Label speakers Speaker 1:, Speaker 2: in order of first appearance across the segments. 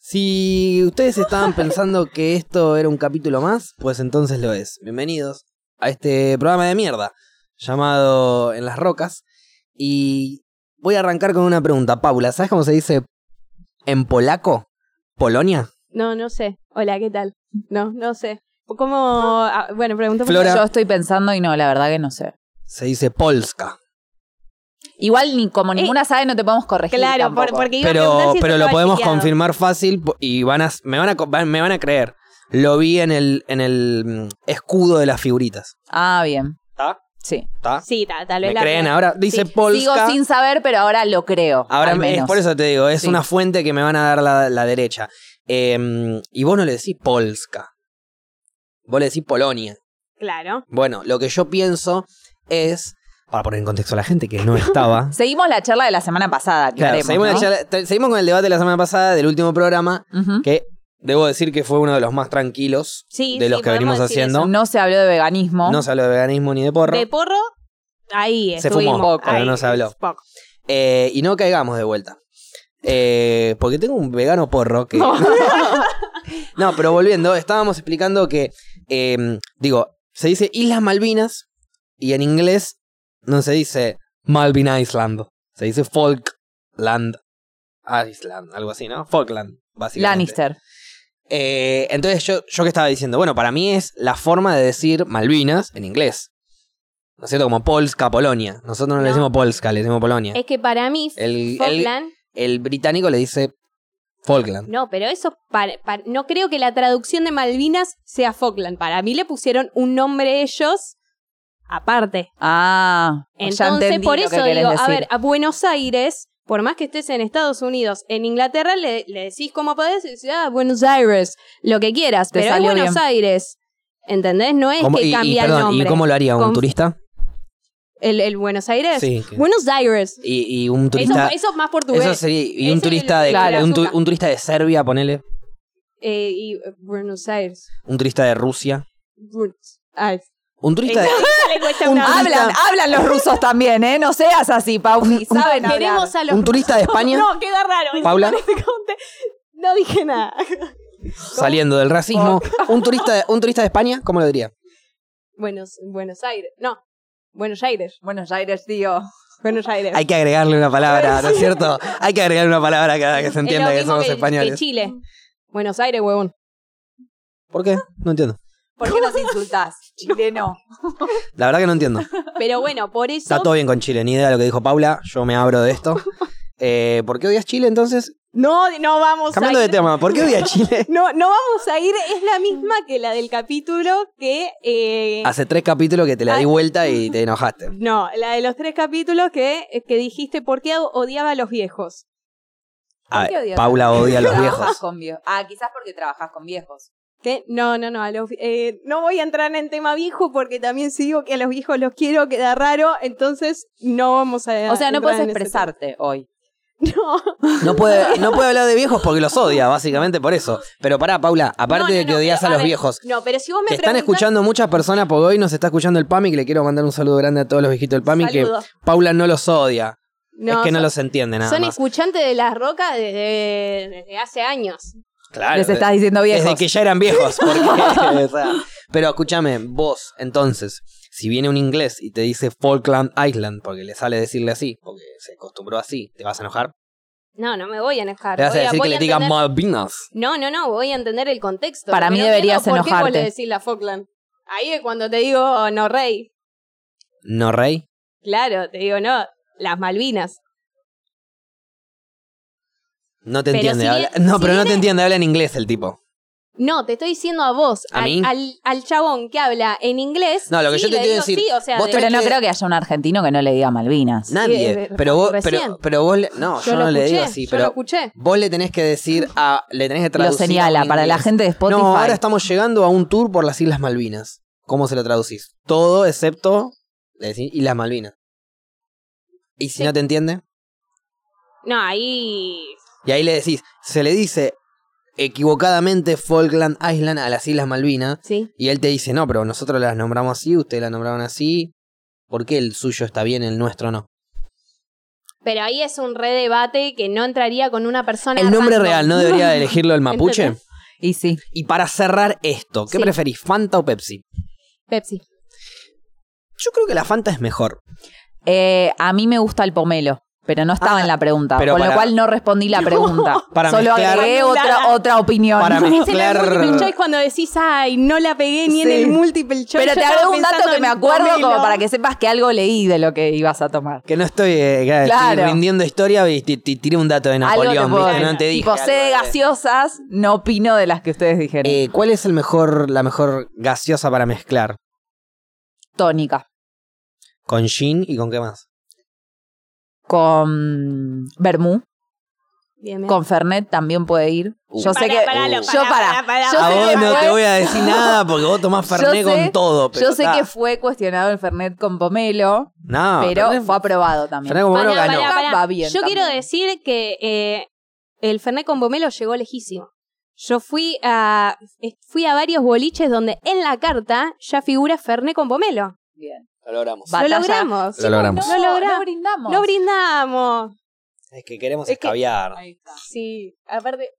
Speaker 1: Si ustedes estaban pensando que esto era un capítulo más, pues entonces lo es. Bienvenidos a este programa de mierda llamado En las Rocas. Y voy a arrancar con una pregunta. Paula, ¿sabes cómo se dice en polaco? ¿Polonia?
Speaker 2: No, no sé. Hola, ¿qué tal? No, no sé. ¿Cómo? ah, bueno, pregunto por-
Speaker 1: Flora.
Speaker 3: Yo estoy pensando y no, la verdad que no sé.
Speaker 1: Se dice Polska.
Speaker 3: Igual ni como ninguna sabe no te podemos corregir.
Speaker 2: Eh, Claro, por-
Speaker 3: tampoco.
Speaker 2: porque iba a preguntar
Speaker 1: Pero,
Speaker 2: si
Speaker 1: pero
Speaker 2: eso
Speaker 1: lo
Speaker 2: estaba
Speaker 1: podemos
Speaker 2: chequeado.
Speaker 1: confirmar fácil po- y van a, me, van a, co- van- me van a creer. Lo vi en el, en el mm, escudo de las figuritas.
Speaker 3: Ah, bien.
Speaker 1: ¿Está?
Speaker 3: Sí.
Speaker 1: ¿Está?
Speaker 2: Sí, ta- tal vez
Speaker 1: ¿Me
Speaker 2: la-
Speaker 1: creen ahora? Dice
Speaker 2: Sí.
Speaker 1: Polska.
Speaker 3: Sigo sin saber, pero ahora lo creo.
Speaker 1: Ahora
Speaker 3: al
Speaker 1: me- es
Speaker 3: menos.
Speaker 1: por eso te digo, es
Speaker 3: Sí.
Speaker 1: una fuente que me van a dar la, la derecha. Eh, y vos no le decís Polska. Vos le decís Polonia.
Speaker 2: Claro.
Speaker 1: Bueno, lo que yo pienso es. Para poner en contexto a la gente que no estaba.
Speaker 3: Seguimos la charla de la semana pasada.
Speaker 1: claro,
Speaker 3: aclaremos,
Speaker 1: seguimos, la
Speaker 3: ¿no?
Speaker 1: charla- te- seguimos con el debate de la semana pasada del último programa,
Speaker 3: Ujú.
Speaker 1: que debo decir que fue uno de los más tranquilos
Speaker 2: Sí,
Speaker 1: de
Speaker 2: sí,
Speaker 1: los que
Speaker 2: podemos
Speaker 1: venimos
Speaker 2: decir
Speaker 1: haciendo.
Speaker 3: No se habló de veganismo.
Speaker 1: No se habló de veganismo ni de porro.
Speaker 2: De porro, ahí
Speaker 1: Se
Speaker 2: estuvimos.
Speaker 1: fumó, pero
Speaker 2: Ahí,
Speaker 1: no se habló.
Speaker 2: poco.
Speaker 1: Eh, y no caigamos de vuelta. Eh, porque tengo un vegano porro que. no, pero volviendo, estábamos explicando que. eh, digo, se dice Islas Malvinas y en inglés no se dice Malvin Island. Se dice Falkland. Ah, Island, algo así, ¿no? Falkland, básicamente.
Speaker 3: Lannister.
Speaker 1: Eh, entonces yo, yo que estaba diciendo, bueno, para mí es la forma de decir Malvinas en inglés. ¿No es cierto? Como Polska, Polonia. Nosotros no, le
Speaker 2: No.
Speaker 1: decimos Polska, le decimos Polonia.
Speaker 2: Es que para mí,
Speaker 1: El-
Speaker 2: Falkland-
Speaker 1: El británico le dice Falkland.
Speaker 2: No, pero eso, para- para- no creo que la traducción de Malvinas sea Falkland. Para mí le pusieron un nombre ellos aparte.
Speaker 3: Ah, ya
Speaker 2: Entonces,
Speaker 3: entendí
Speaker 2: por
Speaker 3: lo que
Speaker 2: eso
Speaker 3: querés
Speaker 2: digo, a
Speaker 3: decir.
Speaker 2: ver, a Buenos Aires, por más que estés en Estados Unidos, en Inglaterra le, le decís como podés, y decís, ah, Buenos Aires, lo que quieras,
Speaker 3: Te
Speaker 2: pero es
Speaker 3: salió
Speaker 2: Buenos
Speaker 3: bien.
Speaker 2: Aires. ¿Entendés? No es
Speaker 1: ¿Cómo-
Speaker 2: que
Speaker 1: y, y,
Speaker 2: cambia el
Speaker 1: perdón,
Speaker 2: nombre.
Speaker 1: ¿y cómo lo haría un
Speaker 2: Con-
Speaker 1: turista?
Speaker 2: el, el Buenos Aires?
Speaker 1: Sí. que-
Speaker 2: Buenos Aires.
Speaker 1: Y, y un
Speaker 2: Eso,
Speaker 1: turista.
Speaker 2: eso es más portugués.
Speaker 1: Eso sería. Y
Speaker 2: Ese
Speaker 1: un
Speaker 2: es
Speaker 1: turista
Speaker 2: el-
Speaker 1: de.
Speaker 2: claro.
Speaker 1: un, tu- un turista de Serbia, ponele.
Speaker 2: Eh, y eh, Buenos Aires.
Speaker 1: Un turista de Rusia.
Speaker 2: Buenos Aires.
Speaker 1: Un turista de.
Speaker 2: Le cuesta
Speaker 1: Un
Speaker 2: una-
Speaker 1: turista-
Speaker 3: Hablan, hablan los rusos también, ¿eh? No seas así, Pausi. Saben hablar.
Speaker 2: Queremos a los
Speaker 1: Un turista de España
Speaker 2: No, queda raro.
Speaker 1: Paula.
Speaker 2: En este conte- No dije nada.
Speaker 1: saliendo del racismo. Un turista de, un turista de España, ¿cómo lo diría?
Speaker 2: Buenos, Buenos Aires. No. Buenos Aires.
Speaker 3: Buenos Aires, tío.
Speaker 2: Buenos Aires.
Speaker 1: Hay que agregarle una palabra, ¿no es cierto? Hay que agregarle una palabra cada que se
Speaker 2: Es lo
Speaker 1: entienda que
Speaker 2: mismo
Speaker 1: somos
Speaker 2: el-
Speaker 1: españoles.
Speaker 2: Chile. Buenos Aires, huevón.
Speaker 1: ¿Por qué? No entiendo.
Speaker 3: ¿Por qué nos insultás, chileno?
Speaker 1: La verdad que no entiendo.
Speaker 2: Pero bueno, por eso.
Speaker 1: Está todo bien con Chile, ni idea de lo que dijo Paula, yo me abro de esto. Eh, ¿Por qué odias Chile entonces?
Speaker 2: No, no vamos
Speaker 1: Cambiando
Speaker 2: a
Speaker 1: de
Speaker 2: ir.
Speaker 1: tema, ¿por qué odias Chile?
Speaker 2: No, no vamos a ir. Es la misma que la del capítulo que. eh,
Speaker 1: Hace tres capítulos que te la di vuelta y te enojaste.
Speaker 2: no, la de los tres capítulos que, eh, que dijiste por qué odiaba a los viejos.
Speaker 1: A
Speaker 3: ¿Por qué
Speaker 1: ver,
Speaker 3: odias?
Speaker 1: Paula odia a los
Speaker 3: Trabajás
Speaker 1: viejos.
Speaker 3: con vie- Ah, quizás porque trabajas con viejos.
Speaker 2: ¿Qué? No, no, no. a los- eh, no voy a entrar en tema viejo porque también si digo que a los viejos los quiero queda raro, entonces no vamos a.
Speaker 3: O sea, no
Speaker 2: entrar
Speaker 3: puedes
Speaker 2: en Eh, ese
Speaker 3: expresarte hoy.
Speaker 2: tema. No,
Speaker 1: No puede, no puede hablar de viejos porque los odia, básicamente por eso. Pero pará, Paula, aparte
Speaker 2: No, no,
Speaker 1: de que
Speaker 2: no,
Speaker 1: odias
Speaker 2: pero,
Speaker 1: a los
Speaker 2: ver,
Speaker 1: viejos,
Speaker 2: No, pero si vos me
Speaker 1: te están
Speaker 2: preguntás-
Speaker 1: escuchando muchas personas porque hoy nos está escuchando el PAMI, que le quiero mandar un saludo grande a todos los viejitos del PAMI, que
Speaker 2: Saludos.
Speaker 1: Paula no los odia. es que no
Speaker 2: son-
Speaker 1: los entiende nada
Speaker 2: Son
Speaker 1: más.
Speaker 2: escuchantes de las rocas desde, desde hace años.
Speaker 1: Claro,
Speaker 3: Les estás diciendo viejos.
Speaker 1: Desde que ya eran viejos. porque, o sea, pero escúchame, vos, entonces, si viene un inglés y te dice Falkland Island, porque le sale decirle así, porque se acostumbró así, ¿te vas a enojar?
Speaker 2: No, no me voy a enojar.
Speaker 1: Le vas a
Speaker 2: Voy a-
Speaker 1: decir
Speaker 2: voy
Speaker 1: que
Speaker 2: a
Speaker 1: le digas
Speaker 2: entender-
Speaker 1: Malvinas.
Speaker 2: No, no, no, voy a entender el contexto.
Speaker 3: Para
Speaker 2: Lo que
Speaker 3: mí
Speaker 2: no
Speaker 3: deberías
Speaker 2: entiendo, ¿Por qué vos
Speaker 3: enojarte.
Speaker 2: le decís la Falkland? Ahí es cuando te digo oh, no rey.
Speaker 1: ¿No, rey?
Speaker 2: Claro, te digo no, las Malvinas.
Speaker 1: No te
Speaker 2: Pero
Speaker 1: entiende.
Speaker 2: si
Speaker 1: habla-
Speaker 2: bien-
Speaker 1: no,
Speaker 2: si
Speaker 1: pero no te
Speaker 2: viene-
Speaker 1: entiende, habla en inglés el tipo.
Speaker 2: No, te estoy diciendo a vos,
Speaker 1: ¿A
Speaker 2: al-
Speaker 1: mí?
Speaker 2: Al, al chabón que habla en inglés.
Speaker 1: No, lo que
Speaker 2: sí,
Speaker 1: yo te
Speaker 2: le
Speaker 1: quiero
Speaker 2: digo
Speaker 1: decir,
Speaker 2: sí, o sea,
Speaker 1: vos
Speaker 2: de-
Speaker 1: tenés
Speaker 3: Pero no
Speaker 1: que-
Speaker 3: creo que haya un argentino que no le diga Malvinas.
Speaker 1: Nadie.
Speaker 2: eh,
Speaker 1: pero vos,
Speaker 2: recién.
Speaker 1: pero, pero vos, le- no, yo,
Speaker 2: yo,
Speaker 1: no
Speaker 2: lo
Speaker 1: le
Speaker 2: escuché,
Speaker 1: digo así,
Speaker 2: yo lo
Speaker 1: pero
Speaker 2: escuché.
Speaker 1: vos le tenés que decir a, le tenés que
Speaker 3: Lo
Speaker 1: traducir. a un
Speaker 3: señala para la
Speaker 1: inglés.
Speaker 3: gente de Spotify.
Speaker 1: No, ahora estamos llegando a un tour por las Islas Malvinas. ¿Cómo se lo traducís? Todo excepto le decís Islas Malvinas. Y si
Speaker 2: Sí.
Speaker 1: no te entiende,
Speaker 2: No, ahí
Speaker 1: y ahí le decís, se le dice equivocadamente Falkland Island a las Islas Malvinas,
Speaker 2: sí.
Speaker 1: y él te dice, no, pero nosotros las nombramos así, ustedes las nombraron así, ¿por qué el suyo está bien, el nuestro no?
Speaker 2: Pero ahí es un redebate que no entraría con una persona.
Speaker 1: El nombre
Speaker 2: random.
Speaker 1: real, ¿no debería elegirlo el mapuche?
Speaker 2: Entonces,
Speaker 3: Y sí.
Speaker 1: Y para cerrar esto, ¿qué
Speaker 2: Sí.
Speaker 1: preferís, Fanta o Pepsi?
Speaker 2: Pepsi.
Speaker 1: Yo creo que la Fanta es mejor.
Speaker 3: Eh, a mí me gusta el pomelo, pero no estaba
Speaker 1: Ah,
Speaker 3: en la pregunta,
Speaker 1: pero
Speaker 3: con
Speaker 1: para-
Speaker 3: lo cual no respondí la pregunta.
Speaker 1: Para
Speaker 3: Solo
Speaker 1: mezclar-
Speaker 3: agregué
Speaker 2: Anulada.
Speaker 3: otra, otra opinión.
Speaker 1: Para
Speaker 2: Es el
Speaker 1: Mezclar-
Speaker 2: multiple choice cuando decís, ay, no la pegué ni en
Speaker 3: Sí.
Speaker 2: el multiple choice.
Speaker 3: Pero
Speaker 2: Yo
Speaker 3: te
Speaker 2: estaba
Speaker 3: agrego un dato
Speaker 2: pensando
Speaker 3: que me
Speaker 2: en
Speaker 3: acuerdo como
Speaker 2: pomelo.
Speaker 3: para que sepas que algo leí de lo que ibas a tomar.
Speaker 1: Que no estoy, eh, acá,
Speaker 3: Claro.
Speaker 1: estoy rindiendo historia y ti- ti- tiré un dato de
Speaker 3: algo
Speaker 1: Napoleón,
Speaker 3: te puedo
Speaker 1: ¿viste?
Speaker 3: decir.
Speaker 1: No te dije.
Speaker 3: Tipo, sé
Speaker 1: algo
Speaker 3: de
Speaker 1: de-
Speaker 3: gaseosas, no opino de las que ustedes dijeron.
Speaker 1: Eh, ¿Cuál es el mejor, la mejor gaseosa para mezclar?
Speaker 3: Tónica.
Speaker 1: ¿Con gin y con qué más?
Speaker 3: Con vermú,
Speaker 2: Bien, bien.
Speaker 3: con fernet también puede ir.
Speaker 1: Uh.
Speaker 3: Yo sé
Speaker 2: Pará,
Speaker 3: que...
Speaker 2: pará, lo-
Speaker 3: yo
Speaker 2: pará,
Speaker 3: para,
Speaker 2: pará,
Speaker 3: yo
Speaker 1: a
Speaker 3: sé
Speaker 1: vos
Speaker 3: que
Speaker 1: no
Speaker 3: fue-
Speaker 1: te voy a decir nada porque vos tomás
Speaker 3: Yo
Speaker 1: Fernet
Speaker 3: sé-
Speaker 1: con todo. Pero
Speaker 3: Yo sé
Speaker 1: ta.
Speaker 3: que fue cuestionado el Fernet con pomelo,
Speaker 1: No,
Speaker 3: pero
Speaker 1: Fernet-
Speaker 3: fue aprobado también.
Speaker 1: Fernet con pomelo
Speaker 2: Pará,
Speaker 1: ganó.
Speaker 2: pará, pará.
Speaker 3: Va bien
Speaker 2: Yo
Speaker 3: también.
Speaker 2: quiero decir que eh, el Fernet con Pomelo llegó lejísimo. Yo fui a, eh, fui a varios boliches donde en la carta ya figura Fernet con Pomelo.
Speaker 3: Bien.
Speaker 1: Lo logramos.
Speaker 3: Batalla.
Speaker 2: Lo logramos.
Speaker 1: Lo logramos.
Speaker 2: No,
Speaker 3: No,
Speaker 2: logra-
Speaker 3: no brindamos.
Speaker 2: Lo brindamos.
Speaker 1: Es que queremos
Speaker 2: Es que-
Speaker 1: escabiar.
Speaker 3: Ahí está.
Speaker 2: Sí, aparte,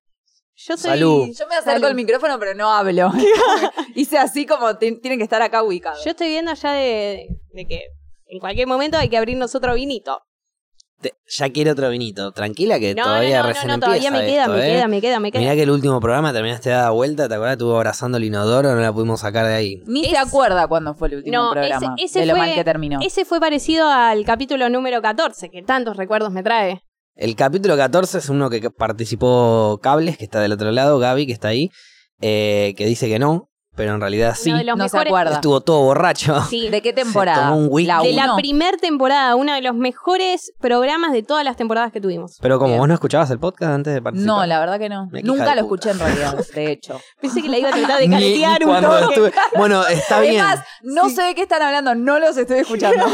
Speaker 2: yo soy...
Speaker 1: Salud.
Speaker 3: Yo me acerco
Speaker 2: Salud.
Speaker 3: al micrófono, pero no hablo. Hice así como ti- tienen que estar acá ubicados.
Speaker 2: Yo estoy viendo ya de, de que en cualquier momento hay que abrirnos otro vinito.
Speaker 1: Te- ya quiero otro vinito. Tranquila que
Speaker 2: No,
Speaker 1: Eh, todavía
Speaker 2: no, no, no,
Speaker 1: recién
Speaker 2: no, todavía
Speaker 1: empieza
Speaker 2: me queda,
Speaker 1: esto,
Speaker 2: me
Speaker 1: ¿eh?
Speaker 2: queda, me queda, me queda.
Speaker 1: Mirá que el último programa terminaste dada vuelta, ¿te acuerdas? Estuvo abrazando el inodoro, no la pudimos sacar de ahí.
Speaker 3: Ni
Speaker 2: Ese-
Speaker 3: se acuerda cuándo fue el último
Speaker 2: No,
Speaker 3: programa.
Speaker 2: ese- ese
Speaker 3: de lo
Speaker 2: fue-
Speaker 3: mal que terminó.
Speaker 2: Ese fue parecido al capítulo número 14, que tantos recuerdos me trae.
Speaker 1: El capítulo 14 es uno que que participó Cables, que está del otro lado, Gaby, que está ahí, eh, que dice que no, pero en realidad sí.
Speaker 2: Uno de los
Speaker 3: no se
Speaker 2: mejores-
Speaker 3: acuerda.
Speaker 1: Estuvo todo borracho.
Speaker 2: Sí.
Speaker 3: ¿De qué temporada?
Speaker 1: tomó un whisky.
Speaker 3: ¿La
Speaker 2: de la
Speaker 3: uno?
Speaker 2: primer temporada, uno de los mejores programas de todas las temporadas que tuvimos.
Speaker 1: Pero como
Speaker 3: Bien.
Speaker 1: vos no escuchabas el podcast antes de participar.
Speaker 3: No, la verdad que no.
Speaker 1: Mira, qué hija
Speaker 3: Nunca
Speaker 1: de
Speaker 3: lo
Speaker 1: puta.
Speaker 3: escuché en realidad, de hecho.
Speaker 2: Pensé que la iba a tratar de
Speaker 1: Ni-
Speaker 2: caletear
Speaker 1: ni
Speaker 2: un
Speaker 1: cuando
Speaker 2: toque.
Speaker 1: estuve- Bueno, está bien.
Speaker 3: Además, no sé de qué están hablando, no los estoy escuchando.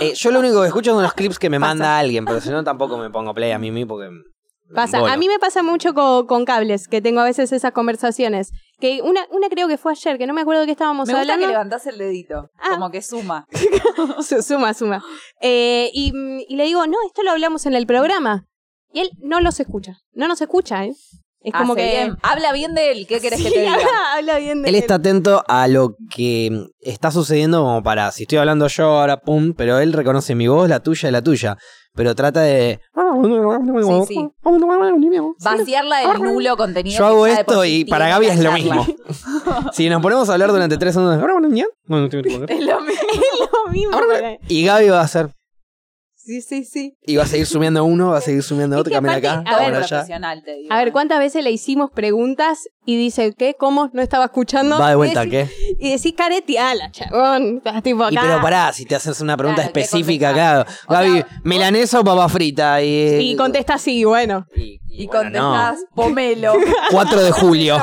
Speaker 1: Eh, yo lo único que escucho son los clips que me manda alguien, pero si no tampoco me pongo play a mí mismo porque... me
Speaker 2: Pasa.
Speaker 1: embolo.
Speaker 2: A mí me pasa mucho co- con, cables, que tengo a veces esas conversaciones. Que una, una creo que fue ayer, que no me acuerdo de qué estábamos
Speaker 3: Me gusta que
Speaker 2: hablando.
Speaker 3: levantás el dedito,
Speaker 2: Ah.
Speaker 3: como que suma.
Speaker 2: Su- suma, suma. Eh, y, mm, y le digo, no, esto lo hablamos en el programa. Y él no los escucha. No nos escucha, ¿eh? Es como
Speaker 3: Hace
Speaker 2: que.
Speaker 3: Ah, bien. Habla bien de él, ¿qué querés
Speaker 2: Sí,
Speaker 3: que te diga?
Speaker 2: habla bien de
Speaker 1: Él está atento a lo que está sucediendo como para, si estoy hablando yo ahora, pum, pero él reconoce mi voz, la tuya y la tuya, pero trata de...
Speaker 3: Sí, sí. Vaciarla del nulo contenido.
Speaker 1: Yo hago
Speaker 3: que ya de por
Speaker 1: esto
Speaker 3: sí
Speaker 1: y
Speaker 3: tiene
Speaker 1: para Gaby
Speaker 3: la
Speaker 1: es lo
Speaker 3: charla.
Speaker 1: mismo. si nos ponemos a hablar durante tres segundos...
Speaker 3: Es lo mismo.
Speaker 2: lo mismo. para-
Speaker 1: y Gaby va a hacer...
Speaker 2: Sí, sí, sí.
Speaker 1: Y va a seguir sumiendo uno, va a seguir sumiendo
Speaker 2: Es
Speaker 1: otro,
Speaker 2: que
Speaker 1: camina acá,
Speaker 2: aparte- a
Speaker 1: ahora
Speaker 2: ver,
Speaker 1: allá.
Speaker 3: profesional, te digo.
Speaker 2: A ver, ¿cuántas veces le hicimos preguntas y dice, ¿qué? ¿Cómo? ¿No estaba escuchando?
Speaker 1: Va de vuelta,
Speaker 2: Y decí-
Speaker 1: ¿qué?
Speaker 2: Y decís, careteala, chabón. Estás tipo
Speaker 1: Y
Speaker 2: acá.
Speaker 1: pero pará, si te haces una pregunta
Speaker 3: Claro, hay que
Speaker 1: específica,
Speaker 3: contestar.
Speaker 1: claro.
Speaker 3: O sea,
Speaker 1: Gaby,
Speaker 3: vos-
Speaker 1: ¿melanesa o papa frita? Y, eh,
Speaker 2: Y contesta así, bueno.
Speaker 1: Y, y
Speaker 3: Y
Speaker 1: bueno,
Speaker 3: contestás pomelo.
Speaker 1: 4 de julio.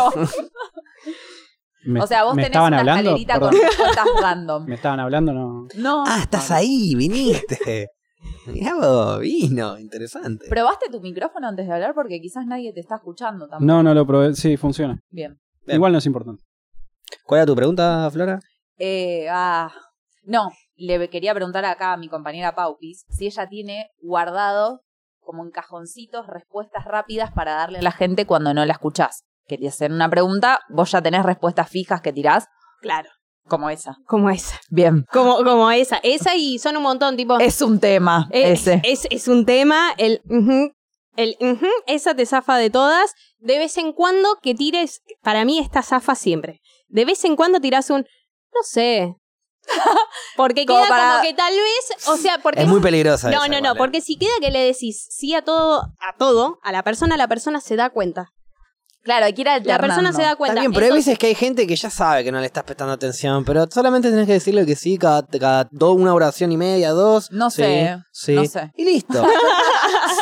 Speaker 4: Me,
Speaker 3: o sea, vos
Speaker 4: me
Speaker 3: tenés
Speaker 4: estaban
Speaker 3: una
Speaker 4: hablando.
Speaker 3: escalerita
Speaker 4: Perdón.
Speaker 3: con respuestas random.
Speaker 4: Me estaban hablando, no.
Speaker 3: No.
Speaker 1: ah, estás
Speaker 3: No, no.
Speaker 1: ahí, viniste. Mirá vos, vino, interesante.
Speaker 3: ¿Probaste tu micrófono antes de hablar? Porque quizás nadie te está escuchando tampoco.
Speaker 4: No, no lo probé. Sí, funciona.
Speaker 3: Bien.
Speaker 1: Bien.
Speaker 4: Igual no es importante.
Speaker 1: ¿Cuál era tu pregunta, Flora?
Speaker 3: Eh, ah, no, le quería preguntar acá a mi compañera Paupis si ella tiene guardado como en cajoncitos respuestas rápidas para darle a la gente cuando no la escuchás. Quería hacer una pregunta, vos ya tenés respuestas fijas que tirás,
Speaker 2: Claro.
Speaker 3: como esa.
Speaker 2: Como esa.
Speaker 3: Bien.
Speaker 2: Como, como esa. Esa y son un montón, tipo.
Speaker 3: Es un tema
Speaker 2: eh,
Speaker 3: ese.
Speaker 2: Es, es un tema, el. ujú, el ujú, esa te zafa de todas. De vez en cuando que tires. Para mí, esta zafa siempre. De vez en cuando tirás un. No sé. Porque
Speaker 3: Como
Speaker 2: queda
Speaker 3: para-
Speaker 2: como que tal vez. O sea, porque.
Speaker 1: Es muy peligrosa.
Speaker 2: No,
Speaker 1: esa,
Speaker 2: no, no,
Speaker 1: igual, eh.
Speaker 2: porque si queda que le decís sí a todo, a todo, a la persona, la persona se da cuenta.
Speaker 3: Claro, hay que ir
Speaker 2: La
Speaker 3: alternando.
Speaker 2: persona se da
Speaker 1: Está
Speaker 2: cuenta.
Speaker 1: bien, pero hay
Speaker 2: Entonces,
Speaker 1: veces que hay gente que ya sabe que no le estás prestando atención, pero solamente tenés que decirle que sí cada, cada do- una oración y media, dos.
Speaker 3: No
Speaker 1: Sí,
Speaker 3: sé,
Speaker 1: sí.
Speaker 3: no sé.
Speaker 1: Y listo.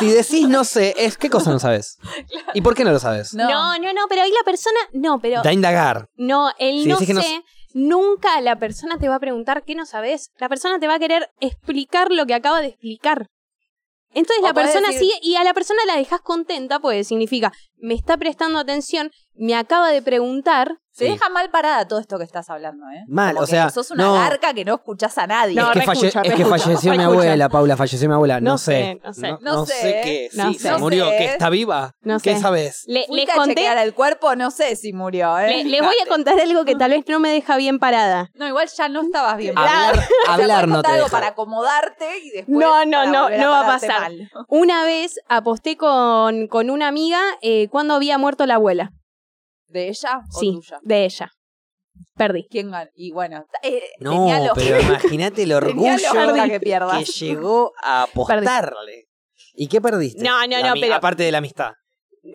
Speaker 1: si decís no sé, es qué cosa no sabes. ¿Y por qué no lo sabes?
Speaker 3: No.
Speaker 2: no, no, no, pero ahí la persona, no, pero
Speaker 1: Da a indagar.
Speaker 2: no, el
Speaker 1: Si
Speaker 2: no
Speaker 1: decís
Speaker 2: sé,
Speaker 1: que no
Speaker 2: nunca la persona te va a preguntar qué no sabes. La persona te va a querer explicar lo que acaba de explicar. Entonces
Speaker 3: O
Speaker 2: la
Speaker 3: podés
Speaker 2: persona
Speaker 3: decir-
Speaker 2: sigue y a la persona la dejas contenta, pues significa, me está prestando atención, me acaba de preguntar.
Speaker 3: Te
Speaker 1: Sí.
Speaker 3: deja mal parada todo esto que estás hablando, ¿eh?
Speaker 1: Mal,
Speaker 3: Como
Speaker 1: o
Speaker 3: que
Speaker 1: sea,
Speaker 3: Sos una
Speaker 1: no.
Speaker 3: garca que no escuchás a nadie.
Speaker 2: No,
Speaker 1: es que,
Speaker 2: re
Speaker 1: falle-
Speaker 2: escucha,
Speaker 1: es
Speaker 2: re
Speaker 1: que
Speaker 2: escucha,
Speaker 1: falleció
Speaker 2: re
Speaker 1: mi
Speaker 2: escucha.
Speaker 1: abuela, Paula, falleció mi abuela. No,
Speaker 2: No
Speaker 1: sé.
Speaker 2: sé, no sé.
Speaker 3: No sé,
Speaker 1: qué.
Speaker 2: no
Speaker 1: sí,
Speaker 2: sé.
Speaker 1: se
Speaker 2: No
Speaker 1: murió,
Speaker 3: sé.
Speaker 1: que está viva,
Speaker 2: No
Speaker 1: que
Speaker 2: sé.
Speaker 1: sabes.
Speaker 2: Le-
Speaker 3: Fuiste
Speaker 2: les
Speaker 3: a
Speaker 2: conté,
Speaker 3: chequear el cuerpo, no sé si murió,
Speaker 2: le-
Speaker 3: ¿eh?
Speaker 2: les voy a contar algo que tal vez no me deja bien parada.
Speaker 3: No, igual ya no estabas bien.
Speaker 1: Hablar,
Speaker 3: O sea,
Speaker 1: hablar
Speaker 3: podés
Speaker 1: no
Speaker 3: contar
Speaker 1: te
Speaker 3: algo
Speaker 1: deja.
Speaker 3: para acomodarte y después
Speaker 2: No, no,
Speaker 3: para
Speaker 2: no,
Speaker 3: volver
Speaker 2: no va a
Speaker 3: pararte
Speaker 2: pasar.
Speaker 3: mal.
Speaker 2: Una vez aposté con, con una amiga eh, cuando había muerto la abuela.
Speaker 3: ¿De ella o
Speaker 2: sí,
Speaker 3: tuya?
Speaker 2: de ella. Perdí.
Speaker 3: ¿Quién gana? Y bueno, eh,
Speaker 1: No,
Speaker 3: tenía los-
Speaker 1: pero imagínate el
Speaker 3: tenía los
Speaker 1: orgullo
Speaker 3: ganas que pierdas.
Speaker 1: que llegó a apostarle. ¿Y qué perdiste?
Speaker 2: No, no,
Speaker 1: La
Speaker 2: no,
Speaker 1: ami-
Speaker 2: pero-
Speaker 1: Aparte de la amistad.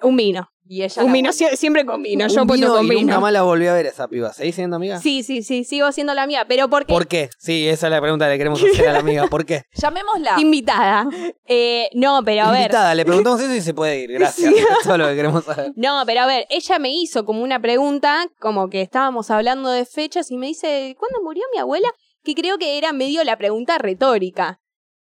Speaker 2: Un vino.
Speaker 3: Y ella
Speaker 2: Un
Speaker 3: la
Speaker 2: vino
Speaker 3: vuelve.
Speaker 2: sie- siempre con vino. Yo
Speaker 1: Un
Speaker 2: apuesto
Speaker 1: vino
Speaker 2: con
Speaker 1: y nunca
Speaker 2: vino.
Speaker 1: más la volví a ver a esa piba. ¿Seguís siendo amiga?
Speaker 2: Sí, sí, sí, sigo siendo la mía, pero porque
Speaker 1: ¿Por qué? Sí, esa es la pregunta que le queremos hacer a la amiga. ¿Por qué?
Speaker 3: Llamémosla.
Speaker 2: invitada. Eh, no, pero a ver.
Speaker 1: Invitada, le preguntamos eso y se puede ir. Gracias. Eso es lo que queremos saber.
Speaker 2: No, pero a ver, ella me hizo como una pregunta, como que estábamos hablando de fechas y me dice, ¿cuándo murió mi abuela? Que creo que era medio la pregunta retórica.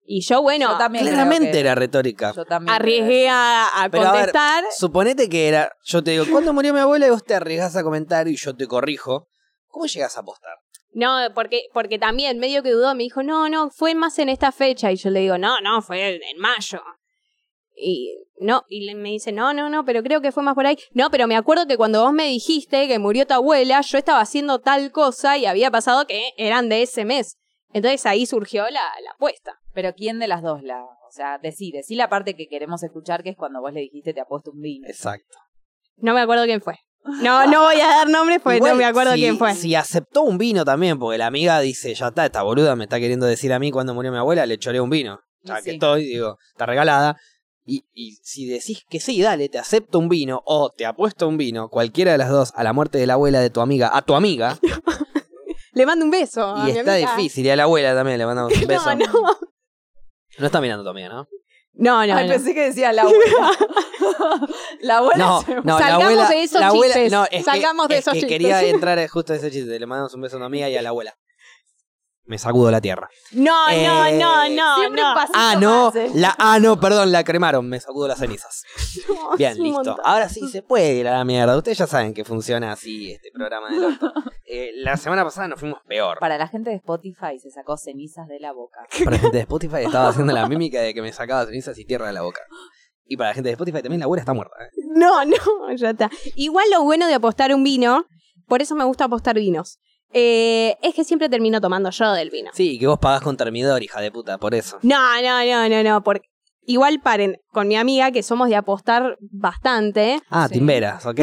Speaker 2: Y yo, bueno,
Speaker 3: Yo también creo
Speaker 1: Claramente
Speaker 3: que-
Speaker 1: era retórica.
Speaker 3: Yo también.
Speaker 2: arriesgué a, a
Speaker 1: Pero a ver,
Speaker 2: contestar.
Speaker 1: Suponete que era, yo te digo, ¿cuándo murió mi abuela? Y vos te arriesgás a comentar y yo te corrijo. ¿Cómo llegas a apostar?
Speaker 2: No, porque, porque también medio que dudó, me dijo, no, no, fue más en esta fecha. Y yo le digo, no, no, fue en mayo. Y no, y le- me dice, no, no, no, pero creo que fue más por ahí. No, pero me acuerdo que cuando vos me dijiste que murió tu abuela, yo estaba haciendo tal cosa y había pasado que eran de ese mes. Entonces ahí surgió la, la apuesta.
Speaker 3: Pero ¿quién de las dos la.? O sea, decide. Sí, la parte que queremos escuchar, que es cuando vos le dijiste te apuesto un vino.
Speaker 1: Exacto.
Speaker 2: No me acuerdo quién fue. No, no voy a dar nombres porque
Speaker 1: Igual,
Speaker 2: no me acuerdo
Speaker 1: si-
Speaker 2: quién fue.
Speaker 1: Si aceptó un vino también, porque la amiga dice, ya está, esta boluda me está queriendo decir a mí cuando murió mi abuela, le choré un vino. Ya
Speaker 3: Y
Speaker 1: que
Speaker 3: sí.
Speaker 1: estoy, digo, está regalada. Y, y si decís que sí, dale, te acepto un vino o te apuesto un vino, cualquiera de las dos, a la muerte de la abuela de tu amiga, a tu amiga,
Speaker 2: Le mando un beso. a
Speaker 1: y
Speaker 2: mi
Speaker 1: está
Speaker 2: amiga.
Speaker 1: difícil, y a la abuela también le mandamos un beso.
Speaker 2: No, no,
Speaker 1: No está mirando tu amiga, ¿no?
Speaker 2: no, no.
Speaker 1: pues,
Speaker 3: Ay,
Speaker 2: no.
Speaker 3: pensé que decía la abuela. la abuela.
Speaker 1: No,
Speaker 3: se-
Speaker 1: no, la
Speaker 2: Salgamos
Speaker 1: abuela,
Speaker 2: de esos
Speaker 1: la abuela-
Speaker 2: chistes.
Speaker 1: no, es
Speaker 2: Salgamos
Speaker 1: que,
Speaker 2: de
Speaker 1: es
Speaker 2: esos
Speaker 1: que
Speaker 2: chistes.
Speaker 1: quería entrar a justo ese chiste. Le mandamos un beso a una amiga y a la abuela. Me sacudo la tierra.
Speaker 2: No, no,
Speaker 1: Eh,
Speaker 2: no, no.
Speaker 3: Siempre
Speaker 2: no.
Speaker 3: pasa.
Speaker 1: Ah, no, la, ah, no, perdón, la cremaron. Me sacudo las cenizas.
Speaker 2: No,
Speaker 1: Bien,
Speaker 2: es un
Speaker 1: listo.
Speaker 2: montón.
Speaker 1: Ahora sí se puede ir a la mierda. Ustedes ya saben que funciona así este programa del orto. Eh, la semana pasada nos fuimos peor.
Speaker 3: Para la gente de Spotify se sacó cenizas de la boca.
Speaker 1: Para la gente de Spotify estaba haciendo la mímica de que me sacaba cenizas y tierra de la boca. Y para la gente de Spotify también la abuela está muerta. ¿eh?
Speaker 2: No, no, ya está. Igual lo bueno de apostar un vino, por eso me gusta apostar vinos, eh, es que siempre termino tomando yo del vino.
Speaker 1: Sí, que vos pagás con termidor, hija de puta, por eso.
Speaker 2: No, no, no, no, no. Porque igual paren con mi amiga, que somos de apostar bastante.
Speaker 1: Ah,
Speaker 3: Sí.
Speaker 1: timberas, ok.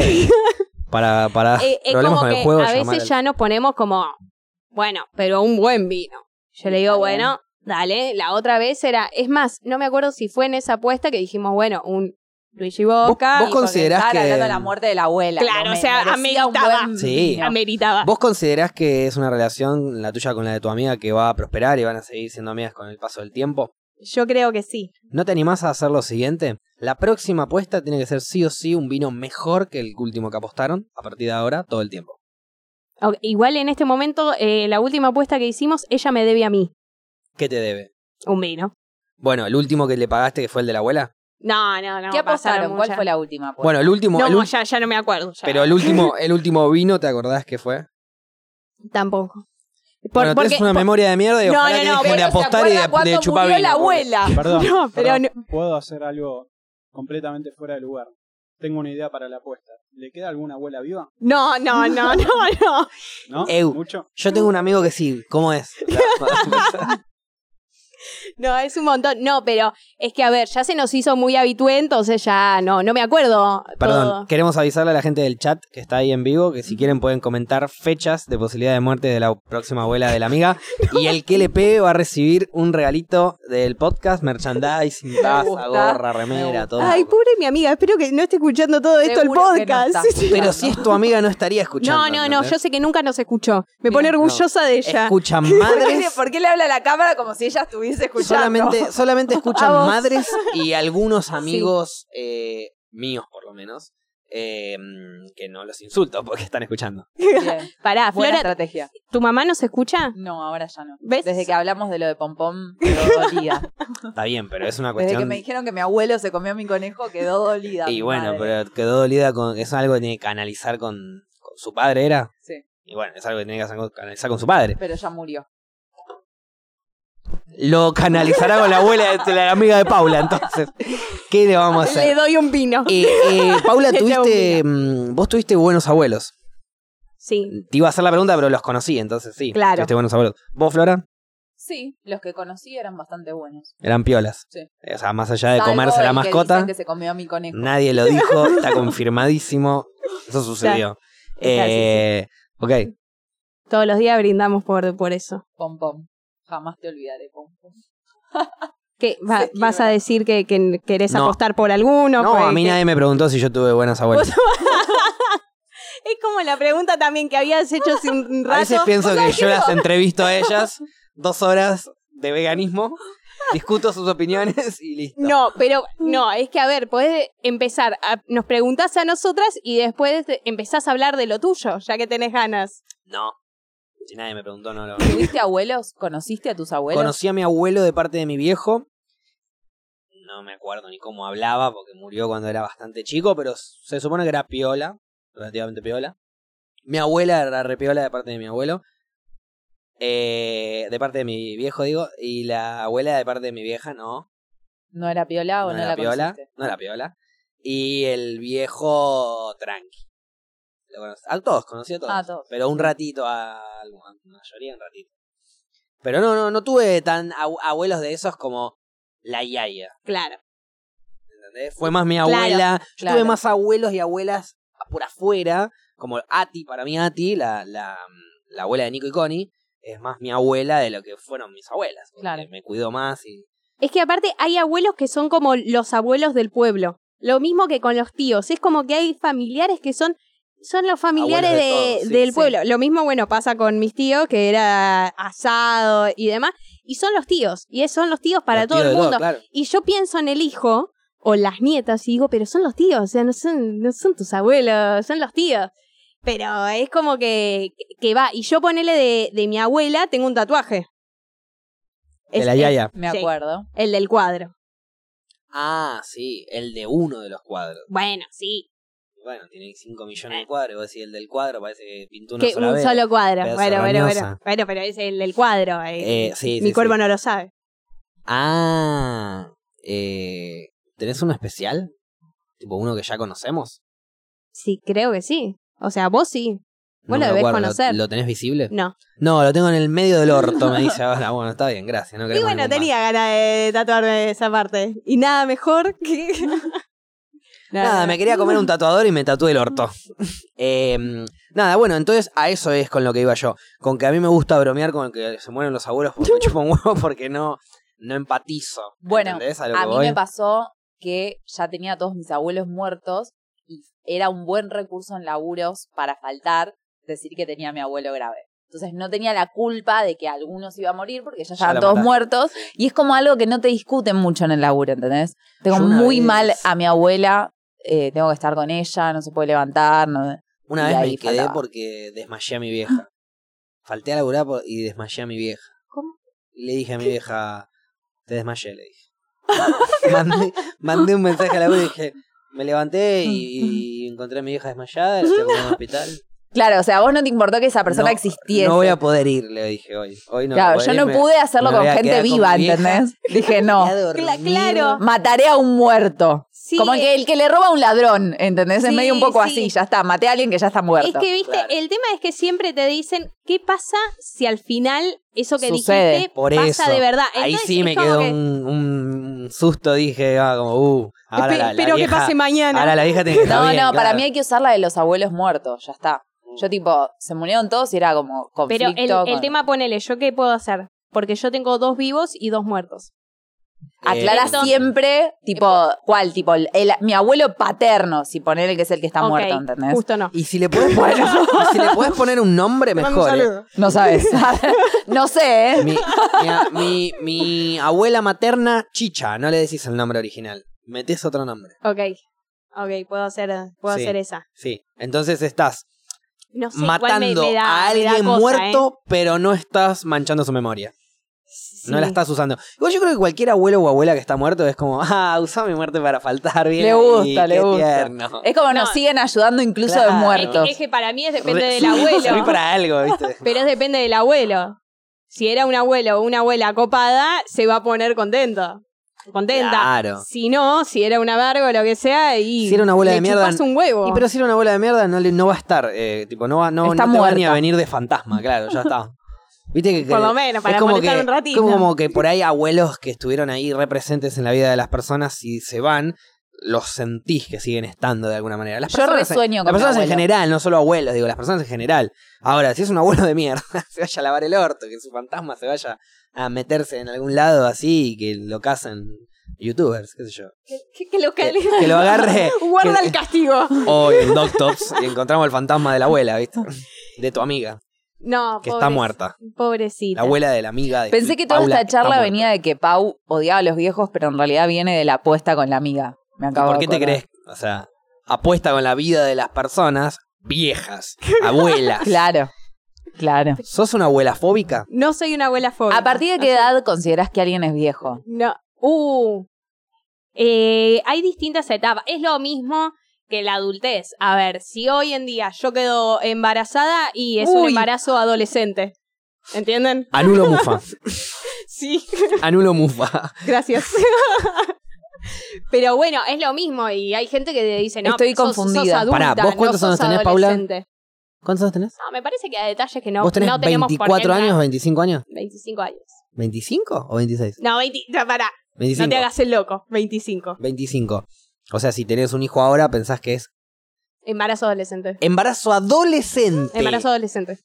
Speaker 1: Para, para
Speaker 2: eh, es
Speaker 1: problemas
Speaker 2: como
Speaker 1: Ah, con
Speaker 2: que
Speaker 1: el juego.
Speaker 2: a
Speaker 1: llamar
Speaker 2: veces
Speaker 1: al-
Speaker 2: ya nos ponemos como, bueno, pero un buen vino. Yo le digo,
Speaker 3: Está
Speaker 2: bueno, dale. La otra vez era, es más, no me acuerdo si fue en esa apuesta que dijimos, bueno, un Luigi Boca.
Speaker 1: vos
Speaker 2: y-
Speaker 1: con- Considerás
Speaker 3: Estaban
Speaker 1: que-
Speaker 3: hablando de la muerte de la abuela.
Speaker 2: Claro,
Speaker 3: no
Speaker 2: o
Speaker 3: me-
Speaker 2: sea,
Speaker 3: merecía un
Speaker 2: ameritaba.
Speaker 3: buen
Speaker 1: Sí.
Speaker 3: vino.
Speaker 2: ameritaba.
Speaker 1: ¿Vos considerás que es una relación la tuya con la de tu amiga que va a prosperar y van a seguir siendo amigas con el paso del tiempo?
Speaker 2: Yo creo que sí.
Speaker 1: ¿No te animás a hacer lo siguiente? La próxima apuesta tiene que ser sí o sí un vino mejor que el último que apostaron a partir de ahora todo el tiempo.
Speaker 2: Ok, Igual en este momento, eh, la última apuesta que hicimos, ella me debe a mí
Speaker 1: ¿Qué te debe?
Speaker 2: un vino.
Speaker 1: Bueno, el último que le pagaste que fue el de la abuela.
Speaker 2: No, no, no. pasaron
Speaker 3: ¿Qué apostaron? ¿Cuál
Speaker 2: muchas.
Speaker 3: fue la última? apuesta?
Speaker 1: Bueno, el último,
Speaker 2: No,
Speaker 1: el ul-
Speaker 2: ya, ya no me acuerdo. ya.
Speaker 1: pero el último, el último vino, ¿te acordás que fue?
Speaker 2: Tampoco. Por-
Speaker 1: bueno, tenés una
Speaker 2: por-
Speaker 1: memoria de mierda y
Speaker 2: No,
Speaker 1: ojalá
Speaker 2: no,
Speaker 1: que
Speaker 2: no,
Speaker 1: dejen
Speaker 2: bueno,
Speaker 1: de
Speaker 3: ¿se
Speaker 1: apostar y de,
Speaker 3: acuerda cuando
Speaker 1: de chupar
Speaker 3: murió
Speaker 1: vino,
Speaker 3: la
Speaker 1: porque-
Speaker 3: abuela?
Speaker 4: Perdón.
Speaker 2: No, pero
Speaker 4: perdón. Puedo hacer algo completamente fuera de lugar. Tengo una idea para la apuesta. ¿Le queda alguna abuela viva?
Speaker 2: no, no, no, no, no.
Speaker 4: ¿No?
Speaker 1: Ew.
Speaker 4: ¿Mucho?
Speaker 1: Yo tengo un amigo que sí, ¿cómo es? O sea,
Speaker 2: No, es un montón. No, pero es que, a ver, ya se nos hizo muy habitué, entonces ya no, no me acuerdo.
Speaker 1: Perdón,
Speaker 2: todo.
Speaker 1: queremos avisarle a la gente del chat que está ahí en vivo que si quieren pueden comentar fechas de posibilidad de muerte de la próxima abuela de la amiga. Y el que le pegue va a recibir un regalito del podcast, merchandising, taza,
Speaker 3: gusta,
Speaker 1: gorra,
Speaker 3: me
Speaker 1: remera,
Speaker 3: gusta.
Speaker 1: todo.
Speaker 2: Ay, pobre mi amiga, espero que no esté escuchando todo esto el
Speaker 3: Seguro que no
Speaker 2: podcast.
Speaker 3: está.
Speaker 1: Pero si es tu amiga no estaría escuchando.
Speaker 2: No, no, no, yo
Speaker 1: ¿entendés?
Speaker 2: sé que nunca nos escuchó. Me pone
Speaker 1: No.
Speaker 2: orgullosa de ella.
Speaker 1: Escuchan
Speaker 3: ¿Por qué,
Speaker 1: madres.
Speaker 3: por qué le habla a la cámara como si ella estuviese escuchando?
Speaker 1: Solamente, solamente
Speaker 2: A
Speaker 1: escuchan
Speaker 2: vos.
Speaker 1: madres y algunos amigos eh, míos, por lo menos. eh, que no los insulto porque están escuchando.
Speaker 3: Bien.
Speaker 2: Pará,
Speaker 3: Buena
Speaker 2: Flora,
Speaker 3: estrategia.
Speaker 2: ¿tu mamá nos escucha?
Speaker 3: No, ahora ya no.
Speaker 2: ¿Ves?
Speaker 3: Desde que hablamos de lo de pompón, quedó dolida.
Speaker 1: Está bien, pero es una
Speaker 3: Desde que
Speaker 1: cuestión...
Speaker 3: me dijeron que mi abuelo se comió mi conejo, quedó dolida. mi
Speaker 1: Y bueno,
Speaker 3: madre.
Speaker 1: pero quedó dolida con... Es algo que tiene que canalizar con, con su padre, ¿era?
Speaker 3: Sí,
Speaker 1: Y bueno, es algo que tiene que hacer- canalizar con su padre.
Speaker 3: pero ya murió.
Speaker 1: Lo canalizará con la abuela de la amiga de Paula, entonces. ¿Qué le vamos a
Speaker 2: Le
Speaker 1: hacer?
Speaker 2: doy un vino.
Speaker 1: Eh, eh, Paula,
Speaker 2: Le traigo
Speaker 1: tuviste, mm, vos tuviste buenos abuelos.
Speaker 2: Sí.
Speaker 1: Te iba a hacer la pregunta, pero los conocí, entonces sí.
Speaker 2: Claro.
Speaker 1: Tuviste buenos abuelos. ¿Vos, Flora?
Speaker 3: Sí, los que conocí eran bastante buenos.
Speaker 1: Eran piolas.
Speaker 3: Sí.
Speaker 1: O sea, más allá de
Speaker 3: Salvo
Speaker 1: comerse la
Speaker 3: el que
Speaker 1: mascota,
Speaker 3: dicen que se comió mi conejo.
Speaker 1: nadie lo dijo, está confirmadísimo. Eso sucedió.
Speaker 2: Está, sí,
Speaker 1: Eh, ok,
Speaker 2: Todos los días brindamos por, por eso.
Speaker 3: Pompón. Jamás te olvidaré, pompón.
Speaker 2: ¿Qué, va-
Speaker 3: Se
Speaker 2: ¿Vas a
Speaker 3: quiebra.
Speaker 2: decir que, que querés
Speaker 1: No.
Speaker 2: apostar por alguno?
Speaker 1: No,
Speaker 2: Por-
Speaker 1: a mí
Speaker 2: que-
Speaker 1: nadie me preguntó si yo tuve buenos abuelos.
Speaker 2: Es como la pregunta también que habías hecho hace un rato.
Speaker 1: A veces pienso que yo las entrevisto a ellas, dos horas de veganismo, discuto sus opiniones y listo.
Speaker 2: No, pero no, es que a ver, podés empezar, a- nos preguntás a nosotras y después empezás a hablar de lo tuyo, ya que tenés ganas.
Speaker 1: No. Si nadie me preguntó, no lo.
Speaker 3: ¿Tuviste abuelos? ¿Conociste a tus abuelos?
Speaker 1: Conocí a mi abuelo de parte de mi viejo. No me acuerdo ni cómo hablaba, porque murió cuando era bastante chico, pero se supone que era piola, relativamente piola. Mi abuela era re piola de parte de mi abuelo. Eh, de parte de mi viejo, digo. Y la abuela de parte de mi vieja, no.
Speaker 3: ¿No era piola o no,
Speaker 1: no, era
Speaker 3: Ah, la
Speaker 1: piola,
Speaker 3: conociste?
Speaker 1: no era piola. Y el viejo tranqui. Lo conocí- a todos, conocí a todos.
Speaker 3: Ah, todos.
Speaker 1: Pero un ratito a a la mayoría, un ratito. Pero no, no, no tuve tan ab- abuelos de esos como la yaya.
Speaker 2: Claro.
Speaker 1: ¿entendés? Fue más mi abuela. Yo
Speaker 3: claro.
Speaker 1: tuve más abuelos y abuelas por afuera, como Ati, para mí Ati, la, la, mm, la abuela de Nico y Connie, es más mi abuela de lo que fueron mis abuelas. porque
Speaker 3: Claro.
Speaker 1: Me cuidó más y
Speaker 2: Es que aparte hay abuelos que son como los abuelos del pueblo. Lo mismo que con los tíos. Es como que hay familiares que son, son los familiares
Speaker 1: Abuelos de
Speaker 2: de-
Speaker 1: todos, sí,
Speaker 2: del
Speaker 1: sí.
Speaker 2: pueblo. Lo mismo, bueno, pasa con mis tíos, que era asado y demás. Y son los tíos. Y es- son los tíos para
Speaker 1: los
Speaker 2: todo
Speaker 1: tíos
Speaker 2: el
Speaker 1: de todos,
Speaker 2: mundo.
Speaker 1: claro.
Speaker 2: Y yo pienso en el hijo o las nietas y digo, pero son los tíos, o sea, no son, no son tus abuelos, son los tíos. Pero es como que, que va. Y yo ponele de, de mi abuela, tengo un tatuaje.
Speaker 1: De
Speaker 2: Es-
Speaker 1: la
Speaker 2: es
Speaker 1: yaya.
Speaker 3: Me
Speaker 2: Sí.
Speaker 3: acuerdo.
Speaker 2: el del cuadro.
Speaker 1: Ah, sí, el de uno de los cuadros.
Speaker 2: Bueno, sí.
Speaker 1: Bueno, tiene 5 millones de cuadros. y Vos decís, el del cuadro parece que pintó una
Speaker 2: Eh. que
Speaker 1: sola
Speaker 2: un
Speaker 1: vez.
Speaker 2: solo cuadro.
Speaker 1: Pedazo
Speaker 2: Bueno, bueno,
Speaker 1: roñosa.
Speaker 2: bueno, bueno. pero es el del cuadro. eh.
Speaker 1: Eh, sí, sí,
Speaker 2: mi
Speaker 1: sí.
Speaker 2: cuerpo no lo sabe.
Speaker 1: Ah, eh, ¿tenés uno especial? ¿Tipo uno que ya conocemos?
Speaker 2: Sí, creo que sí. O sea, vos sí.
Speaker 1: me
Speaker 2: Vos lo debés
Speaker 1: acuerdo,
Speaker 2: conocer.
Speaker 1: ¿Lo, tenés visible?
Speaker 2: No.
Speaker 1: No, lo tengo en el medio del orto, me dice ahora. Bueno, está bien, gracias. No
Speaker 2: Y
Speaker 1: queremos
Speaker 2: bueno,
Speaker 1: ningún
Speaker 2: tenía ganas de tatuarme esa parte. Y nada mejor que...
Speaker 1: más. Nada, me quería comer un tatuador y me tatué el orto. Eh, nada, bueno, entonces a eso es con lo que iba yo. Con que a mí me gusta bromear con que se mueren los abuelos porque me chupan huevo porque no, no empatizo.
Speaker 3: Bueno,
Speaker 1: ¿entendés? lo
Speaker 3: A
Speaker 1: que
Speaker 3: mí
Speaker 1: voy?
Speaker 3: me pasó que ya tenía a todos mis abuelos muertos y era un buen recurso en laburos para faltar decir que tenía a mi abuelo grave. Entonces no tenía la culpa de que algunos iba a morir porque ya estaban
Speaker 1: lo
Speaker 3: todos
Speaker 1: mataste.
Speaker 3: muertos y es como algo que no te discuten mucho en el laburo, ¿entendés? Tengo
Speaker 1: Yo una
Speaker 3: muy
Speaker 1: vez-
Speaker 3: mal a mi abuela, eh, tengo que estar con ella, no se puede levantar, no...
Speaker 1: Una
Speaker 3: Y
Speaker 1: vez
Speaker 3: ahí
Speaker 1: me quedé
Speaker 3: faltaba.
Speaker 1: porque desmayé a mi vieja. Falté a laburar por- y desmayé a mi vieja.
Speaker 2: ¿Cómo?
Speaker 1: Y le dije a mi vieja, te desmayé, le dije. mandé, mandé un mensaje a la abuela y dije, me levanté y, y encontré a mi vieja desmayada, la fui a poner en el hospital.
Speaker 3: Claro, o sea, a vos no te importó que esa persona
Speaker 1: No,
Speaker 3: existiese.
Speaker 1: No voy a poder ir, le dije hoy. Hoy no
Speaker 3: claro,
Speaker 1: voy a
Speaker 3: yo
Speaker 1: ir,
Speaker 3: no
Speaker 1: me-
Speaker 3: pude hacerlo
Speaker 1: me
Speaker 3: con
Speaker 1: voy a
Speaker 3: gente
Speaker 1: quedar con
Speaker 3: viva,
Speaker 1: mi vieja.
Speaker 3: ¿entendés? Dije, no.
Speaker 1: voy a dormir.
Speaker 2: Cla- claro.
Speaker 3: mataré a un muerto.
Speaker 2: Sí,
Speaker 3: Como el que, el que le roba a un ladrón, ¿entendés? es
Speaker 2: Sí,
Speaker 3: medio un poco
Speaker 2: sí.
Speaker 3: así, ya está, maté a alguien que ya está muerto.
Speaker 2: Es que, viste,
Speaker 1: Claro.
Speaker 2: el tema es que siempre te dicen, ¿qué pasa si al final eso que
Speaker 3: Sucede,
Speaker 2: dijiste
Speaker 1: por
Speaker 2: pasa
Speaker 1: eso.
Speaker 2: de verdad?
Speaker 1: Ahí
Speaker 2: Entonces,
Speaker 1: sí
Speaker 2: es
Speaker 1: me
Speaker 2: como
Speaker 1: quedó
Speaker 2: que-
Speaker 1: un, un susto, dije, ah, como, uh, ahora
Speaker 2: Espe-
Speaker 1: la, la
Speaker 2: espero
Speaker 1: vieja,
Speaker 2: que pase mañana.
Speaker 1: Ahora la vieja tiene que estar
Speaker 3: no, no,
Speaker 1: bien,
Speaker 3: para
Speaker 1: claro. Mm.
Speaker 3: mí hay que usar la de los abuelos muertos, ya está. Yo tipo, se murieron todos y era como
Speaker 2: Pero
Speaker 3: conflicto.
Speaker 2: el, el
Speaker 3: con-
Speaker 2: tema, ponele, ¿yo qué puedo hacer? Porque yo tengo dos vivos y dos muertos.
Speaker 3: Aclara
Speaker 1: Entonces-
Speaker 3: siempre,
Speaker 2: Eh,
Speaker 3: tipo,
Speaker 2: pues
Speaker 3: ¿cuál? Tipo, el- el- mi abuelo paterno, si poner el que es el que está
Speaker 2: Ok,
Speaker 3: muerto, ¿entendés?
Speaker 2: Justo no.
Speaker 1: Y si le puedes poner, y si le podés poner un nombre, mejor. ¿eh?
Speaker 3: No sabes. no sé, ¿eh?
Speaker 1: Mi, mi a- mi- mi abuela materna, Chicha, no le decís el nombre original. Metés otro nombre.
Speaker 2: Ok. Ok, puedo hacer, puedo
Speaker 1: Sí.
Speaker 2: hacer esa.
Speaker 1: Sí. Entonces estás
Speaker 2: No sé, igual me-
Speaker 1: matando
Speaker 2: me da-
Speaker 1: a
Speaker 2: me da
Speaker 1: alguien
Speaker 2: cosa,
Speaker 1: muerto, pero no estás manchando su memoria.
Speaker 2: ¿eh?
Speaker 1: No la
Speaker 2: Sí.
Speaker 1: estás usando. Igual yo creo que cualquier abuelo o abuela que está muerto es como, ah, usa mi muerte para faltar bien.
Speaker 3: Le
Speaker 1: ahí,
Speaker 3: gusta, le
Speaker 1: qué
Speaker 3: gusta.
Speaker 1: tierno".
Speaker 3: Es como nos
Speaker 2: No.
Speaker 3: siguen ayudando incluso
Speaker 1: Claro.
Speaker 3: de muertos.
Speaker 2: Es que para mí es depende
Speaker 1: Re-
Speaker 2: del abuelo.
Speaker 1: Serví para algo, ¿viste?
Speaker 2: Pero es depende del abuelo. Si era un abuelo o una abuela copada, se va a poner contento. Contenta.
Speaker 1: Claro.
Speaker 2: Si no, si era una verga o lo que sea, y.
Speaker 1: Si era una abuela
Speaker 2: le
Speaker 1: de mierda,
Speaker 2: chupás un huevo.
Speaker 1: Y pero si era una bola de mierda, no, le- no va a estar. eh, tipo, no va, no,
Speaker 3: Está
Speaker 1: no te va ni
Speaker 3: muerta.
Speaker 1: a venir de fantasma, claro, ya está. Viste que, que-
Speaker 2: Por lo menos, para
Speaker 1: es como
Speaker 2: molestar
Speaker 1: que,
Speaker 2: un ratito.
Speaker 1: Como, como que por ahí abuelos que estuvieron ahí representes en la vida de las personas y se van, los sentís que siguen estando de alguna manera. Las
Speaker 3: Yo
Speaker 1: personas,
Speaker 3: resueño
Speaker 1: en,
Speaker 3: con mi
Speaker 1: Las personas en
Speaker 3: abuelo.
Speaker 1: general, no solo abuelos, digo, las personas en general. Ahora, si es un abuelo de mierda, se vaya a lavar el orto, que su fantasma se vaya a meterse en algún lado así y que lo cazan youtubers, qué sé yo.
Speaker 2: Que, que lo,
Speaker 1: Que, que lo agarre.
Speaker 2: Guarda
Speaker 1: que-
Speaker 2: el castigo.
Speaker 1: o en Doctops y encontramos el fantasma de la abuela, ¿viste? De tu amiga,
Speaker 2: No,
Speaker 1: que
Speaker 2: pobre-
Speaker 1: está muerta. La
Speaker 2: Pobrecita.
Speaker 1: abuela de la amiga de
Speaker 3: Pensé que toda
Speaker 1: Paula,
Speaker 3: esta
Speaker 1: está
Speaker 3: charla
Speaker 1: muerta.
Speaker 3: venía de que Pau odiaba a los viejos, pero en realidad viene de la apuesta con la amiga. Me
Speaker 1: ¿Y
Speaker 3: acabo
Speaker 1: ¿Por
Speaker 3: de
Speaker 1: qué te
Speaker 3: acordar.
Speaker 1: crees? O sea, apuesta con la vida de las personas viejas, abuelas.
Speaker 3: Claro, claro.
Speaker 1: ¿Sos una abuela fóbica?
Speaker 2: No soy una abuela fóbica.
Speaker 3: ¿A partir de qué edad consideras que alguien es viejo?
Speaker 2: No. Uh. Eh, hay distintas etapas. Es lo mismo que la adultez. A ver, si hoy en día yo quedo embarazada y es un
Speaker 3: Uy.
Speaker 2: embarazo adolescente. ¿Entienden?
Speaker 1: Anulo mufa.
Speaker 2: Sí,
Speaker 1: Anulo mufa.
Speaker 2: gracias. Pero bueno, es lo mismo y hay gente que dice, no,
Speaker 3: Estoy
Speaker 2: sos- Sos,
Speaker 3: confundida.
Speaker 2: adulta,
Speaker 1: Pará, ¿vos
Speaker 2: no
Speaker 1: cuántos años
Speaker 2: sos
Speaker 1: tenés, Paula?
Speaker 2: adolescente".
Speaker 1: ¿Cuántos años tenés?
Speaker 2: No, me parece que hay detalles que no,
Speaker 1: ¿Vos tenés
Speaker 2: no tenemos por qué
Speaker 1: 24
Speaker 2: entrar.
Speaker 1: años o 25 años?
Speaker 2: 25 años.
Speaker 1: ¿25 o 26?
Speaker 2: No, 20, no, pará,
Speaker 1: 25.
Speaker 2: no te hagas el loco. 25.
Speaker 1: 25. O sea, si tenés un hijo ahora, pensás que es
Speaker 2: Embarazo adolescente.
Speaker 1: embarazo adolescente.
Speaker 2: Embarazo adolescente.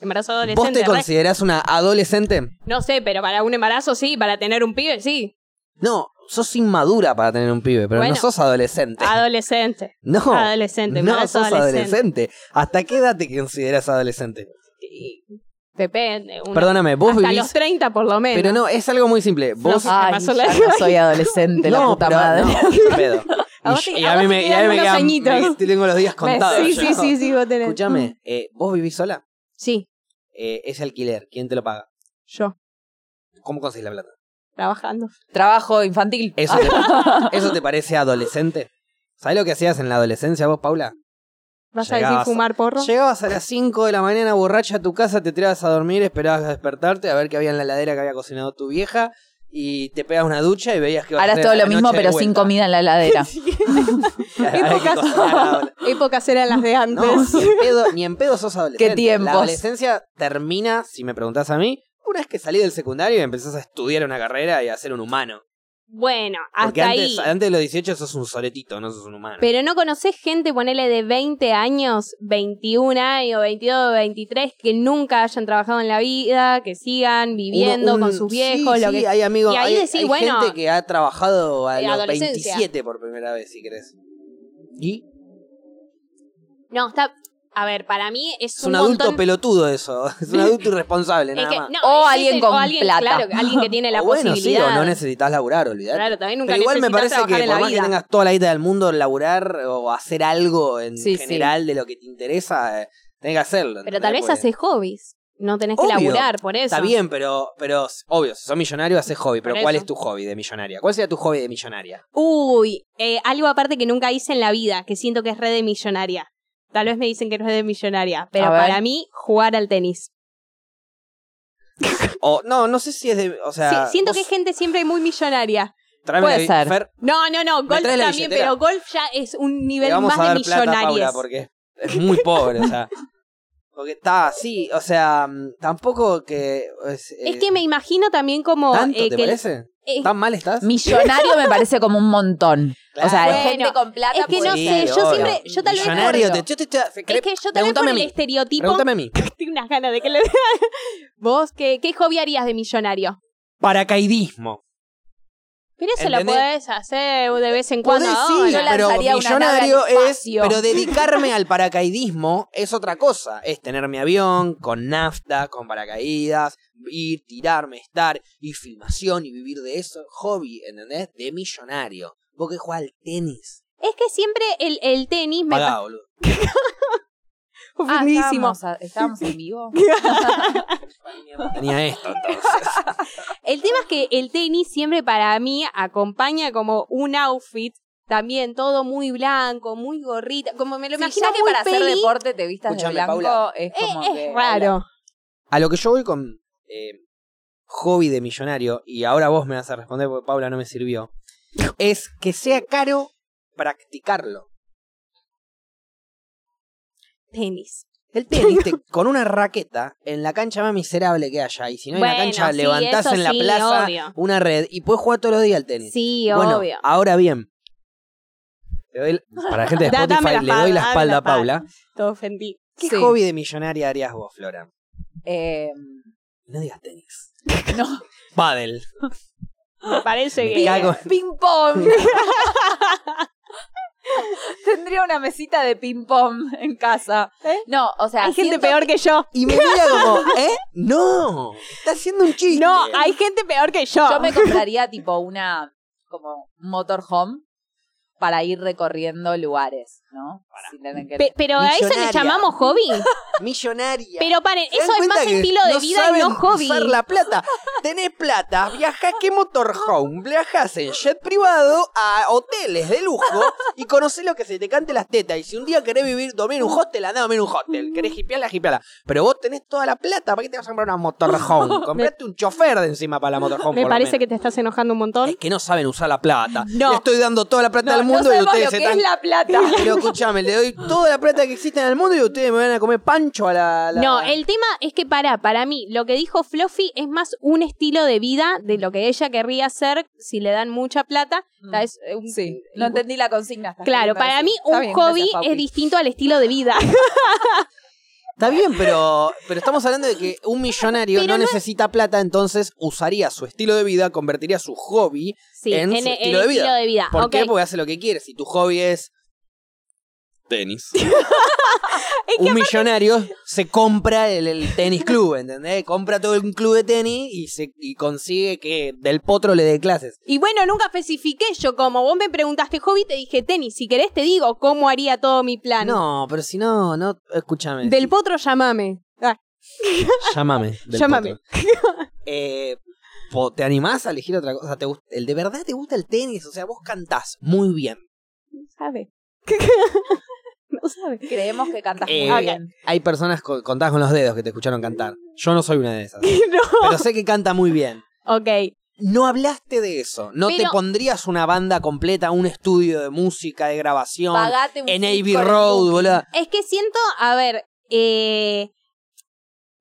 Speaker 2: Embarazo
Speaker 1: ¿Vos
Speaker 2: adolescente.
Speaker 1: te
Speaker 2: re-
Speaker 1: considerás una adolescente?
Speaker 2: No sé, pero para un embarazo sí, para tener un pibe sí.
Speaker 1: No, sos inmadura para tener un pibe, pero
Speaker 2: Bueno.
Speaker 1: no sos adolescente.
Speaker 2: Adolescente.
Speaker 1: no,
Speaker 2: Adolescente.
Speaker 1: no sos
Speaker 2: embarazo adolescente.
Speaker 1: adolescente. ¿Hasta qué edad te consideras adolescente?
Speaker 2: Y- Depende. uno-
Speaker 1: Perdóname, vos
Speaker 2: Hasta los
Speaker 1: vivís.
Speaker 2: 30 por lo menos.
Speaker 1: Pero no, es algo muy simple. Vos.
Speaker 2: Ah,
Speaker 3: Ay,
Speaker 2: me pasó
Speaker 3: ya
Speaker 2: la-
Speaker 3: no soy adolescente, la
Speaker 1: No,
Speaker 3: puta
Speaker 1: pero-
Speaker 3: madre.
Speaker 1: no, qué pedo.
Speaker 2: A
Speaker 1: Y
Speaker 2: vos
Speaker 1: yo-
Speaker 2: te-
Speaker 1: y
Speaker 2: a
Speaker 1: a mí
Speaker 2: vos
Speaker 1: me,
Speaker 2: te
Speaker 1: y a mí
Speaker 2: quedan
Speaker 1: me
Speaker 2: unos
Speaker 1: quedan-
Speaker 2: añitos. Pues,
Speaker 1: me- te tengo los días contados.
Speaker 2: sí,
Speaker 1: ya.
Speaker 2: sí, sí, sí, vos tenés.
Speaker 1: Escúchame, eh, ¿vos vivís sola?
Speaker 2: Sí,
Speaker 1: Eh, ese alquiler, ¿quién te lo paga?
Speaker 2: yo,
Speaker 1: ¿Cómo conseguís la plata?
Speaker 2: trabajando.
Speaker 3: Trabajo infantil. Ah,
Speaker 1: ¿Eso te, ¿eso te parece adolescente? ¿Sabés lo que hacías en la adolescencia vos, Paula?
Speaker 2: ¿Vas a
Speaker 1: Llegabas-
Speaker 2: decir fumar porro?
Speaker 1: Llegabas a las 5 de la mañana borracha a tu casa, te tirabas a dormir, esperabas a despertarte, a ver qué había en la heladera que había cocinado tu vieja, y te pegabas una ducha y veías que ibas a
Speaker 3: Ahora es
Speaker 1: tener
Speaker 3: todo lo
Speaker 1: la
Speaker 3: mismo,
Speaker 1: noche de
Speaker 3: pero sin
Speaker 1: vuelta.
Speaker 3: comida en la heladera.
Speaker 1: Hay que
Speaker 2: Épocas.
Speaker 1: cocinar ahora.
Speaker 2: Épocas eran las de antes.
Speaker 1: No, ni en, pedo, ni en pedo sos adolescente.
Speaker 3: Qué tiempos.
Speaker 1: La adolescencia termina, si me preguntás a mí, una vez que salí del secundario y empezás a estudiar una carrera y a ser un humano.
Speaker 2: Bueno,
Speaker 1: Porque
Speaker 2: hasta ahí.
Speaker 1: antes, antes de los 18 sos un soretito, no sos un humano.
Speaker 2: Pero no conoces gente, ponele de 20 años, 21 años, 22, 23, que nunca hayan trabajado en la vida, que sigan viviendo
Speaker 1: Uno- un-
Speaker 2: con sus viejos,
Speaker 1: sí,
Speaker 2: lo
Speaker 1: sí,
Speaker 2: que
Speaker 1: hay amigos,
Speaker 2: Y ahí
Speaker 1: hay,
Speaker 2: decís,
Speaker 1: hay
Speaker 2: bueno,
Speaker 1: gente que ha trabajado a
Speaker 2: de
Speaker 1: los
Speaker 2: adolescencia.
Speaker 1: 27 por primera vez, si querés. Y
Speaker 2: No, está. A ver, para mí es,
Speaker 1: es un, adulto
Speaker 2: montón-
Speaker 1: pelotudo eso, es un adulto irresponsable
Speaker 2: es
Speaker 1: nada
Speaker 2: que-
Speaker 1: más.
Speaker 2: no,
Speaker 3: O
Speaker 2: es-
Speaker 3: alguien
Speaker 2: es-
Speaker 3: con
Speaker 2: o alguien,
Speaker 3: plata.
Speaker 2: Claro, alguien que tiene la
Speaker 1: o bueno, sí,
Speaker 2: posibilidad.
Speaker 1: o no necesitas laburar, olvidate.
Speaker 2: claro, también nunca
Speaker 1: Pero igual me
Speaker 2: necesitas
Speaker 1: parece que
Speaker 2: trabajar
Speaker 1: por
Speaker 2: en la
Speaker 1: más que
Speaker 2: vida.
Speaker 1: tengas toda la guita del mundo, laburar o hacer algo en
Speaker 3: Sí, sí.
Speaker 1: general de lo que te interesa, eh, tenés que hacerlo.
Speaker 2: Pero
Speaker 1: ¿entendés?
Speaker 2: tal vez
Speaker 1: Porque
Speaker 2: haces hobbies. No tenés
Speaker 1: Obvio,
Speaker 2: que laburar por eso.
Speaker 1: Está bien, pero, pero obvio, si sos millonario, haces hobby. Pero
Speaker 2: Por
Speaker 1: ¿cuál
Speaker 2: eso.
Speaker 1: es tu hobby de millonaria? ¿Cuál sería tu hobby de millonaria?
Speaker 2: Uy, eh, algo aparte que nunca hice en la vida, que siento que es red de millonaria. Tal vez me dicen que no es de millonaria, pero
Speaker 3: A ver.
Speaker 2: para mí, jugar al tenis.
Speaker 1: O no, no sé si es de. O sea.
Speaker 2: Sí, siento
Speaker 1: vos
Speaker 2: que es gente siempre muy millonaria.
Speaker 1: tráeme la
Speaker 3: puede
Speaker 1: bi-
Speaker 3: ser.
Speaker 1: Fer,
Speaker 2: No, no, no, golf
Speaker 1: traes la
Speaker 2: también,
Speaker 1: billetera?
Speaker 2: pero golf ya es un
Speaker 1: le
Speaker 2: nivel
Speaker 1: vamos
Speaker 2: más
Speaker 1: a dar
Speaker 2: de
Speaker 1: plata a Paula
Speaker 2: millonarios.
Speaker 1: porque es muy pobre, o sea. Porque está así, o sea, mm, tampoco que. Es,
Speaker 2: Es
Speaker 1: eh,
Speaker 2: que me imagino también como
Speaker 1: ¿Tanto
Speaker 2: eh,
Speaker 1: te
Speaker 2: que el-
Speaker 1: parece?
Speaker 2: eh,
Speaker 1: ¿Tan mal estás?
Speaker 3: Millonario me parece como un montón. O sea,
Speaker 1: Claro.
Speaker 3: hay gente con plata.
Speaker 2: es que no
Speaker 3: puede
Speaker 1: Sí,
Speaker 2: sé,
Speaker 3: ser.
Speaker 2: yo
Speaker 1: obvio.
Speaker 2: siempre- yo tal vez por
Speaker 1: Millonario,
Speaker 2: eso.
Speaker 1: te- yo te- te-
Speaker 2: es
Speaker 1: cre-
Speaker 2: que yo también por
Speaker 1: pregúntame a
Speaker 2: el
Speaker 1: mí.
Speaker 2: estereotipo
Speaker 1: Pregúntame a mí.
Speaker 2: tengo unas ganas de que le Vos, ¿qué, qué hobby harías de millonario?
Speaker 1: Paracaidismo.
Speaker 2: Pero eso
Speaker 1: ¿Entendés?
Speaker 2: lo podés hacer de vez en cuando.
Speaker 1: Podés, sí,
Speaker 2: ahora.
Speaker 1: pero
Speaker 3: lanzaría una nave al
Speaker 1: millonario es.
Speaker 3: espacio.
Speaker 1: Pero dedicarme al paracaidismo es otra cosa. Es tener mi avión con nafta, con paracaídas, ir, tirarme, estar y filmación y vivir de eso. Hobby, ¿entendés? De millonario. Vos que jugás al tenis.
Speaker 2: Es que siempre el, el tenis me
Speaker 1: Pagá, boludo.
Speaker 3: Ah,
Speaker 2: Ofendidísimo.
Speaker 3: estábamos, a- estábamos en vivo.
Speaker 1: Tenía esto.
Speaker 2: El tema es que el tenis siempre para mí acompaña como un outfit. También todo muy blanco, muy gorrita. Como me lo
Speaker 3: Si
Speaker 2: imagino
Speaker 3: ya que
Speaker 2: muy
Speaker 3: para hacer
Speaker 2: peli,
Speaker 3: deporte te vistas de
Speaker 1: Escuchame,
Speaker 3: blanco
Speaker 1: Paula.
Speaker 3: es
Speaker 2: eh,
Speaker 3: como que-
Speaker 2: es raro.
Speaker 1: A lo que yo voy con eh, hobby de millonario, y ahora vos me vas a responder porque Paula no me sirvió, es que sea caro practicarlo.
Speaker 2: Tenis.
Speaker 1: El tenis, te- con una raqueta, en la cancha más miserable que haya, y si no hay una
Speaker 2: Bueno,
Speaker 1: cancha,
Speaker 2: sí,
Speaker 1: levantás
Speaker 2: eso
Speaker 1: en la
Speaker 2: sí,
Speaker 1: plaza
Speaker 2: obvio.
Speaker 1: una red y puedes jugar todos los días al tenis.
Speaker 2: Sí,
Speaker 1: bueno,
Speaker 2: obvio.
Speaker 1: ahora bien, le doy- para la gente de
Speaker 2: Da- dame
Speaker 1: Spotify
Speaker 2: la
Speaker 1: le doy la
Speaker 2: espalda,
Speaker 1: espalda a
Speaker 2: dame la
Speaker 1: Paula.
Speaker 2: Te ofendí.
Speaker 1: ¿Qué
Speaker 3: Sí.
Speaker 1: hobby de millonaria harías vos, Flora?
Speaker 3: Eh,
Speaker 1: No digas tenis.
Speaker 3: no.
Speaker 1: Paddle.
Speaker 2: Me parece
Speaker 1: Me
Speaker 2: que.
Speaker 1: cago.
Speaker 3: Ping pong. Tendría una mesita de ping pong en casa.
Speaker 2: ¿Eh?
Speaker 3: No, o sea,
Speaker 2: Hay gente
Speaker 3: siento
Speaker 2: peor que yo.
Speaker 1: Y me mira como, ¿eh? No, está haciendo un chiste.
Speaker 2: No, hay gente peor que yo.
Speaker 3: Yo me compraría tipo una como un motorhome para ir recorriendo lugares, ¿no? Sin tener que-
Speaker 2: Pe- pero a eso le
Speaker 1: Millonaria.
Speaker 2: llamamos hobby.
Speaker 1: Millonaria.
Speaker 2: Pero paren,
Speaker 1: ¿Se dan
Speaker 2: eso es
Speaker 1: cuenta
Speaker 2: más
Speaker 1: que
Speaker 2: estilo de vida y
Speaker 1: saben
Speaker 2: no hobby.
Speaker 1: usar la plata. Tenés plata, viajás que motorhome, viajás en jet privado a hoteles de lujo y conocés lo que se te cante las tetas. Y si un día querés vivir, dormir en un hostel, andá a dormir en un hostel. Querés hipearla, hipearla. Pero vos tenés toda la plata, ¿para qué te vas a comprar una motorhome? Comprate un chofer de encima para la motorhome.
Speaker 2: Me
Speaker 1: por lo
Speaker 2: parece
Speaker 1: menos.
Speaker 2: que te estás enojando un montón.
Speaker 1: Es que no saben usar la plata.
Speaker 2: No.
Speaker 1: Le estoy dando toda la plata
Speaker 3: No,
Speaker 1: del
Speaker 3: no
Speaker 1: mundo y
Speaker 3: sabemos
Speaker 1: ustedes
Speaker 3: lo
Speaker 1: se
Speaker 3: que
Speaker 1: están
Speaker 3: es la plata.
Speaker 1: Pero escúchame, le doy toda la plata que existe en el mundo y ustedes me van a comer pancho a la. la-
Speaker 2: No, el tema es que para, para mí, lo que dijo Fluffy es más un estilo de vida de lo que ella querría hacer si le dan mucha plata.
Speaker 3: Mm.
Speaker 2: Tal vez, eh, un-
Speaker 3: Sí, no
Speaker 2: un-
Speaker 3: entendí la consigna. estás
Speaker 2: Claro,
Speaker 3: queriendo
Speaker 2: para
Speaker 3: decir.
Speaker 2: mí
Speaker 3: Está
Speaker 2: un
Speaker 3: bien,
Speaker 2: hobby
Speaker 3: gracias, papi.
Speaker 2: es distinto al estilo de vida.
Speaker 1: Está bien, pero, pero estamos hablando de que un millonario
Speaker 2: Pero
Speaker 1: no, necesita plata, entonces usaría su estilo de vida, convertiría su hobby.
Speaker 2: Sí,
Speaker 1: En su
Speaker 2: el
Speaker 1: estilo de vida.
Speaker 2: vida.
Speaker 1: ¿Por
Speaker 2: ok.
Speaker 1: qué? Porque hace lo que quiere. Si tu hobby es. Tenis. un millonario se compra el, el tenis club, ¿entendés? Compra todo un club de tenis y, se, y consigue que del potro le dé clases.
Speaker 2: Y bueno, nunca especifiqué yo cómo. Vos me preguntaste hobby, te dije tenis. Si querés te digo cómo haría todo mi plan.
Speaker 1: No, pero si no, no, escúchame.
Speaker 2: Del potro llamame. Ah,
Speaker 1: Llámame. del
Speaker 2: Llámame.
Speaker 1: potro. Eh, po- ¿Te animás a elegir otra cosa? ¿Te gust- el ¿De verdad te gusta el tenis? O sea, vos cantás muy bien.
Speaker 2: no sabe. no sabe.
Speaker 3: Creemos que cantas
Speaker 1: Eh,
Speaker 3: muy
Speaker 1: ok.
Speaker 3: bien.
Speaker 1: Hay personas co- contadas con los dedos que te escucharon cantar. Yo no soy una de esas.
Speaker 2: no.
Speaker 1: Pero sé que canta muy bien.
Speaker 2: Ok.
Speaker 1: No hablaste de eso. No te
Speaker 2: Pero-
Speaker 1: pondrías una banda completa, un estudio de música, de grabación.
Speaker 3: Pagate un
Speaker 1: en
Speaker 3: fit
Speaker 1: Abbey
Speaker 3: con el
Speaker 1: Road,
Speaker 3: Duki.
Speaker 1: boludo.
Speaker 2: Es que siento, a ver, eh,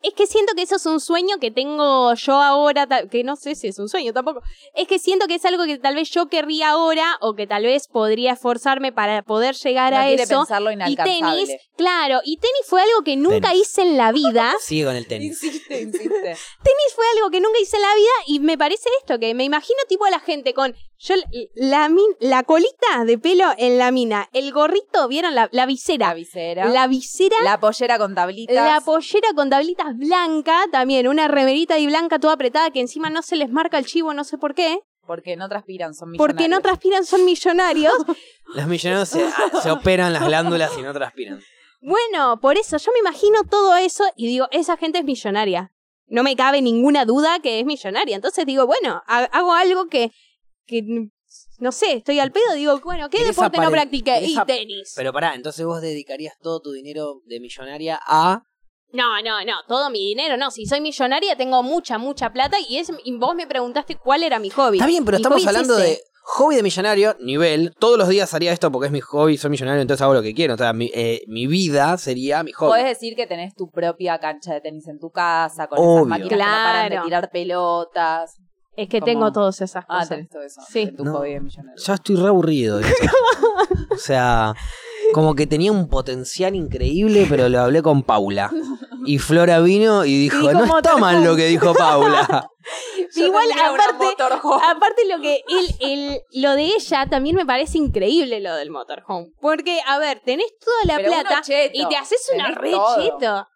Speaker 2: es que siento que eso es un sueño que tengo yo ahora, ta- que no sé si es un sueño tampoco. Es que siento que es algo que tal vez yo querría ahora o que tal vez podría esforzarme para poder llegar
Speaker 3: No
Speaker 2: a
Speaker 3: quiere
Speaker 2: eso.
Speaker 3: pensarlo
Speaker 2: Y
Speaker 3: inalcanzable.
Speaker 2: tenis, claro, y tenis fue algo que nunca
Speaker 1: Tenis.
Speaker 2: hice en la vida.
Speaker 1: Sigue con el tenis.
Speaker 3: Insiste, insiste.
Speaker 2: Tenis fue algo que nunca hice en la vida y me parece esto, que me imagino tipo a la gente con yo la, min- la colita de pelo en la mina, el gorrito, ¿vieron? La, la
Speaker 3: La
Speaker 2: visera.
Speaker 3: visera. La,
Speaker 2: La visera
Speaker 3: pollera con tablitas.
Speaker 2: La pollera con tablitas blanca también, una remerita y blanca toda apretada que encima no se les marca el chivo, no sé por qué,
Speaker 3: porque no transpiran, son millonarios.
Speaker 2: porque no transpiran, son millonarios.
Speaker 1: Los millonarios se, se operan las glándulas y no transpiran.
Speaker 2: bueno, por eso yo me imagino todo eso y digo, esa gente es millonaria. No me cabe ninguna duda que es millonaria. Entonces digo, bueno, ha- hago algo que, que no sé, estoy al pedo, digo, bueno, ¿qué
Speaker 1: Querés
Speaker 2: deporte no
Speaker 1: aparen-
Speaker 2: practiqué?
Speaker 1: querés
Speaker 2: Y
Speaker 1: ap-
Speaker 2: tenis.
Speaker 1: Pero pará, entonces vos dedicarías todo tu dinero de millonaria a.
Speaker 2: No, no, no, todo mi dinero, no. Si soy millonaria tengo mucha, mucha plata y, es, y vos me preguntaste cuál era mi hobby.
Speaker 1: Está bien, pero
Speaker 2: Mi
Speaker 1: estamos
Speaker 2: hobby es
Speaker 1: hablando
Speaker 2: ese.
Speaker 1: de hobby de millonario, nivel. Todos los días haría esto porque es mi hobby, soy millonario, entonces hago lo que quiero. O sea, mi, eh, mi vida sería mi hobby.
Speaker 3: Podés decir que tenés tu propia cancha de tenis en tu casa, con
Speaker 1: Obvio.
Speaker 3: esas máquinas que no paran de
Speaker 2: Claro.
Speaker 3: tirar pelotas.
Speaker 2: Es que
Speaker 3: Como-
Speaker 2: tengo todas esas
Speaker 3: Ah,
Speaker 2: cosas.
Speaker 3: tenés todo eso.
Speaker 2: Sí.
Speaker 3: En tu
Speaker 1: No.
Speaker 3: hobby de millonario.
Speaker 1: Ya estoy re aburrido. dice. o sea, como que tenía un potencial increíble, pero lo hablé con Paula. Y Flora vino y dijo,
Speaker 2: dijo,
Speaker 1: no está mal lo que dijo Paula.
Speaker 3: Yo
Speaker 2: Igual,
Speaker 3: tendría una
Speaker 2: aparte-
Speaker 3: motorhome.
Speaker 2: Aparte lo que el- el- lo de ella también me parece increíble lo del motorhome, porque a ver, tenés toda la
Speaker 3: Pero uno
Speaker 2: plata
Speaker 3: cheto.
Speaker 2: y te haces una
Speaker 3: Tenés
Speaker 2: re
Speaker 3: todo.
Speaker 2: cheto.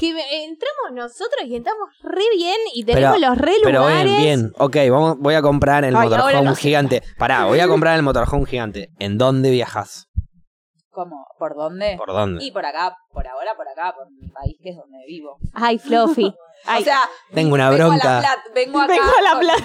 Speaker 2: Que eh, entramos nosotros y entramos re bien y tenemos
Speaker 1: Pero-
Speaker 2: los re
Speaker 1: Pero
Speaker 2: lugares.
Speaker 1: bien, bien. Ok, vamos, voy a comprar el
Speaker 2: Ay, ahora
Speaker 1: motorhome
Speaker 2: no sé.
Speaker 1: gigante. Pará, voy a comprar el motorhome gigante. ¿En dónde viajas?
Speaker 3: ¿Cómo? ¿Por dónde?
Speaker 1: ¿Por dónde?
Speaker 3: Y por acá, por ahora, por acá, por mi país, que es donde vivo.
Speaker 2: Ay, Fluffy. Ay,
Speaker 3: O sea,
Speaker 1: Tengo una
Speaker 3: vengo a
Speaker 1: bronca.
Speaker 3: la Plat, vengo acá
Speaker 2: Vengo a La
Speaker 3: con
Speaker 2: Plata.
Speaker 3: el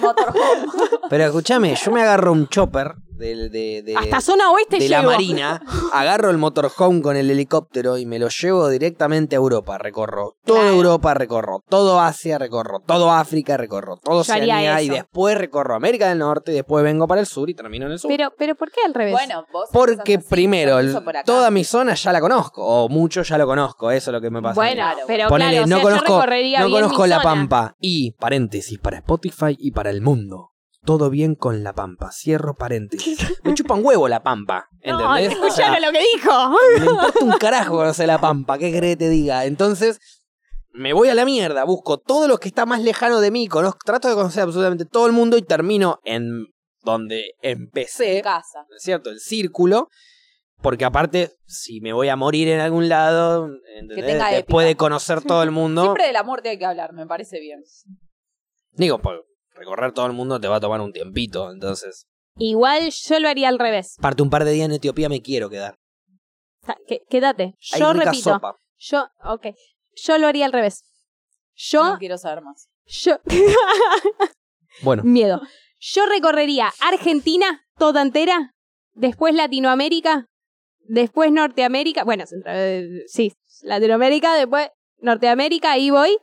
Speaker 3: motorhome.
Speaker 1: Pero escúchame, yo me agarro un chopper del- de, de-
Speaker 2: hasta zona oeste
Speaker 1: de la
Speaker 2: llego.
Speaker 1: marina, agarro el motorhome con el helicóptero y me lo llevo directamente a Europa. Recorro toda
Speaker 2: Claro.
Speaker 1: Europa, recorro todo Asia, recorro todo África, recorro todo
Speaker 2: Yo haría
Speaker 1: Oceanía y
Speaker 2: eso.
Speaker 1: después recorro América del Norte y después vengo para el sur y termino en el sur.
Speaker 2: Pero, pero ¿por qué al revés?
Speaker 3: Bueno, vos.
Speaker 1: Porque
Speaker 3: empezás así,
Speaker 1: primero,
Speaker 3: yo
Speaker 1: el-
Speaker 3: empiezo por acá.
Speaker 1: toda mi zona ya la conozco, o mucho ya lo conozco, eso es lo que me pasa.
Speaker 2: Bueno,
Speaker 3: Claro.
Speaker 2: pero
Speaker 1: Ponele,
Speaker 2: claro, o
Speaker 1: no
Speaker 2: sea, yo
Speaker 1: conozco,
Speaker 2: recorrería
Speaker 1: no
Speaker 2: bien
Speaker 1: conozco
Speaker 2: mi
Speaker 1: La
Speaker 2: zona.
Speaker 1: Pampa. Y, paréntesis, para Spotify y para el mundo. Todo bien con La Pampa. Cierro paréntesis. Me chupa un huevo La Pampa.
Speaker 2: No,
Speaker 1: ¿Entendés? O sea,
Speaker 2: escucharon lo que dijo.
Speaker 1: me importa un carajo conocer La Pampa. ¿Qué crees que te diga? Entonces, me voy a la mierda. Busco todo lo que está más lejano de mí. conozco- trato de conocer absolutamente todo el mundo y termino en donde empecé.
Speaker 3: casa.
Speaker 1: ¿no es cierto? El círculo. Porque aparte, si me voy a morir en algún lado, ¿entendés?
Speaker 3: tenga
Speaker 1: después de
Speaker 3: épica.
Speaker 1: conocer todo el mundo,
Speaker 3: Siempre de la muerte hay que hablar, me parece bien.
Speaker 1: digo, por recorrer todo el mundo te va a tomar un tiempito, entonces.
Speaker 2: Igual yo lo haría al revés.
Speaker 1: Parte un par de días en Etiopía me quiero quedar.
Speaker 2: O sea, que- quédate.
Speaker 1: Hay
Speaker 2: Yo
Speaker 1: rica
Speaker 2: repito.
Speaker 1: sopa.
Speaker 2: Yo, ok. Yo lo haría al revés. Yo,
Speaker 3: No quiero saber más.
Speaker 2: yo,
Speaker 1: Bueno,
Speaker 2: miedo. Yo recorrería Argentina toda entera, después Latinoamérica, después Norteamérica, bueno, Centra- eh, sí, Latinoamérica, después Norteamérica, ahí voy.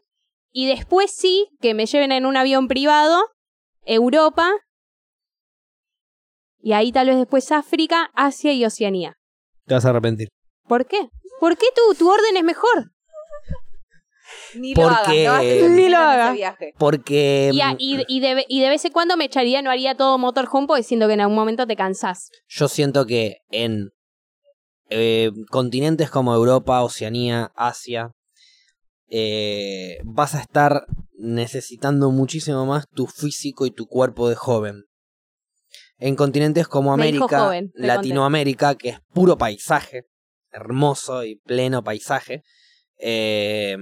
Speaker 2: Y después sí, que me lleven en un avión privado, Europa, y ahí tal vez después África, Asia y Oceanía.
Speaker 1: te vas a arrepentir.
Speaker 2: ¿Por qué? ¿Por qué tú? Tu orden es mejor.
Speaker 3: Ni
Speaker 1: Porque-
Speaker 3: lo hagas. no vas a
Speaker 1: Ni
Speaker 3: terminar
Speaker 2: lo
Speaker 3: en ese
Speaker 2: hagas.
Speaker 3: viaje.
Speaker 1: Porque
Speaker 2: Y, a-
Speaker 1: mm,
Speaker 2: y, y de, y de vez en cuando me echaría, no haría todo motorhome porque siento que en algún momento te cansás.
Speaker 1: yo siento que en eh, continentes como Europa, Oceanía, Asia, eh, vas a estar necesitando muchísimo más tu físico y tu cuerpo de joven. En continentes como
Speaker 2: Me dijo
Speaker 1: América,
Speaker 2: joven, te
Speaker 1: Latinoamérica, que es puro paisaje, hermoso y pleno paisaje, eh,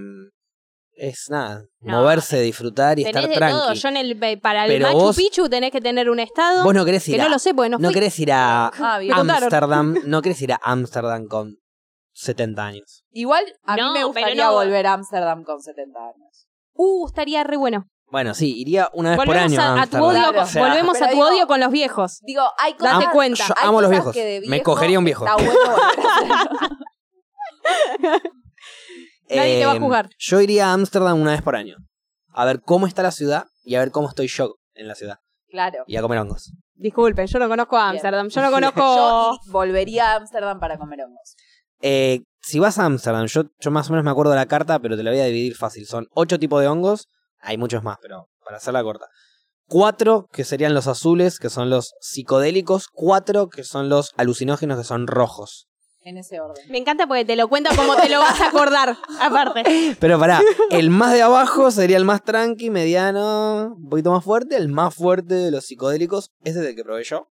Speaker 1: es nada,
Speaker 2: No,
Speaker 1: moverse, disfrutar y
Speaker 2: Tenés
Speaker 1: estar
Speaker 2: de
Speaker 1: tranqui.
Speaker 2: todo. Yo en el, pe- para el
Speaker 1: Pero
Speaker 2: Machu
Speaker 1: vos-
Speaker 2: Picchu tenés que tener un estado.
Speaker 1: Vos no querés ir
Speaker 2: que
Speaker 1: a-
Speaker 2: no lo sé porque no,
Speaker 1: no
Speaker 2: fui.
Speaker 1: querés ir a
Speaker 3: Ah, bien.
Speaker 2: Me contaron.
Speaker 1: Ámsterdam, no querés ir a Ámsterdam con 70 años.
Speaker 3: Igual a
Speaker 2: No,
Speaker 3: mí me
Speaker 2: pero
Speaker 3: gustaría
Speaker 2: no.
Speaker 3: volver a Ámsterdam con 70 años.
Speaker 2: Uh, estaría re bueno.
Speaker 1: Bueno, sí, iría una vez por
Speaker 2: Volvemos
Speaker 1: año
Speaker 2: a, a tu
Speaker 1: Ámsterdam.
Speaker 2: odio,
Speaker 3: Claro.
Speaker 2: con-
Speaker 1: O sea,
Speaker 2: volvemos
Speaker 3: Pero
Speaker 2: a tu
Speaker 3: digo-
Speaker 2: odio con los viejos.
Speaker 3: Digo, hay cosas,
Speaker 1: Date
Speaker 2: cuenta.
Speaker 1: Yo
Speaker 3: hay
Speaker 1: amo los
Speaker 3: cosas
Speaker 1: viejos.
Speaker 3: que de
Speaker 1: Me
Speaker 3: viejo
Speaker 1: cogería un viejo.
Speaker 3: Está bueno volver a hacerlo.
Speaker 2: Nadie te va a
Speaker 1: Eh,
Speaker 2: juzgar.
Speaker 1: Yo iría a Ámsterdam una vez por año. A ver cómo está la ciudad y a ver cómo estoy yo en la ciudad.
Speaker 3: Claro.
Speaker 1: Y a comer hongos.
Speaker 2: Disculpen, yo no conozco a
Speaker 3: Bien.
Speaker 2: Ámsterdam. Yo no
Speaker 3: Yo
Speaker 2: conozco.
Speaker 3: i- volvería a Ámsterdam para comer hongos.
Speaker 1: Eh, si vas a Ámsterdam, yo, yo más o menos me acuerdo de la carta, pero te la voy a dividir fácil. Son ocho tipos de hongos. Hay muchos más, pero para hacerla corta. Cuatro que serían los azules, que son los psicodélicos. Cuatro que son los alucinógenos, que son rojos.
Speaker 3: En ese orden.
Speaker 2: Me encanta porque te lo cuenta como te lo vas a acordar. Aparte.
Speaker 1: Pero pará, el más de abajo sería el más tranqui, mediano, un poquito más fuerte. El más fuerte de los psicodélicos, ese es el que probé yo.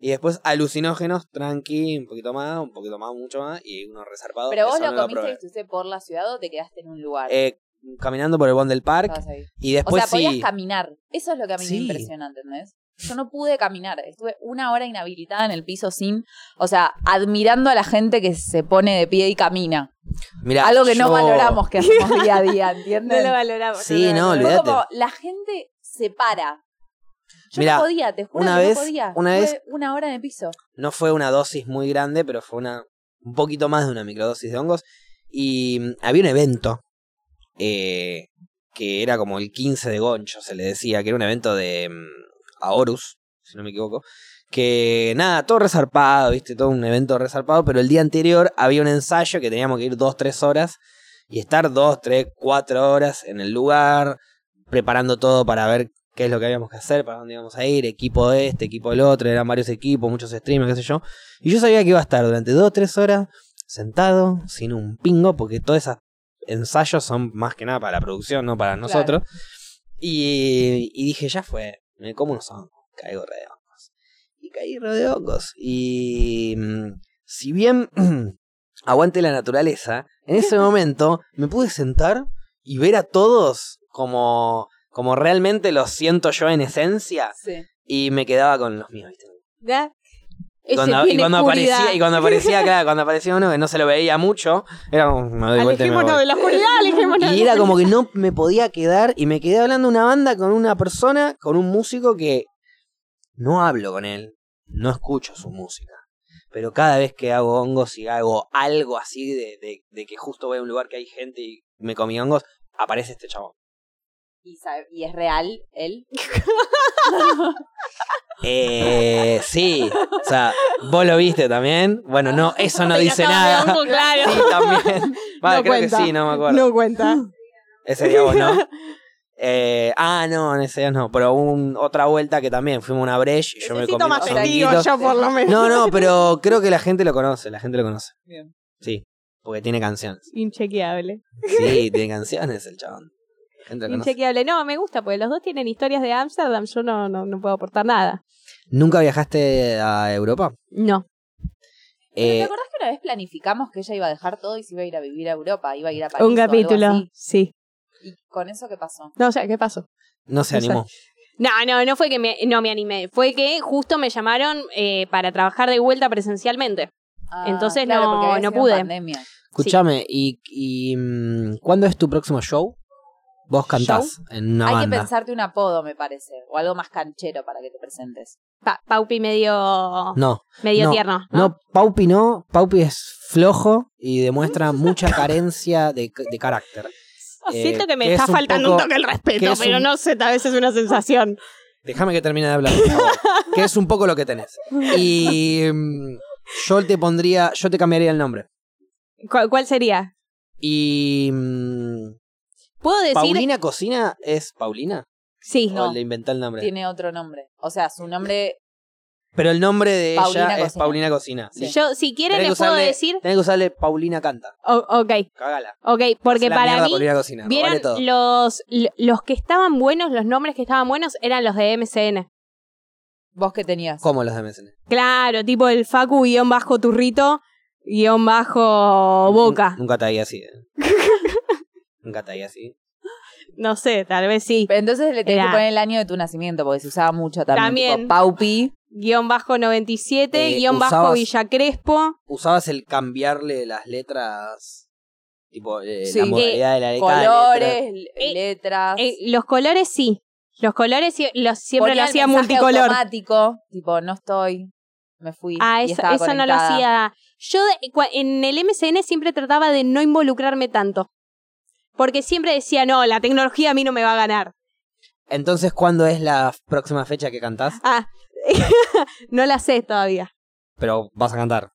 Speaker 1: Y después alucinógenos, tranqui, un poquito más, un poquito más, mucho más. Y uno resarpado.
Speaker 3: Pero vos
Speaker 1: eso
Speaker 3: lo
Speaker 1: no
Speaker 3: comiste y
Speaker 1: probé.
Speaker 3: estuviste por la ciudad o te quedaste en un lugar.
Speaker 1: Eh, caminando por el bond del parque.
Speaker 3: Estabas ahí.
Speaker 1: Y
Speaker 3: O
Speaker 1: después
Speaker 3: sea, podías
Speaker 1: Pues sí.
Speaker 3: caminar. Eso es lo que a mí
Speaker 1: Sí.
Speaker 3: me impresiona, ¿entendés? Yo no pude caminar. Estuve una hora inhabilitada en el piso sin. O sea, admirando a la gente que se pone de pie y camina.
Speaker 1: Mirá,
Speaker 3: Algo que no
Speaker 1: yo-
Speaker 3: valoramos que hacemos día a día, ¿entiendes?
Speaker 2: valoramos.
Speaker 1: Sí,
Speaker 2: lo
Speaker 1: no,
Speaker 2: valoramos.
Speaker 1: olvidate.
Speaker 3: Fue como la gente se para. Yo
Speaker 1: Mirá,
Speaker 3: no podía, te juro
Speaker 1: una
Speaker 3: que
Speaker 1: vez-
Speaker 3: no podía.
Speaker 1: una
Speaker 3: Estuve
Speaker 1: vez-
Speaker 3: una hora en el piso.
Speaker 1: No fue una dosis muy grande, pero fue una un poquito más de una microdosis de hongos. Y mm, había un evento eh, que era como el 15 de Goncho, se le decía, que era un evento de mm, Aorus, si no me equivoco. Que nada, todo resarpado, viste, todo un evento resarpado, pero el día anterior había un ensayo que teníamos que ir dos, tres horas y estar dos, tres, cuatro horas en el lugar, preparando todo para ver qué es lo que habíamos que hacer, para dónde íbamos a ir, equipo de este, equipo del otro, eran varios equipos, muchos streamers, qué sé yo. Y yo sabía que iba a estar durante dos, tres horas sentado, sin un pingo, porque todos esos ensayos son más que nada para la producción, no para nosotros. Y, y dije, ya fue, me como unos hongos, caigo re de hongos. Y caí re de hongos. Y mm, si bien aguante la naturaleza, en ese momento me pude sentar y ver a todos como, como realmente los siento yo en esencia
Speaker 3: Sí.
Speaker 1: y me quedaba con los míos, ¿viste?
Speaker 2: ¿Ya?
Speaker 1: Y
Speaker 2: Ese
Speaker 1: cuando, y
Speaker 2: tiene
Speaker 1: cuando
Speaker 2: oscuridad.
Speaker 1: aparecía, y cuando aparecía, claro, cuando aparecía uno que no se lo veía mucho, era como, me doy vuelta y me voy.
Speaker 2: Alejémonos de la oscuridad, alejémonos de
Speaker 1: Y
Speaker 2: la
Speaker 1: era como que no me podía quedar y me quedé hablando una banda con una persona, con un músico que no hablo con él, no escucho su música. Pero cada vez que hago hongos y hago algo así de, de- de que justo voy a un lugar que hay gente y me comí hongos, aparece este chabón.
Speaker 3: Y, sabe- y es real él.
Speaker 1: Eh, sí, o sea, vos lo viste también. Bueno, no, eso no
Speaker 2: Te
Speaker 1: dice
Speaker 2: acabas de
Speaker 1: nada.
Speaker 2: hongo, claro.
Speaker 1: Sí, también. Vale, creo
Speaker 2: No cuenta.
Speaker 1: que sí, no me acuerdo.
Speaker 2: No cuenta.
Speaker 1: Ese día vos no. Eh, ah, no, en ese día no. Pero hubo un- otra vuelta que también fuimos a una brecha y yo me
Speaker 2: Necesito
Speaker 1: comí
Speaker 2: más
Speaker 1: unos
Speaker 2: testigos
Speaker 1: honguitos.
Speaker 2: yo, por lo menos.
Speaker 1: No, no, pero creo que la gente lo conoce, la gente lo conoce.
Speaker 3: Bien.
Speaker 1: Sí, porque tiene canciones.
Speaker 2: Inchequeable.
Speaker 1: Sí, tiene canciones el chabón. La gente lo conoce.
Speaker 2: Inchequeable. No, me gusta, porque los dos tienen historias de Ámsterdam. Yo no, no, no puedo aportar nada.
Speaker 1: ¿Nunca viajaste a Europa?
Speaker 2: No.
Speaker 3: Pero ¿Te
Speaker 1: Eh,
Speaker 3: acordás que una vez planificamos que ella iba a dejar todo y se iba a ir a vivir a Europa? Iba a ir a París.
Speaker 2: Un
Speaker 3: o algo
Speaker 2: capítulo.
Speaker 3: así?
Speaker 2: Sí.
Speaker 3: ¿Y con eso qué pasó?
Speaker 2: No, o sea, ¿qué pasó?
Speaker 1: no se
Speaker 2: no sé.
Speaker 1: animó.
Speaker 2: No, no, no fue que me, no me animé. Fue que justo me llamaron eh, para trabajar de vuelta presencialmente.
Speaker 3: Ah,
Speaker 2: Entonces
Speaker 3: claro,
Speaker 2: no-
Speaker 3: porque había
Speaker 2: no
Speaker 3: sido
Speaker 2: pude.
Speaker 3: pandemia.
Speaker 1: Escuchame, ¿y, y mm, cuándo es tu próximo show? Vos cantás en una
Speaker 3: Hay
Speaker 1: banda.
Speaker 3: que pensarte un apodo, me parece, o algo más canchero para que te presentes.
Speaker 2: Pa- Paupi medio,
Speaker 1: No,
Speaker 2: medio
Speaker 1: no,
Speaker 2: tierno. ¿no?
Speaker 1: No, Paupi no. Paupi es flojo y demuestra mucha carencia de, de carácter. eh,
Speaker 2: Oh, Siento que me
Speaker 1: que
Speaker 2: está
Speaker 1: es un
Speaker 2: faltando
Speaker 1: poco-
Speaker 2: un toque el
Speaker 1: que
Speaker 2: respeto,
Speaker 1: es
Speaker 2: pero
Speaker 1: un-
Speaker 2: no sé, tal vez es una sensación.
Speaker 1: Déjame que termine de hablar, por favor, que es un poco lo que tenés. Y mm, yo te pondría, yo te cambiaría el nombre.
Speaker 2: ¿Cuál, cuál sería?
Speaker 1: Y mm,
Speaker 2: ¿Puedo decir?
Speaker 1: Paulina Cocina es Paulina.
Speaker 2: Sí.
Speaker 1: O le inventé el nombre.
Speaker 3: Tiene otro nombre. O sea, su nombre.
Speaker 1: Pero el nombre de
Speaker 3: Paulina
Speaker 1: ella es
Speaker 3: Cocina.
Speaker 1: Paulina Cocina. Sí.
Speaker 2: Yo, si quieren,
Speaker 1: Tenés que
Speaker 2: les puedo
Speaker 1: usarle-
Speaker 2: decir.
Speaker 1: Tenés que usarle Paulina Canta.
Speaker 2: O- ok,
Speaker 1: Cágala.
Speaker 2: ok,
Speaker 1: Hacé
Speaker 2: porque
Speaker 1: la
Speaker 2: para
Speaker 1: mierda a
Speaker 2: mí.
Speaker 1: Paulina Cocina.
Speaker 2: ¿Vieron
Speaker 1: robale todo.
Speaker 2: los, l- los que estaban buenos, los nombres que estaban buenos eran los de MCN?
Speaker 3: ¿Vos qué tenías?
Speaker 1: ¿Cómo los de MSN?
Speaker 2: Claro, tipo el Facu guión bajo turrito, guión bajo boca.
Speaker 3: Mm,
Speaker 1: Nunca te había así. eh. Nunca te había así.
Speaker 3: mm.
Speaker 2: No sé, tal vez sí.
Speaker 3: Pero entonces le tenés
Speaker 2: Era-
Speaker 3: que poner el año de tu nacimiento, porque se usaba mucho también.
Speaker 2: También.
Speaker 3: tipo, Paupi.
Speaker 2: Guión bajo 97,
Speaker 1: Eh,
Speaker 2: guión bajo
Speaker 1: usabas-
Speaker 2: Villa Crespo.
Speaker 1: usabas el cambiarle las letras, tipo eh,
Speaker 3: Sí.
Speaker 1: la modalidad de la de cada letra.
Speaker 3: Colores, le-
Speaker 2: Eh,
Speaker 3: letras.
Speaker 2: Eh, los colores sí. Los colores sí- los, siempre
Speaker 3: Ponía
Speaker 2: lo
Speaker 3: el
Speaker 2: hacía
Speaker 3: mensaje
Speaker 2: multicolor.
Speaker 3: automático, tipo, no estoy, me fui.
Speaker 2: Ah,
Speaker 3: y
Speaker 2: eso,
Speaker 3: estaba
Speaker 2: eso no lo
Speaker 3: conectada.
Speaker 2: hacía. Yo de- cua- en el MCN siempre trataba de no involucrarme tanto. Porque siempre decía, no, la tecnología a mí no me va a ganar.
Speaker 1: Entonces, ¿cuándo es la próxima fecha que cantás?
Speaker 2: Ah, no la sé todavía.
Speaker 1: Pero vas a cantar.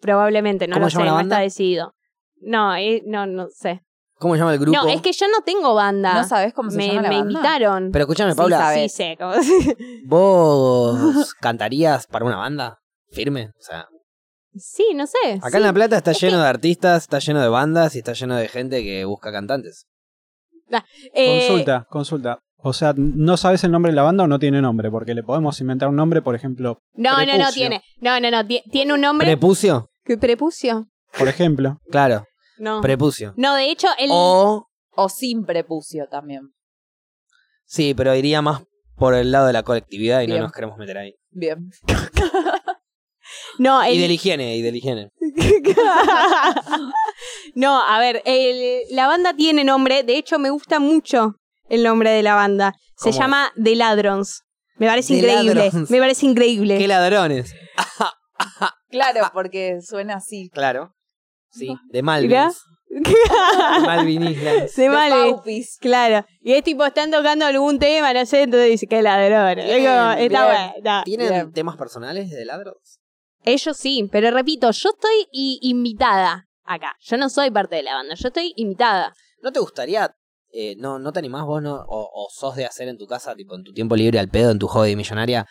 Speaker 2: Probablemente, no
Speaker 1: ¿Cómo
Speaker 2: lo
Speaker 1: se
Speaker 2: sé,
Speaker 1: llama la
Speaker 2: no
Speaker 1: banda?
Speaker 2: está decidido. No, eh, no, no sé.
Speaker 1: ¿Cómo se llama el grupo?
Speaker 2: No, es que yo no tengo banda.
Speaker 3: ¿No sabés cómo se
Speaker 2: me
Speaker 3: llama la
Speaker 2: me
Speaker 3: banda?
Speaker 2: invitaron.
Speaker 1: Pero escúchame,
Speaker 3: Sí,
Speaker 1: Paula, eh.
Speaker 2: sí,
Speaker 3: sabe.
Speaker 2: sé. como-
Speaker 1: ¿vos cantarías para una banda? Firme. O sea,
Speaker 2: sí, no sé.
Speaker 1: acá
Speaker 2: sí.
Speaker 1: en La Plata está
Speaker 2: Es
Speaker 1: lleno de artistas, está lleno de bandas y está lleno de gente que busca cantantes.
Speaker 2: Eh,
Speaker 4: Consulta, consulta. O sea, ¿no sabes el nombre de la banda o no tiene nombre? Porque le podemos inventar un nombre, por ejemplo,
Speaker 2: No, no, no
Speaker 4: Prepucio.
Speaker 2: tiene. No, no, no. ti- Tiene un nombre.
Speaker 1: ¿Prepucio?
Speaker 2: ¿Qué prepucio?
Speaker 4: por ejemplo,
Speaker 1: Claro,
Speaker 2: No.
Speaker 1: prepucio.
Speaker 2: no, de hecho, el.
Speaker 1: O,
Speaker 3: O sin prepucio también.
Speaker 1: sí, pero iría más por el lado de la colectividad y
Speaker 3: Bien.
Speaker 1: no nos queremos meter ahí.
Speaker 3: Bien.
Speaker 2: no,
Speaker 1: Y
Speaker 2: el.
Speaker 1: de la higiene, y de la higiene.
Speaker 2: no, a ver, el- la banda tiene nombre, de hecho me gusta mucho el nombre de la banda. Se
Speaker 1: ¿Cómo es?
Speaker 2: llama The Ladrons. Me parece
Speaker 1: The
Speaker 2: increíble,
Speaker 1: Ladrons.
Speaker 2: me parece increíble.
Speaker 1: ¡Qué ladrones!
Speaker 3: Claro, porque suena así.
Speaker 1: Claro. Sí, de
Speaker 2: Mirá.
Speaker 1: Malvins. De Malvin Islands.
Speaker 2: Se
Speaker 3: De
Speaker 2: vale.
Speaker 3: Paupis.
Speaker 2: Claro. Y es tipo, están tocando algún tema, no sé, entonces dice, qué ladrón. Es como, está
Speaker 3: Bien, bien.
Speaker 2: bueno, está.
Speaker 1: ¿Tienen
Speaker 3: Bien.
Speaker 1: temas personales de ladros?
Speaker 2: Ellos sí, pero repito, yo estoy i- invitada acá. Yo no soy parte de la banda, yo estoy invitada.
Speaker 1: ¿No te gustaría, eh, no, no te animás vos, no, o, o sos de hacer en tu casa, tipo en tu tiempo libre al pedo, en tu hobby millonaria,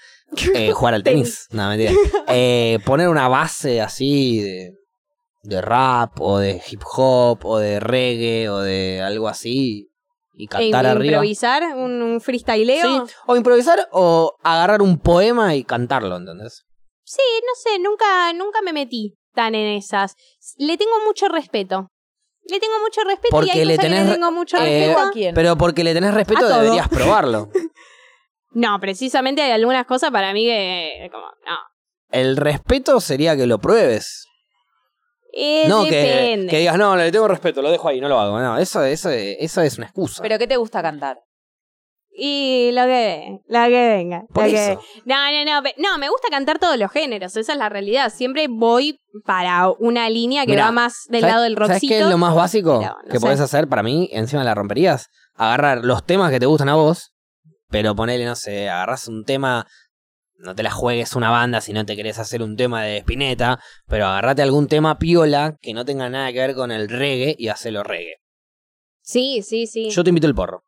Speaker 1: eh, jugar al tenis? No, mentira. Eh, poner una base así de, de rap, o de hip hop, o de reggae, o de algo así, y cantar
Speaker 2: Eh,
Speaker 1: arriba.
Speaker 2: Improvisar un, un freestyleo.
Speaker 1: Sí, o improvisar o agarrar un poema y cantarlo, ¿entendés?
Speaker 2: Sí, no sé, nunca, nunca me metí están en esas. Le tengo mucho respeto. Le tengo mucho respeto
Speaker 1: Porque
Speaker 2: y hay
Speaker 1: le
Speaker 2: cosas que
Speaker 1: tenés-
Speaker 2: le tengo mucho
Speaker 1: eh,
Speaker 2: respeto.
Speaker 3: ¿A quién?
Speaker 1: Pero porque le tenés respeto
Speaker 2: A todo.
Speaker 1: deberías probarlo.
Speaker 2: No, precisamente hay algunas cosas para mí que como no.
Speaker 1: El respeto sería que lo pruebes.
Speaker 2: Eh,
Speaker 1: no que,
Speaker 2: depende.
Speaker 1: que digas, no, le tengo respeto, lo dejo ahí, no lo hago. No, eso, eso, eso es una excusa.
Speaker 3: ¿Pero qué te gusta cantar?
Speaker 2: Y lo que la que venga.
Speaker 1: Por
Speaker 2: la que-
Speaker 1: eso.
Speaker 2: No, no, no, pe- no, me gusta cantar todos los géneros, esa es la realidad. Siempre voy para una línea que
Speaker 1: Mirá,
Speaker 2: va más del
Speaker 1: ¿Sabes-
Speaker 2: lado del
Speaker 1: ¿Sabes
Speaker 2: rockcito.
Speaker 1: qué es lo más básico
Speaker 2: Pero, no
Speaker 1: que
Speaker 2: sé.
Speaker 1: podés hacer para mí? Encima la romperías. Agarrar los temas que te gustan a vos, pero ponele, no sé, agarras un tema. No te la juegues una banda si no te querés hacer un tema de espineta, pero agarrate algún tema piola que no tenga nada que ver con el reggae y hacelo reggae.
Speaker 2: Sí, sí, sí.
Speaker 1: Yo te invito el porro.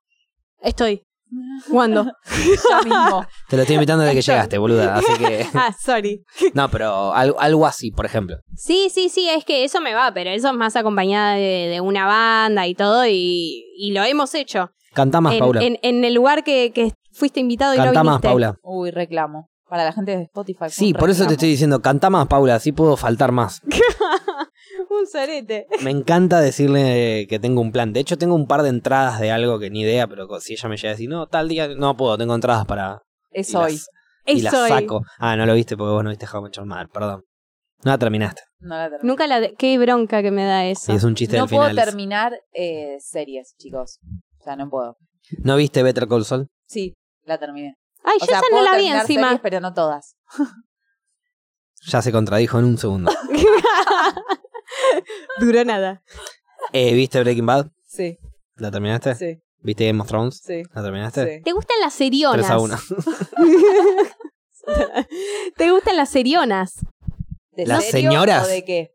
Speaker 2: Estoy. ¿Cuándo?
Speaker 3: Ya mismo.
Speaker 1: Te lo estoy invitando desde que llegaste, boluda. Así que.
Speaker 2: ah, sorry.
Speaker 1: No, pero al- algo así, por ejemplo.
Speaker 2: Sí, sí, sí, es que eso me va, pero eso es más acompañada de, de una banda y todo, y, y lo hemos hecho.
Speaker 1: Cantá más,
Speaker 2: en,
Speaker 1: Paula.
Speaker 2: En, en el lugar que, que fuiste invitado y
Speaker 1: Cantá
Speaker 2: no
Speaker 1: más,
Speaker 2: viniste.
Speaker 1: Paula.
Speaker 3: Uy, reclamo. Para la gente de Spotify. fue
Speaker 1: Sí,
Speaker 3: un
Speaker 1: por eso te
Speaker 3: reclamo.
Speaker 1: estoy diciendo, cantá más, Paula, así puedo faltar más.
Speaker 2: Un sorete.
Speaker 1: Me encanta decirle que tengo un plan. De hecho, tengo un par de entradas de algo que ni idea, pero co- si ella me llega a decir, no, tal día no puedo, tengo entradas para.
Speaker 3: Es
Speaker 1: y
Speaker 3: hoy.
Speaker 1: las- Y
Speaker 2: Eso.
Speaker 1: las saco. Ah, no lo viste porque vos no viste How I Met Your Mother, perdón. No la terminaste.
Speaker 3: No la terminé.
Speaker 2: Nunca la... de- Qué bronca que me da eso.
Speaker 1: Sí, es un chiste
Speaker 3: No
Speaker 1: del
Speaker 3: puedo
Speaker 1: final. ese.
Speaker 3: terminar eh, series, chicos. O sea, no puedo.
Speaker 1: ¿No viste Better Call Saul?
Speaker 3: Sí, la terminé.
Speaker 2: Ay,
Speaker 3: O
Speaker 2: yo
Speaker 3: sea,
Speaker 2: esa no
Speaker 3: puedo
Speaker 2: la vi
Speaker 3: terminar
Speaker 2: encima.
Speaker 3: series, pero no todas.
Speaker 1: Ya se contradijo en un segundo.
Speaker 2: Duró nada.
Speaker 1: Eh, ¿Viste Breaking Bad?
Speaker 3: Sí,
Speaker 1: ¿La terminaste?
Speaker 3: sí,
Speaker 1: ¿Viste Game of Thrones?
Speaker 3: sí.
Speaker 1: ¿La terminaste?
Speaker 2: ¿Te gustan las serionas?
Speaker 1: 3 a 1.
Speaker 2: ¿Te gustan las serionas?
Speaker 3: ¿De
Speaker 1: ¿Las
Speaker 3: serio
Speaker 1: señoras?
Speaker 3: o de qué?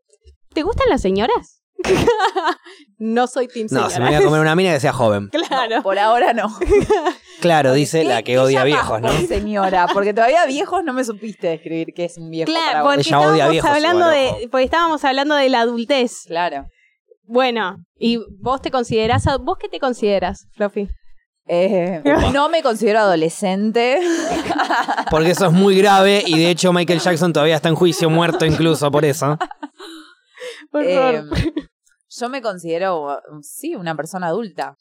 Speaker 2: ¿Te gustan las señoras? no soy team
Speaker 1: No,
Speaker 2: señora.
Speaker 1: si me voy a comer una mina que sea joven.
Speaker 2: Claro.
Speaker 3: Por ahora no.
Speaker 1: Claro, dice
Speaker 3: ¿Qué-
Speaker 1: la que
Speaker 3: qué
Speaker 1: odia
Speaker 3: llamás
Speaker 1: viejos, ¿no?
Speaker 3: por Señora, porque todavía viejos no me supiste describir qué es un viejo. para
Speaker 2: Claro,
Speaker 3: vos.
Speaker 2: porque
Speaker 1: Ella odia
Speaker 2: estábamos
Speaker 1: viejos
Speaker 2: hablando
Speaker 1: igual, ojo.
Speaker 2: de, porque estábamos hablando de la adultez.
Speaker 3: Claro.
Speaker 2: Bueno, y vos te considerás, ad- vos qué te consideras, Floppy?
Speaker 3: Eh, no me considero adolescente.
Speaker 1: Porque eso es muy grave y de hecho Michael Jackson todavía está en juicio, muerto incluso por eso.
Speaker 2: Por
Speaker 3: Eh,
Speaker 2: favor.
Speaker 3: yo me considero, um, sí, una persona adulta.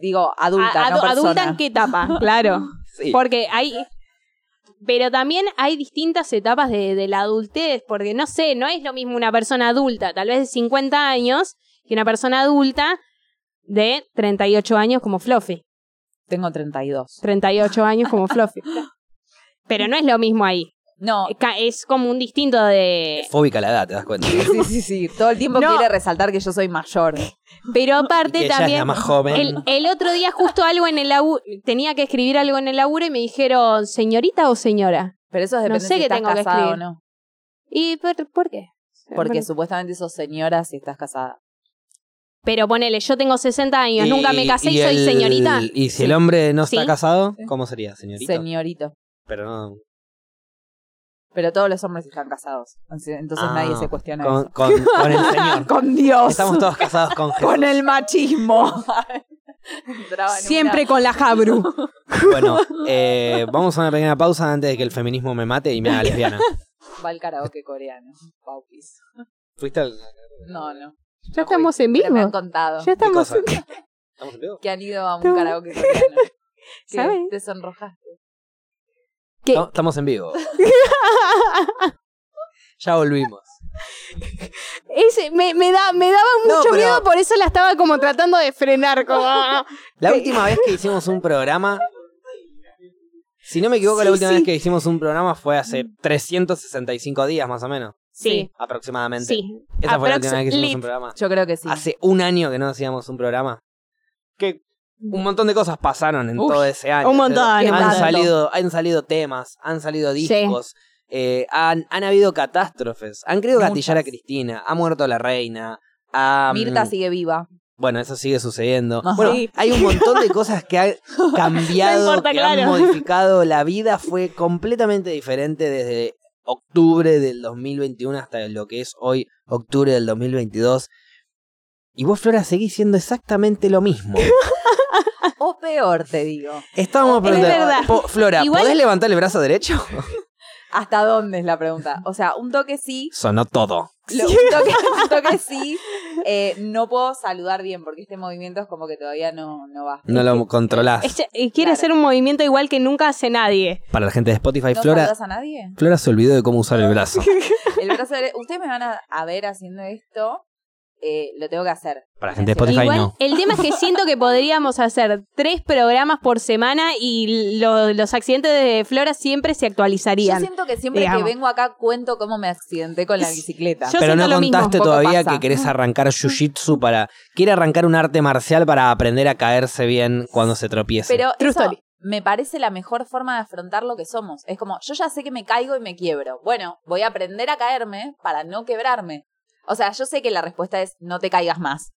Speaker 3: Digo, adulta,
Speaker 2: A-
Speaker 3: no
Speaker 2: adu-
Speaker 3: persona.
Speaker 2: adulta en qué etapa, claro. Porque hay. Pero también hay distintas etapas de, de la adultez, porque no sé, no es lo mismo una persona adulta, tal vez de 50 años, que una persona adulta de 38 años como Fluffy.
Speaker 3: Tengo 32.
Speaker 2: 38 años como Fluffy. Pero no es lo mismo ahí.
Speaker 3: No,
Speaker 2: Es ca- Es como un distinto de.
Speaker 1: Fóbica la edad, te das cuenta.
Speaker 3: sí, sí, sí, sí. Todo el tiempo
Speaker 2: No.
Speaker 3: quiere resaltar que yo soy mayor.
Speaker 1: Y
Speaker 2: Pero
Speaker 1: que
Speaker 2: aparte
Speaker 1: ella es la
Speaker 2: también.
Speaker 1: más joven.
Speaker 2: El, el otro día justo algo en el laburo, tenía que escribir algo en el laburo y me dijeron, señorita o señora.
Speaker 3: Pero eso depende
Speaker 2: sé
Speaker 3: si
Speaker 2: qué
Speaker 3: estás
Speaker 2: tengo que
Speaker 3: casada o
Speaker 2: escribir.
Speaker 3: no.
Speaker 2: ¿Y por, por qué?
Speaker 3: Porque supuestamente sos señora si estás casada.
Speaker 2: Pero ponele, yo tengo 60 años,
Speaker 1: Y-
Speaker 2: nunca me casé y, soy
Speaker 1: el-
Speaker 2: señorita.
Speaker 1: Y si el hombre no está
Speaker 2: Sí.
Speaker 1: casado, ¿cómo sería, señorita?
Speaker 3: Señorito.
Speaker 1: Pero no.
Speaker 3: Pero todos los hombres están casados. Entonces
Speaker 1: Ah,
Speaker 3: nadie se cuestiona
Speaker 1: Con,
Speaker 3: eso.
Speaker 1: con- con el señor.
Speaker 3: Con Dios.
Speaker 1: Estamos todos casados con Jesús.
Speaker 3: con el machismo. Siempre.
Speaker 2: con la Jabru.
Speaker 1: Bueno, eh, vamos a una pequeña pausa antes de que el feminismo me mate y me haga lesbiana.
Speaker 3: Va el karaoke coreano. Paupis.
Speaker 1: ¿Fuiste al.
Speaker 3: No, no.
Speaker 2: Ya estamos en
Speaker 3: Pero me
Speaker 2: vivo.
Speaker 3: han contado
Speaker 2: Ya
Speaker 1: ¿Qué
Speaker 2: estamos.
Speaker 1: cosa? ¿Estamos en vivo?
Speaker 3: que han ido a un
Speaker 2: Tú-
Speaker 3: karaoke coreano. Que
Speaker 2: ¿Sabes?
Speaker 3: Te sonrojaste.
Speaker 2: ¿Qué?
Speaker 1: No, Estamos en vivo. Ya volvimos.
Speaker 2: Ese, me, me da, me daba
Speaker 1: No,
Speaker 2: mucho
Speaker 1: pero-
Speaker 2: miedo, por eso la estaba como tratando de frenar. Como... ah,
Speaker 1: La última vez que hicimos un programa. Si no me equivoco, la
Speaker 2: Sí,
Speaker 1: última
Speaker 2: sí.
Speaker 1: vez que hicimos un programa fue hace 365 días más o menos.
Speaker 2: Sí,
Speaker 1: Aproximadamente.
Speaker 2: sí.
Speaker 1: Esa fue la
Speaker 2: Aprox-
Speaker 1: última vez que hicimos
Speaker 2: lit.
Speaker 1: un programa.
Speaker 3: Yo creo que sí.
Speaker 1: Hace un año que no hacíamos un programa. Que un montón de cosas pasaron en
Speaker 3: Uy,
Speaker 1: todo ese año.
Speaker 2: un montón,
Speaker 1: Han
Speaker 2: un montón.
Speaker 1: salido, han salido temas, han salido discos. eh, han, han habido catástrofes. Han querido gatillar a
Speaker 3: Muchas.
Speaker 1: Cristina. Ha muerto la reina. ha,
Speaker 3: Mirta
Speaker 1: mm,
Speaker 3: sigue viva.
Speaker 1: bueno, eso sigue sucediendo.
Speaker 3: Ajá.
Speaker 1: Bueno,
Speaker 2: Sí.
Speaker 1: hay un montón de cosas que han cambiado,
Speaker 2: No importa,
Speaker 1: que han
Speaker 2: claro.
Speaker 1: modificado. La vida fue completamente diferente desde octubre del 2021 hasta lo que es hoy octubre del 2022. Y vos, Flora, seguís siendo exactamente lo mismo.
Speaker 3: O peor, te digo.
Speaker 1: Estábamos
Speaker 3: Es
Speaker 1: preguntando,
Speaker 2: verdad.
Speaker 1: po- Flora,
Speaker 2: Igual-
Speaker 1: ¿podés levantar el brazo derecho?
Speaker 3: ¿Hasta dónde es la pregunta? O sea, un toque sí,
Speaker 1: Sonó todo.
Speaker 3: Lo, un toque, un toque sí. Eh, no puedo saludar bien porque este movimiento es como que todavía no, no va.
Speaker 1: No lo controlás.
Speaker 2: Ella- Este, y quiere
Speaker 3: Claro.
Speaker 2: hacer un movimiento igual que nunca hace nadie.
Speaker 1: Para la gente de Spotify,
Speaker 3: ¿No
Speaker 1: Flora,
Speaker 3: saludas a nadie?
Speaker 1: Flora se olvidó de cómo usar el brazo.
Speaker 3: El brazo dere- Ustedes me van a, a ver haciendo esto. eh, lo tengo que hacer.
Speaker 1: Para la gente de Spotify,
Speaker 2: E Igual,
Speaker 1: no.
Speaker 2: el tema es que siento que podríamos hacer tres programas por semana y lo- los accidentes de Flora siempre se
Speaker 3: Yo
Speaker 2: actualizarían.
Speaker 3: siento que siempre
Speaker 2: Digamos.
Speaker 3: que vengo acá cuento cómo me accidenté con la bicicleta.
Speaker 2: Yo
Speaker 1: Pero
Speaker 2: siento
Speaker 1: no
Speaker 2: lo mismo,
Speaker 1: contaste
Speaker 3: poco
Speaker 1: todavía
Speaker 3: pasa. Mm.
Speaker 1: que querés arrancar jiu-jitsu para. Quiere arrancar un arte marcial para aprender a caerse bien cuando se tropiece.
Speaker 3: Pero
Speaker 2: True
Speaker 3: eso
Speaker 2: story.
Speaker 3: me parece la mejor forma de afrontar lo que somos. Es como, yo ya sé que me caigo y me quiebro. Bueno, voy a aprender a caerme para no quebrarme. O sea, yo sé que la respuesta es no te caigas más.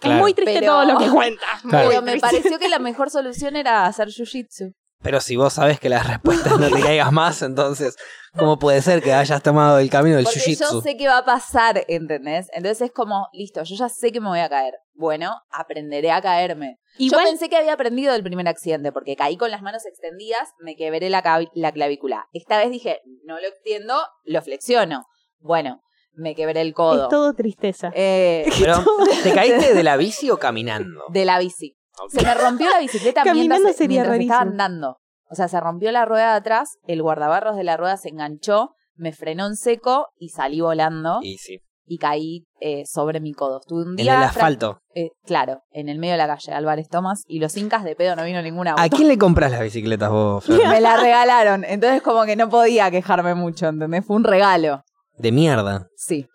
Speaker 1: Claro.
Speaker 2: Es muy triste
Speaker 3: Pero-
Speaker 2: todo lo que cuenta.
Speaker 1: Claro.
Speaker 2: Muy
Speaker 3: Pero me
Speaker 2: triste.
Speaker 3: pareció que la mejor solución era hacer jiu-jitsu.
Speaker 1: Pero si vos sabés que las respuestas no te caigas más, entonces, ¿cómo puede ser que hayas tomado el camino del
Speaker 3: Porque yo
Speaker 1: jiu-jitsu?
Speaker 3: sé que va a pasar, ¿entendés? Entonces es como, listo, yo ya sé que me voy a caer. Bueno, aprenderé a caerme.
Speaker 2: Igual,
Speaker 3: Yo pensé que había aprendido del primer accidente, porque caí con las manos extendidas, me quebré la, cavi- la clavícula. Esta vez dije, no lo extiendo, lo flexiono. Bueno, me quebré el codo.
Speaker 2: es todo tristeza.
Speaker 3: Eh,
Speaker 1: Pero, ¿te caíste de la bici o caminando?
Speaker 3: de la bici.
Speaker 1: Ok.
Speaker 3: Se me rompió la bicicleta
Speaker 2: Caminando
Speaker 3: mientras,
Speaker 2: sería
Speaker 3: mientras estaba
Speaker 2: rarísimo.
Speaker 3: andando. O sea, se rompió la rueda de atrás, el guardabarros de la rueda se enganchó, me frenó en seco y salí volando y,
Speaker 1: Y sí.
Speaker 3: caí eh, sobre mi codo. Estuve un
Speaker 1: En
Speaker 3: día...
Speaker 1: el
Speaker 3: fra-
Speaker 1: asfalto.
Speaker 3: eh, claro, en el medio de la calle, Álvarez Tomás, y los incas de pedo no vino ninguna
Speaker 1: ¿A quién le compras las bicicletas vos, Flor?
Speaker 3: Me la regalaron. Entonces, como que no podía quejarme mucho, ¿entendés? Fue un regalo.
Speaker 1: De mierda.
Speaker 3: Sí.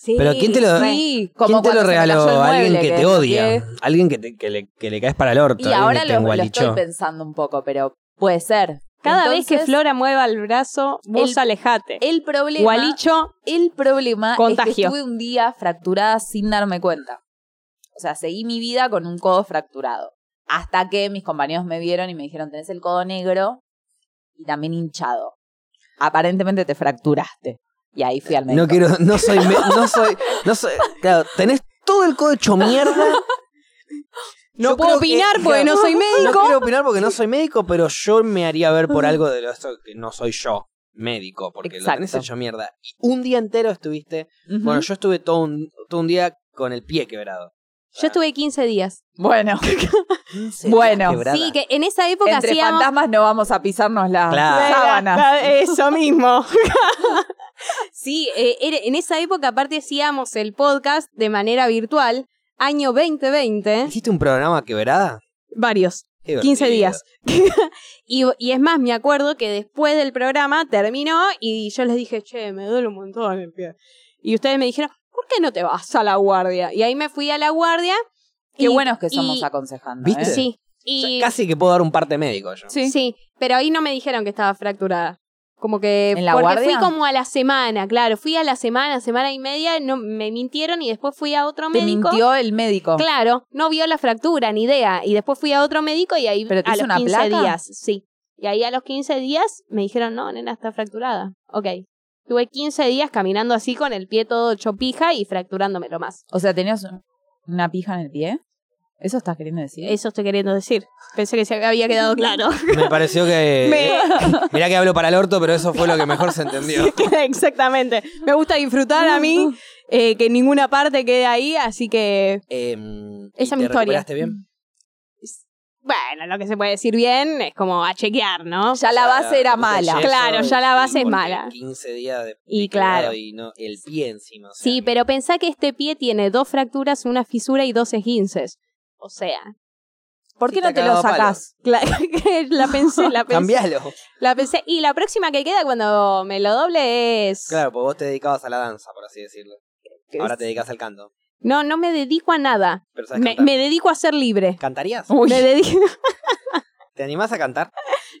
Speaker 2: Sí,
Speaker 1: Pero ¿quién te lo-
Speaker 2: sí.
Speaker 3: Como
Speaker 1: Eh, ¿Quién te
Speaker 3: cuando
Speaker 1: lo
Speaker 3: se me cayó el
Speaker 1: regaló?
Speaker 3: mueble,
Speaker 1: Alguien que te
Speaker 3: después
Speaker 1: odia.
Speaker 3: que-
Speaker 1: Alguien que, te- que le, que le caes para el orto.
Speaker 3: Y
Speaker 1: alguien
Speaker 3: ahora
Speaker 1: que te
Speaker 3: lo, lo estoy
Speaker 1: engualichó.
Speaker 3: pensando un poco, pero puede ser.
Speaker 2: Cada vez que
Speaker 3: Entonces,
Speaker 2: Flora mueva el brazo, vos
Speaker 3: El-
Speaker 2: alejate.
Speaker 3: El problema.
Speaker 2: Gualicho,
Speaker 3: El problema
Speaker 2: Contagio.
Speaker 3: es que estuve un día fracturada sin darme cuenta. O sea, seguí mi vida con un codo fracturado. Hasta que mis compañeros me vieron y me dijeron, tenés el codo negro y también hinchado. Aparentemente te fracturaste. Y ahí fui al médico.
Speaker 1: No quiero, no soy, me- no soy, no soy, claro, tenés todo el codo hecho mierda.
Speaker 2: no
Speaker 1: Yo
Speaker 2: puedo
Speaker 1: creo que-
Speaker 2: opinar porque no soy
Speaker 1: No
Speaker 2: médico.
Speaker 1: quiero opinar porque no soy médico, pero yo me haría ver por algo de lo esto que no soy yo médico, porque lo tenés
Speaker 3: Exacto.
Speaker 1: hecho mierda. Y un día entero estuviste,
Speaker 3: Ujú.
Speaker 1: bueno, yo estuve todo un, todo un día con el pie quebrado.
Speaker 2: Yo estuve 15 días.
Speaker 3: Bueno,
Speaker 1: Quince
Speaker 3: Bueno.
Speaker 1: días quebrada.
Speaker 2: Sí, que en esa época
Speaker 3: entre
Speaker 2: hacíamos...
Speaker 3: fantasmas no vamos a pisarnos las
Speaker 1: Claro.
Speaker 3: sábanas.
Speaker 2: Ah, Eso mismo. sí, eh, era- en esa época aparte hacíamos el podcast de manera virtual, año 2020,
Speaker 1: ¿Hiciste un programa quebrada?
Speaker 2: varios,
Speaker 1: Qué divertido.
Speaker 2: 15 días. y, y es más, me acuerdo que después del programa terminó y yo les dije, che, me duele un montón el pie. Y ustedes me dijeron, ¿por qué no te vas a la guardia? Y ahí me fui a la guardia.
Speaker 3: Qué
Speaker 2: y-
Speaker 3: buenos que
Speaker 2: y-
Speaker 3: somos aconsejando.
Speaker 1: ¿Viste?
Speaker 3: ¿eh?
Speaker 2: Sí.
Speaker 1: O sea,
Speaker 2: Y,
Speaker 1: Casi que puedo dar un parte médico yo.
Speaker 2: Sí. pero ahí no me dijeron que estaba fracturada. Como que.
Speaker 3: ¿En la
Speaker 2: porque
Speaker 3: guardia?
Speaker 2: fui como a la semana, claro. Fui a la semana, semana y media, no me mintieron y después fui a otro
Speaker 3: Te
Speaker 2: médico.
Speaker 3: mintió el médico.
Speaker 2: Claro, no vio la fractura, ni idea. Y después fui a otro médico y ahí
Speaker 3: ¿Pero te
Speaker 2: a
Speaker 3: hizo
Speaker 2: los
Speaker 3: una
Speaker 2: 15
Speaker 3: placa?
Speaker 2: días. Sí. Y ahí a los 15 días me dijeron, no, nena, está fracturada. Ok. Tuve 15 días caminando así con el pie todo chopija y fracturándomelo más.
Speaker 3: O sea, tenías un- una pija en el pie. ¿Eso estás queriendo decir?
Speaker 2: Eso estoy queriendo decir. Pensé que se había quedado claro.
Speaker 1: Me pareció que...
Speaker 3: Eh.
Speaker 1: Mirá que hablo para el orto, pero eso fue lo que mejor se entendió.
Speaker 2: Exactamente. Me gusta disfrutar a mí, eh, que ninguna parte quede ahí, así que,
Speaker 1: Em,
Speaker 2: Esa
Speaker 1: ¿y
Speaker 2: es mi
Speaker 1: te
Speaker 2: historia.
Speaker 1: recuperaste bien?
Speaker 2: bueno, lo que se puede decir bien es como a chequear, ¿no?
Speaker 3: Ya la base era mala.
Speaker 2: Claro. ya la base es mala.
Speaker 1: 15 días de
Speaker 2: Y
Speaker 1: de quebrado
Speaker 2: claro.
Speaker 1: Y no, el pie encima. o sea,
Speaker 2: Sí, pero pensá que este pie tiene dos fracturas, una fisura y dos esguinces. O sea,
Speaker 3: ¿Por qué
Speaker 1: Sí, te
Speaker 3: no te
Speaker 1: ha
Speaker 3: lo
Speaker 1: cagado a palo.
Speaker 3: sacás?
Speaker 2: la, la pensé, la pensé,
Speaker 1: Cambialo.
Speaker 2: la pensé. Y la próxima que queda cuando me lo doble es...
Speaker 1: Claro, porque vos te dedicabas a la danza, por así decirlo. Ahora te dedicas al canto.
Speaker 2: No, no me dedico a nada.
Speaker 1: Pero sabes
Speaker 2: Me,
Speaker 1: cantar.
Speaker 2: me dedico a ser libre.
Speaker 1: ¿Cantarías?
Speaker 2: Me dedico-
Speaker 1: ¿Te animás a cantar?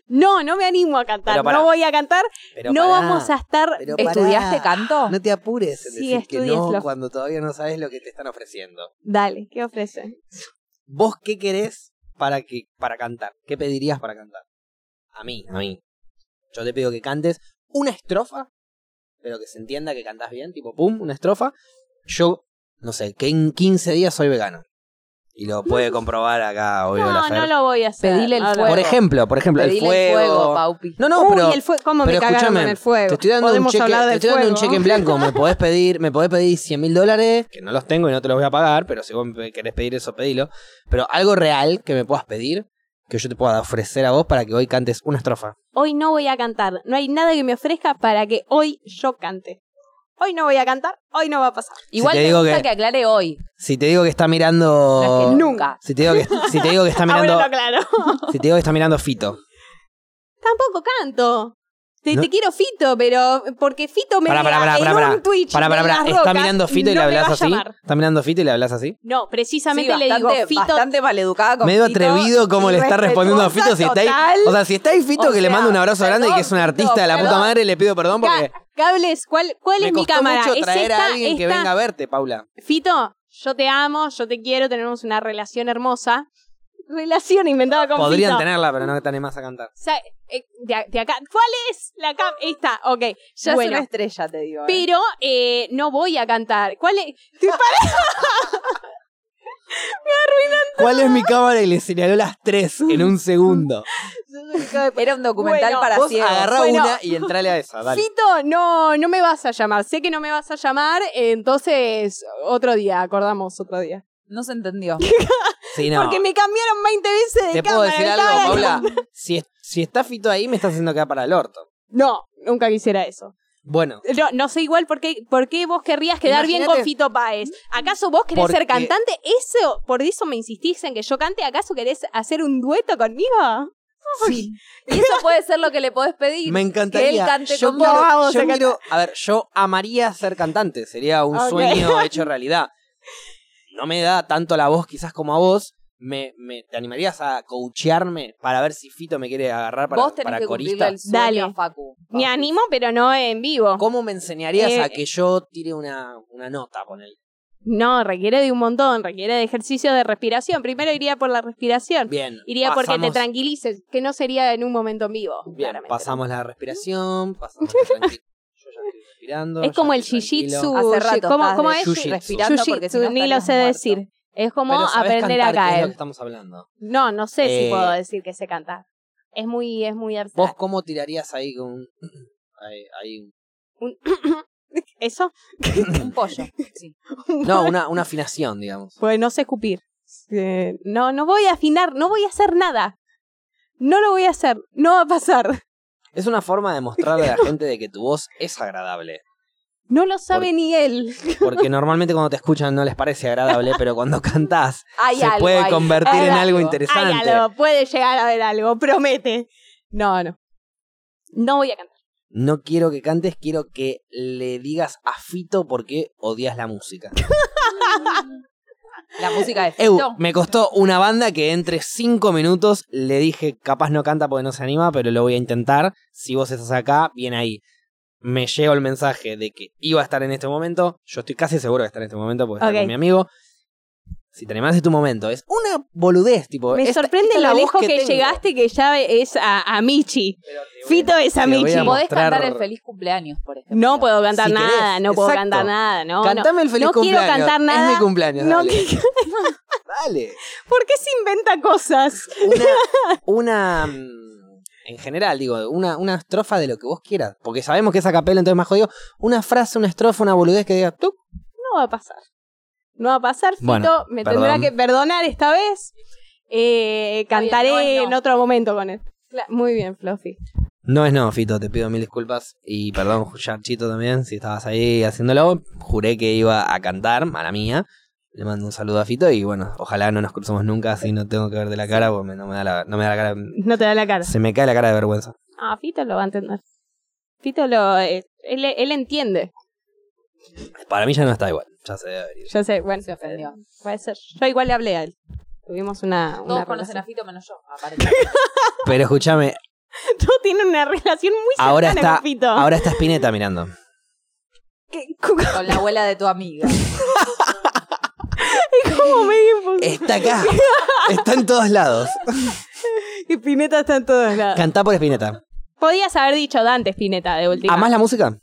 Speaker 2: No, no me animo a
Speaker 1: Pero
Speaker 2: cantar.
Speaker 1: pará.
Speaker 2: No voy a cantar.
Speaker 1: Pero
Speaker 2: no
Speaker 1: pará,
Speaker 2: vamos a estar
Speaker 1: pero pará.
Speaker 3: ¿Estudiaste canto?
Speaker 1: No te apures en
Speaker 2: Sí,
Speaker 1: decir que no
Speaker 2: estudieslo.
Speaker 1: cuando todavía no sabes lo que te están ofreciendo.
Speaker 2: Dale, ¿qué ofrece?
Speaker 1: ¿Vos qué querés para, que, para cantar? ¿Qué pedirías para cantar? A mí, a mí. Yo te pido que cantes una estrofa, pero que se entienda que cantás bien, tipo, pum, una estrofa. Yo, no sé, que en 15 días soy vegano. Y lo puede comprobar acá, obvio. la
Speaker 2: No,
Speaker 1: Fer.
Speaker 2: no lo voy a hacer.
Speaker 3: Pedile el
Speaker 2: Ahora-
Speaker 3: fuego.
Speaker 1: Por ejemplo, por ejemplo, el
Speaker 3: Pedile
Speaker 1: fuego.
Speaker 3: Paupi.
Speaker 1: No, no,
Speaker 2: Uy,
Speaker 1: pero
Speaker 2: el fuego. ¿Cómo me
Speaker 1: pero
Speaker 2: cagaron
Speaker 1: escúchame,
Speaker 2: con el fuego?
Speaker 1: te estoy dando un
Speaker 2: Podemos
Speaker 1: cheque,
Speaker 2: hablar
Speaker 1: te
Speaker 2: del
Speaker 1: estoy dando un
Speaker 2: fuego.
Speaker 1: cheque en blanco. Me podés pedir, me podés pedir 100 mil dólares, que no los tengo y no te los voy a pagar, pero si vos me querés pedir eso, pedilo. Pero algo real que me puedas pedir, que yo te pueda ofrecer a vos para que hoy cantes una estrofa.
Speaker 2: Hoy no voy a cantar. No hay nada que me ofrezca para que hoy yo cante. Hoy no voy a cantar, hoy no va a pasar.
Speaker 3: Igual
Speaker 1: te
Speaker 3: me
Speaker 1: digo
Speaker 3: gusta
Speaker 1: que-
Speaker 3: que... aclare hoy.
Speaker 1: Si te digo que está
Speaker 3: No es
Speaker 1: mirando.
Speaker 3: que nunca.
Speaker 1: Si te digo que, si te digo que está mirando.
Speaker 2: Ahora no, claro.
Speaker 1: Si te digo que está mirando Fito.
Speaker 2: Tampoco canto. Te,
Speaker 1: ¿No?
Speaker 2: te quiero Fito, pero porque Fito me
Speaker 1: Pará,
Speaker 2: diga
Speaker 1: pará, pará,
Speaker 2: en
Speaker 1: pará,
Speaker 2: un
Speaker 1: pará.
Speaker 2: Twitch
Speaker 1: Pará,
Speaker 2: de
Speaker 1: pará, pará.
Speaker 2: Las
Speaker 1: Está
Speaker 2: Rocas,
Speaker 1: mirando Fito y le
Speaker 2: no me va
Speaker 1: hablas
Speaker 2: a
Speaker 1: así.
Speaker 2: llamar.
Speaker 1: Está mirando Fito y le hablas así.
Speaker 2: No, precisamente
Speaker 3: Sí,
Speaker 2: le digo
Speaker 3: bastante-
Speaker 2: Fito.
Speaker 3: Bastante maleducada con
Speaker 1: Medio
Speaker 3: Fito,
Speaker 1: atrevido como le está respondiendo a Fito si está ahí.
Speaker 3: irrespetuosa
Speaker 1: O sea, si está ahí Fito
Speaker 3: O
Speaker 1: que le
Speaker 3: sea,
Speaker 1: manda un abrazo
Speaker 3: perdón,
Speaker 1: grande y que es un
Speaker 3: Fito,
Speaker 1: artista de la puta
Speaker 3: perdón.
Speaker 1: madre, le pido perdón porque
Speaker 2: Ca- Cables, ¿cuál, cuál
Speaker 1: me
Speaker 2: es mi
Speaker 1: costó
Speaker 2: cámara?
Speaker 1: mucho
Speaker 2: ¿Es
Speaker 1: traer
Speaker 2: esta,
Speaker 1: a alguien que
Speaker 2: esta?
Speaker 1: venga a verte, Paula.
Speaker 2: Fito, yo te amo, yo te quiero, tenemos una relación hermosa. Relación inventada con
Speaker 1: Podrían
Speaker 2: Fito.
Speaker 1: tenerla, pero no están más a cantar.
Speaker 2: O sea, eh, de, a- de acá. ¿Cuál es la cam? Esta, ok.
Speaker 3: Ya
Speaker 2: bueno,
Speaker 3: es una estrella, te digo. ¿eh?
Speaker 2: pero eh, no voy a cantar. ¿Cuál es? ¿Te parece?
Speaker 1: ¿Cuál es mi cámara? Y le señaló las tres en un segundo. Ah,
Speaker 3: Era un documental
Speaker 2: Bueno,
Speaker 3: para
Speaker 1: Vos
Speaker 3: ciegos.
Speaker 1: agarrá
Speaker 2: Bueno.
Speaker 1: una y entrale a esa, dale.
Speaker 2: Fito, no, no me vas a llamar. Sé que no me vas a llamar, entonces otro día, acordamos otro día.
Speaker 3: No se entendió.
Speaker 1: Sí, no.
Speaker 2: Porque me cambiaron 20 veces de
Speaker 1: Te
Speaker 2: cámara.
Speaker 1: puedo decir algo,
Speaker 2: estaba-
Speaker 1: Paula. Si, es- si está Fito ahí, me estás haciendo quedar para el orto.
Speaker 2: No, nunca quisiera eso.
Speaker 1: Bueno,
Speaker 2: No, no sé igual por qué, por qué vos querrías quedar bien
Speaker 1: Imagínate-
Speaker 2: con Fito Páez. ¿Acaso vos querés
Speaker 1: Porque-
Speaker 2: ser cantante? Eso, por eso me insistís en que yo cante. ¿Acaso querés hacer un dueto conmigo?
Speaker 3: Sí. Y eso puede ser lo que le podés pedir.
Speaker 1: me encantaría.
Speaker 3: Que él cante
Speaker 1: yo
Speaker 3: con vos.
Speaker 1: quiero-
Speaker 2: Vamos
Speaker 1: yo
Speaker 2: a cantar.
Speaker 1: quiero- a ver, yo amaría ser cantante. Sería un
Speaker 2: Ok.
Speaker 1: sueño hecho realidad. No me da tanto la voz quizás como a vos. Me, me- ¿Te animarías a coachearme para ver si Fito me quiere agarrar para,
Speaker 3: Vos tenés
Speaker 1: para
Speaker 3: que cumplirle
Speaker 1: corista?
Speaker 3: el sueño
Speaker 2: Dale.
Speaker 3: a Facu.
Speaker 2: Me animo, pero no en vivo.
Speaker 1: Ah. ¿Cómo me enseñarías
Speaker 2: Eh,
Speaker 1: a que yo tire una, una nota con él?
Speaker 2: No, requiere de un montón, requiere de ejercicio de respiración. Primero iría por la respiración.
Speaker 1: Bien.
Speaker 2: Iría porque te
Speaker 1: pasamos-
Speaker 2: tranquilices, que no sería en un momento en vivo.
Speaker 1: Bien,
Speaker 2: claramente.
Speaker 1: pasamos la respiración, pasamos la tranqui- Yo ya estoy respirando.
Speaker 2: Es
Speaker 1: ya
Speaker 2: como el
Speaker 1: estoy tranquilo.
Speaker 2: jiu-jitsu.
Speaker 3: Hace rato
Speaker 2: ¿Cómo,
Speaker 3: estás
Speaker 2: cómo
Speaker 3: de
Speaker 2: es?
Speaker 1: jiu-jitsu.
Speaker 3: respirando porque si no
Speaker 2: Jiu-jitsu, ni lo
Speaker 3: estarías
Speaker 2: sé
Speaker 3: muerto.
Speaker 2: decir. Es como
Speaker 1: Pero sabés
Speaker 2: aprender a
Speaker 1: cantar, que es lo que
Speaker 2: caer.
Speaker 1: estamos hablando.
Speaker 2: No, no sé
Speaker 1: Eh,
Speaker 2: si puedo decir que sé cantar. Es muy, es muy
Speaker 1: ¿Vos
Speaker 2: abstracto.
Speaker 1: cómo tirarías ahí con un- ahí- ahí un-
Speaker 2: ¿Eso?
Speaker 3: Un pollo. Sí.
Speaker 1: No, una, una afinación, digamos.
Speaker 2: Pues no sé escupir. Eh, no, no voy a afinar, no voy a hacer nada. No lo voy a hacer, no va a pasar.
Speaker 1: Es una forma de mostrarle a la gente de que tu voz es agradable.
Speaker 2: No lo sabe ni él.
Speaker 1: Porque normalmente cuando te escuchan no les parece agradable, pero cuando cantás
Speaker 3: Hay
Speaker 1: se
Speaker 3: algo
Speaker 1: puede
Speaker 3: ahí.
Speaker 1: convertir
Speaker 2: Hay
Speaker 1: en algo
Speaker 3: algo.
Speaker 1: interesante.
Speaker 2: Hay algo, puede llegar a haber algo, promete. No, no. No voy a cantar.
Speaker 1: No quiero que cantes, quiero que le digas a Fito por qué odias la música.
Speaker 3: La música de
Speaker 1: Eu,
Speaker 3: Fito.
Speaker 1: me costó una banda que entre cinco minutos le dije, capaz no canta porque no se anima, pero lo voy a intentar. Si vos estás acá, bien ahí. Me llegó el mensaje de que iba a estar en este momento. Yo estoy casi seguro de estar en este momento porque está
Speaker 2: Ok.
Speaker 1: con mi amigo. Si te animás es tu momento. Es una boludez, tipo.
Speaker 2: Me
Speaker 1: esta-
Speaker 2: sorprende
Speaker 1: esta es la
Speaker 2: lo
Speaker 1: voz
Speaker 2: lejos que,
Speaker 1: tengo.
Speaker 2: llegaste que ya es a, a Michi. Fito es a
Speaker 1: te voy a
Speaker 2: Michi.
Speaker 1: mostrar-
Speaker 3: Podés cantar
Speaker 1: mostrar-
Speaker 3: el feliz cumpleaños, por ejemplo.
Speaker 2: No puedo cantar
Speaker 1: Si querés,
Speaker 2: nada, no puedo
Speaker 1: exacto.
Speaker 2: cantar nada, no, no.
Speaker 1: Cantame el feliz
Speaker 2: No quiero
Speaker 1: cumpleaños.
Speaker 2: cantar nada.
Speaker 1: Es mi cumpleaños.
Speaker 2: No
Speaker 1: dale.
Speaker 2: qui-
Speaker 1: Dale.
Speaker 2: ¿Por qué se inventa cosas?
Speaker 1: una, una, mm, en general, digo, una, una estrofa de lo que vos quieras. Porque sabemos que es a capela, entonces más jodido. Una frase, una estrofa, una boludez que diga tú.
Speaker 2: No va a pasar. No va a pasar, Fito.
Speaker 1: Bueno,
Speaker 2: me
Speaker 1: perdón.
Speaker 2: tendrá que perdonar esta vez. Eh, cantaré
Speaker 3: no es no.
Speaker 2: en otro momento con él. Cla- Muy bien, Fluffy.
Speaker 1: No es no, Fito, te pido mil disculpas. Y perdón, Yarchito también, si estabas ahí haciéndolo. Juré que iba a cantar, mala mía. Le mando un saludo a Fito y bueno, ojalá no nos cruzamos nunca, así no tengo que ver de la cara, porque me- no me da la, no me da la cara.
Speaker 2: No te da la cara.
Speaker 1: Se me cae la cara de vergüenza.
Speaker 2: Ah, Fito lo va a entender. Fito lo. eh, él, él entiende.
Speaker 1: Para mí ya no está igual, ya se debe haber ido.
Speaker 2: Ya sé, bueno.
Speaker 3: Se ofendió.
Speaker 2: Puede ser. Yo igual le hablé a él. Tuvimos una.
Speaker 3: Todos
Speaker 2: una
Speaker 3: conocen a
Speaker 2: relación.
Speaker 3: Fito menos yo, aparte.
Speaker 1: Pero escúchame,
Speaker 2: Todos tienen una relación muy cercana
Speaker 1: Ahora está-
Speaker 2: con Fito.
Speaker 1: ahora está Spinetta mirando.
Speaker 2: ¿Qué- ¿Cómo
Speaker 3: Con la abuela de tu amiga.
Speaker 2: medio imposible?
Speaker 1: Está acá. Está en todos lados.
Speaker 2: Y Pineta está en todos lados.
Speaker 1: Cantá por Espineta.
Speaker 2: Podías haber dicho Dante Spinetta de última.
Speaker 1: ¿Amás la música?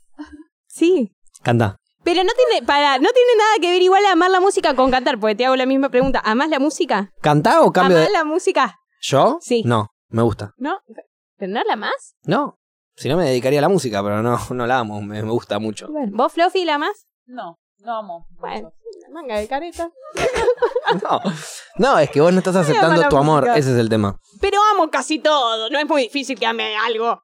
Speaker 2: Sí.
Speaker 1: Cantá.
Speaker 2: Pero no tiene, para, no tiene nada que ver igual amar la música con cantar, porque te hago la misma pregunta. ¿Amás la música?
Speaker 1: ¿Cantá o cambio
Speaker 2: ¿Amás
Speaker 1: de.?
Speaker 2: la música?
Speaker 1: ¿Yo?
Speaker 2: Sí.
Speaker 1: No, me gusta.
Speaker 2: ¿No? ¿Pero no la más?
Speaker 1: No. Si no, me dedicaría a la música, pero no, no la amo. Me, me gusta mucho.
Speaker 2: ¿Vos, Fluffy, la más?
Speaker 3: No, no amo.
Speaker 2: Bueno. Manga de careta.
Speaker 1: No. No, es que vos no estás
Speaker 2: ama
Speaker 1: aceptando
Speaker 2: la
Speaker 1: tu amor.
Speaker 2: música.
Speaker 1: Ese es el tema.
Speaker 2: Pero amo casi todo, no es muy difícil que ame algo.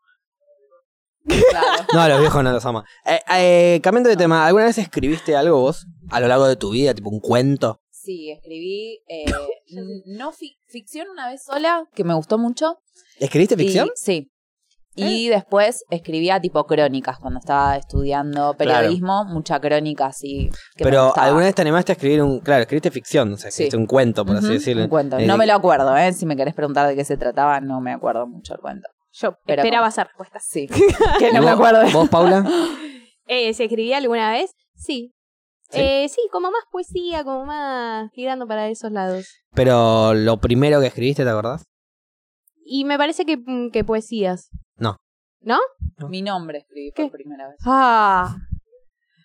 Speaker 3: Claro.
Speaker 1: No, a los viejos no los ama. Eh, eh, cambiando de tema, ¿alguna vez escribiste algo vos a lo largo de tu vida? Tipo un cuento.
Speaker 3: Sí, escribí eh, n- no fic- ficción una vez sola, que me gustó mucho.
Speaker 1: ¿Escribiste
Speaker 3: Y-
Speaker 1: ficción?
Speaker 3: sí. Y después escribía tipo crónicas cuando estaba estudiando periodismo, mucha crónica así. que me
Speaker 1: Pero
Speaker 3: gustaba.
Speaker 1: alguna vez te animaste a escribir un. Claro, escribiste ficción, o sea, escribiste
Speaker 3: Sí.
Speaker 1: un cuento, por así
Speaker 3: Ujú,
Speaker 1: decirlo.
Speaker 3: un cuento.
Speaker 1: Eh,
Speaker 3: No me lo acuerdo, ¿eh? Si me querés preguntar de qué se trataba, no me acuerdo mucho el cuento.
Speaker 2: Yo
Speaker 3: Pero-
Speaker 2: esperaba esa respuesta.
Speaker 3: Sí. que no
Speaker 1: ¿y
Speaker 3: me
Speaker 1: vos-
Speaker 3: acuerdo.
Speaker 1: ¿Vos, Paula?
Speaker 2: Eh, ¿Se escribía alguna vez? Sí.
Speaker 1: Sí.
Speaker 2: Eh, sí, como más poesía, como más tirando para esos lados.
Speaker 1: Pero lo primero que escribiste, ¿te acordás?
Speaker 2: Y me parece que, mm, que poesías.
Speaker 3: Mi nombre escribí por primera vez
Speaker 2: Ah,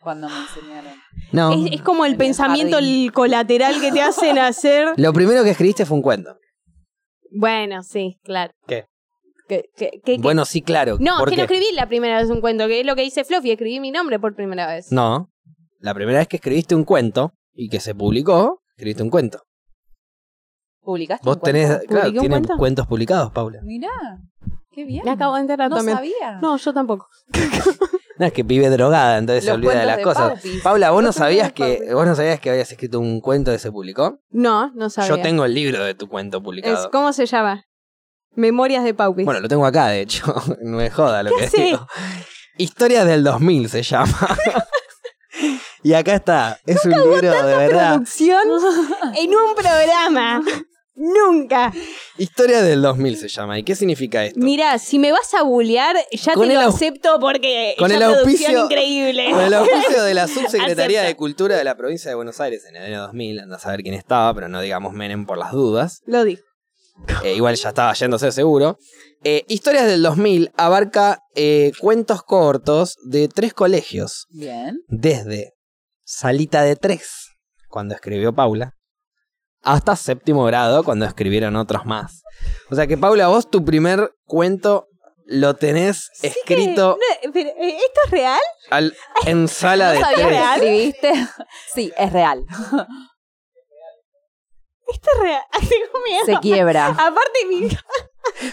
Speaker 3: cuando me enseñaron.
Speaker 1: No.
Speaker 2: es, es como el
Speaker 3: En el
Speaker 2: pensamiento
Speaker 3: jardín.
Speaker 2: el colateral que te hacen hacer.
Speaker 1: Lo primero que escribiste fue un cuento.
Speaker 2: Bueno, sí, claro.
Speaker 1: ¿Qué?
Speaker 2: ¿Qué, qué- qué- qué?
Speaker 1: Bueno, sí, claro.
Speaker 2: no,
Speaker 1: ¿Por
Speaker 2: que no
Speaker 1: qué?
Speaker 2: escribí la primera vez un cuento, que es lo que dice Fluffy, escribí mi nombre por primera vez.
Speaker 1: No. La primera vez que escribiste un cuento y que se publicó, escribiste un cuento.
Speaker 3: ¿Publicaste
Speaker 1: Vos
Speaker 3: un cuento?
Speaker 1: tenés, claro,
Speaker 2: ¿Publiqué un
Speaker 1: tienes
Speaker 2: cuento?
Speaker 1: cuentos publicados, Paula.
Speaker 3: Mirá, qué bien.
Speaker 2: Me acabo de enterar
Speaker 3: no
Speaker 2: también.
Speaker 3: sabía.
Speaker 2: No, yo tampoco.
Speaker 1: No, es que vive drogada, entonces se
Speaker 3: Los
Speaker 1: olvida de
Speaker 3: cuentos
Speaker 1: las
Speaker 3: de
Speaker 1: cosas.
Speaker 3: Paupis.
Speaker 1: Paula, ¿vos no
Speaker 3: Los cuentos
Speaker 1: sabías
Speaker 3: de
Speaker 1: que
Speaker 3: Paupis.
Speaker 1: vos no sabías que habías escrito un cuento que se publicó?
Speaker 2: No, no sabía.
Speaker 1: Yo tengo el libro de tu cuento
Speaker 2: Es-
Speaker 1: publicado.
Speaker 2: ¿Cómo se llama? Memorias de Paupis.
Speaker 1: Bueno, lo tengo acá, de hecho. No me joda lo
Speaker 2: ¿Qué
Speaker 1: que
Speaker 2: hace?
Speaker 1: digo. Historias del 2000 se llama. y acá está. Es un libro de verdad.
Speaker 2: producción en un programa. Nunca.
Speaker 1: Historias del 2000 se llama. ¿Y qué significa esto?
Speaker 2: Mira, si me vas a bullear, ya
Speaker 1: Con
Speaker 2: te lo
Speaker 1: el au-
Speaker 2: acepto porque
Speaker 1: con
Speaker 2: es
Speaker 1: el
Speaker 2: una producción
Speaker 1: auspicio-
Speaker 2: increíble.
Speaker 1: Con el auspicio de la Subsecretaría
Speaker 2: Acepto.
Speaker 1: de Cultura de la provincia de Buenos Aires en el año 2000, anda a saber quién estaba, pero no digamos Menem por las dudas.
Speaker 2: Lo dijo.
Speaker 1: Eh, igual ya estaba yéndose seguro. Eh, Historias del 2000 abarca eh, cuentos cortos de tres colegios.
Speaker 3: Bien.
Speaker 1: desde Salita de Tres, cuando escribió Paula, hasta séptimo grado, cuando escribieron otros más. O sea que, Paula, vos tu primer cuento lo tenés escrito
Speaker 2: eh, ¿Esto es real?
Speaker 1: al- en sala de
Speaker 3: ¿No sabías
Speaker 1: tres.
Speaker 3: que escribiste? Sí, es real.
Speaker 2: Esto es real. Tengo miedo.
Speaker 3: Se quiebra.
Speaker 2: Aparte, mi...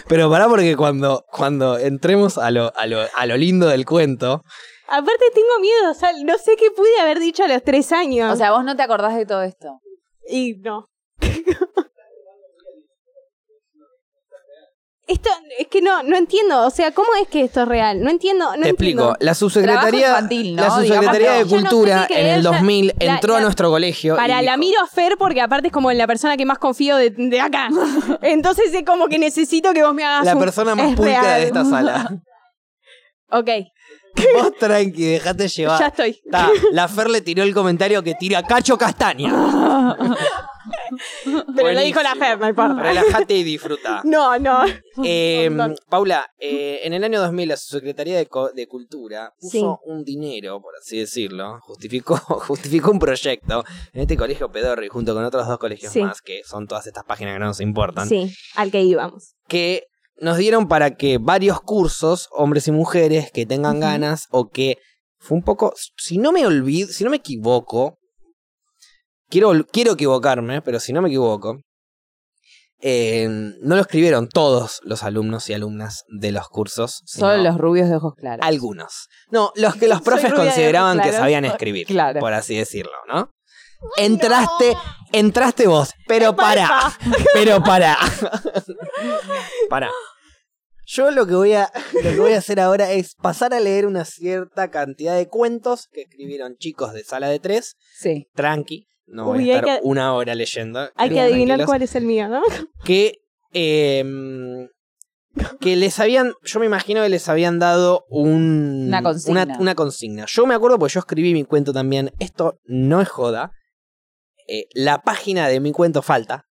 Speaker 1: Pero pará, porque cuando, cuando entremos a lo, a, lo, a lo lindo del cuento,
Speaker 2: Aparte tengo miedo. O sea, no sé qué pude haber dicho a los tres años.
Speaker 3: O sea, vos no te acordás de todo esto.
Speaker 2: y no. Esto es que no, no entiendo. O sea, ¿cómo es que esto es real? No entiendo. No
Speaker 1: te
Speaker 2: entiendo.
Speaker 1: explico. La subsecretaría,
Speaker 3: Trabajo infantil, ¿no?
Speaker 1: la subsecretaría de
Speaker 3: Digamos,
Speaker 2: yo no sé
Speaker 1: Cultura
Speaker 2: qué
Speaker 1: en
Speaker 2: creer,
Speaker 1: el
Speaker 2: ya-
Speaker 1: 2000
Speaker 2: la-
Speaker 1: entró a
Speaker 2: la-
Speaker 1: nuestro colegio. y
Speaker 2: Para, la
Speaker 1: dijo,
Speaker 2: miro a Fer porque aparte es como la persona que más confío de, de acá. Entonces es como que necesito que vos me hagas
Speaker 1: La
Speaker 2: un-
Speaker 1: persona más
Speaker 2: es
Speaker 1: pulcra
Speaker 2: real.
Speaker 1: de esta sala.
Speaker 2: Ok,
Speaker 1: Vos tranqui, dejate llevar.
Speaker 2: ya estoy.
Speaker 1: Ta, la Fer le tiró el comentario que tira Cacho Castaña.
Speaker 2: Pero lo dijo la Fer, no importa.
Speaker 1: Relájate y disfruta.
Speaker 2: No, no.
Speaker 1: Eh,
Speaker 2: Un montón.
Speaker 1: Paula, eh, en el año 2000 la Subsecretaría de, Co- de Cultura puso
Speaker 2: Sí.
Speaker 1: un dinero, por así decirlo, justificó, justificó un proyecto en este colegio pedorri junto con otros dos colegios
Speaker 2: Sí.
Speaker 1: más, que son todas estas páginas que no nos importan,
Speaker 2: Sí, al que íbamos.
Speaker 1: que nos dieron para que varios cursos, hombres y mujeres, que tengan
Speaker 3: Ujú.
Speaker 1: ganas o que fue un poco, si no me olvido, si no me equivoco, quiero, ol- quiero equivocarme, pero si no me equivoco, eh, no lo escribieron todos los alumnos y alumnas de los cursos, sino
Speaker 3: Solo los rubios de ojos claros.
Speaker 1: algunos. No, los que los
Speaker 2: Soy
Speaker 1: profes
Speaker 2: rubia de
Speaker 1: consideraban
Speaker 2: ojos
Speaker 1: que
Speaker 2: claros.
Speaker 1: sabían escribir,
Speaker 3: Claro.
Speaker 1: por así decirlo, ¿no? Entraste, entraste vos, pero pará. Pero para. para. Yo lo que, voy a, lo que voy a hacer ahora es pasar a leer una cierta cantidad de cuentos que escribieron chicos de sala de tres.
Speaker 3: Sí.
Speaker 1: Tranqui. No voy
Speaker 2: Uy,
Speaker 1: a
Speaker 2: hay
Speaker 1: estar
Speaker 2: que-
Speaker 1: una hora leyendo.
Speaker 2: Hay que
Speaker 1: quédense
Speaker 2: adivinar
Speaker 1: tranquilos.
Speaker 2: cuál es el mío, ¿no?
Speaker 1: Que. em, que les habían. Yo me imagino que les habían dado un.
Speaker 3: Una consigna.
Speaker 1: Una, una consigna. Yo me acuerdo porque yo escribí mi cuento también. Esto no es joda. Eh, la página de mi cuento falta.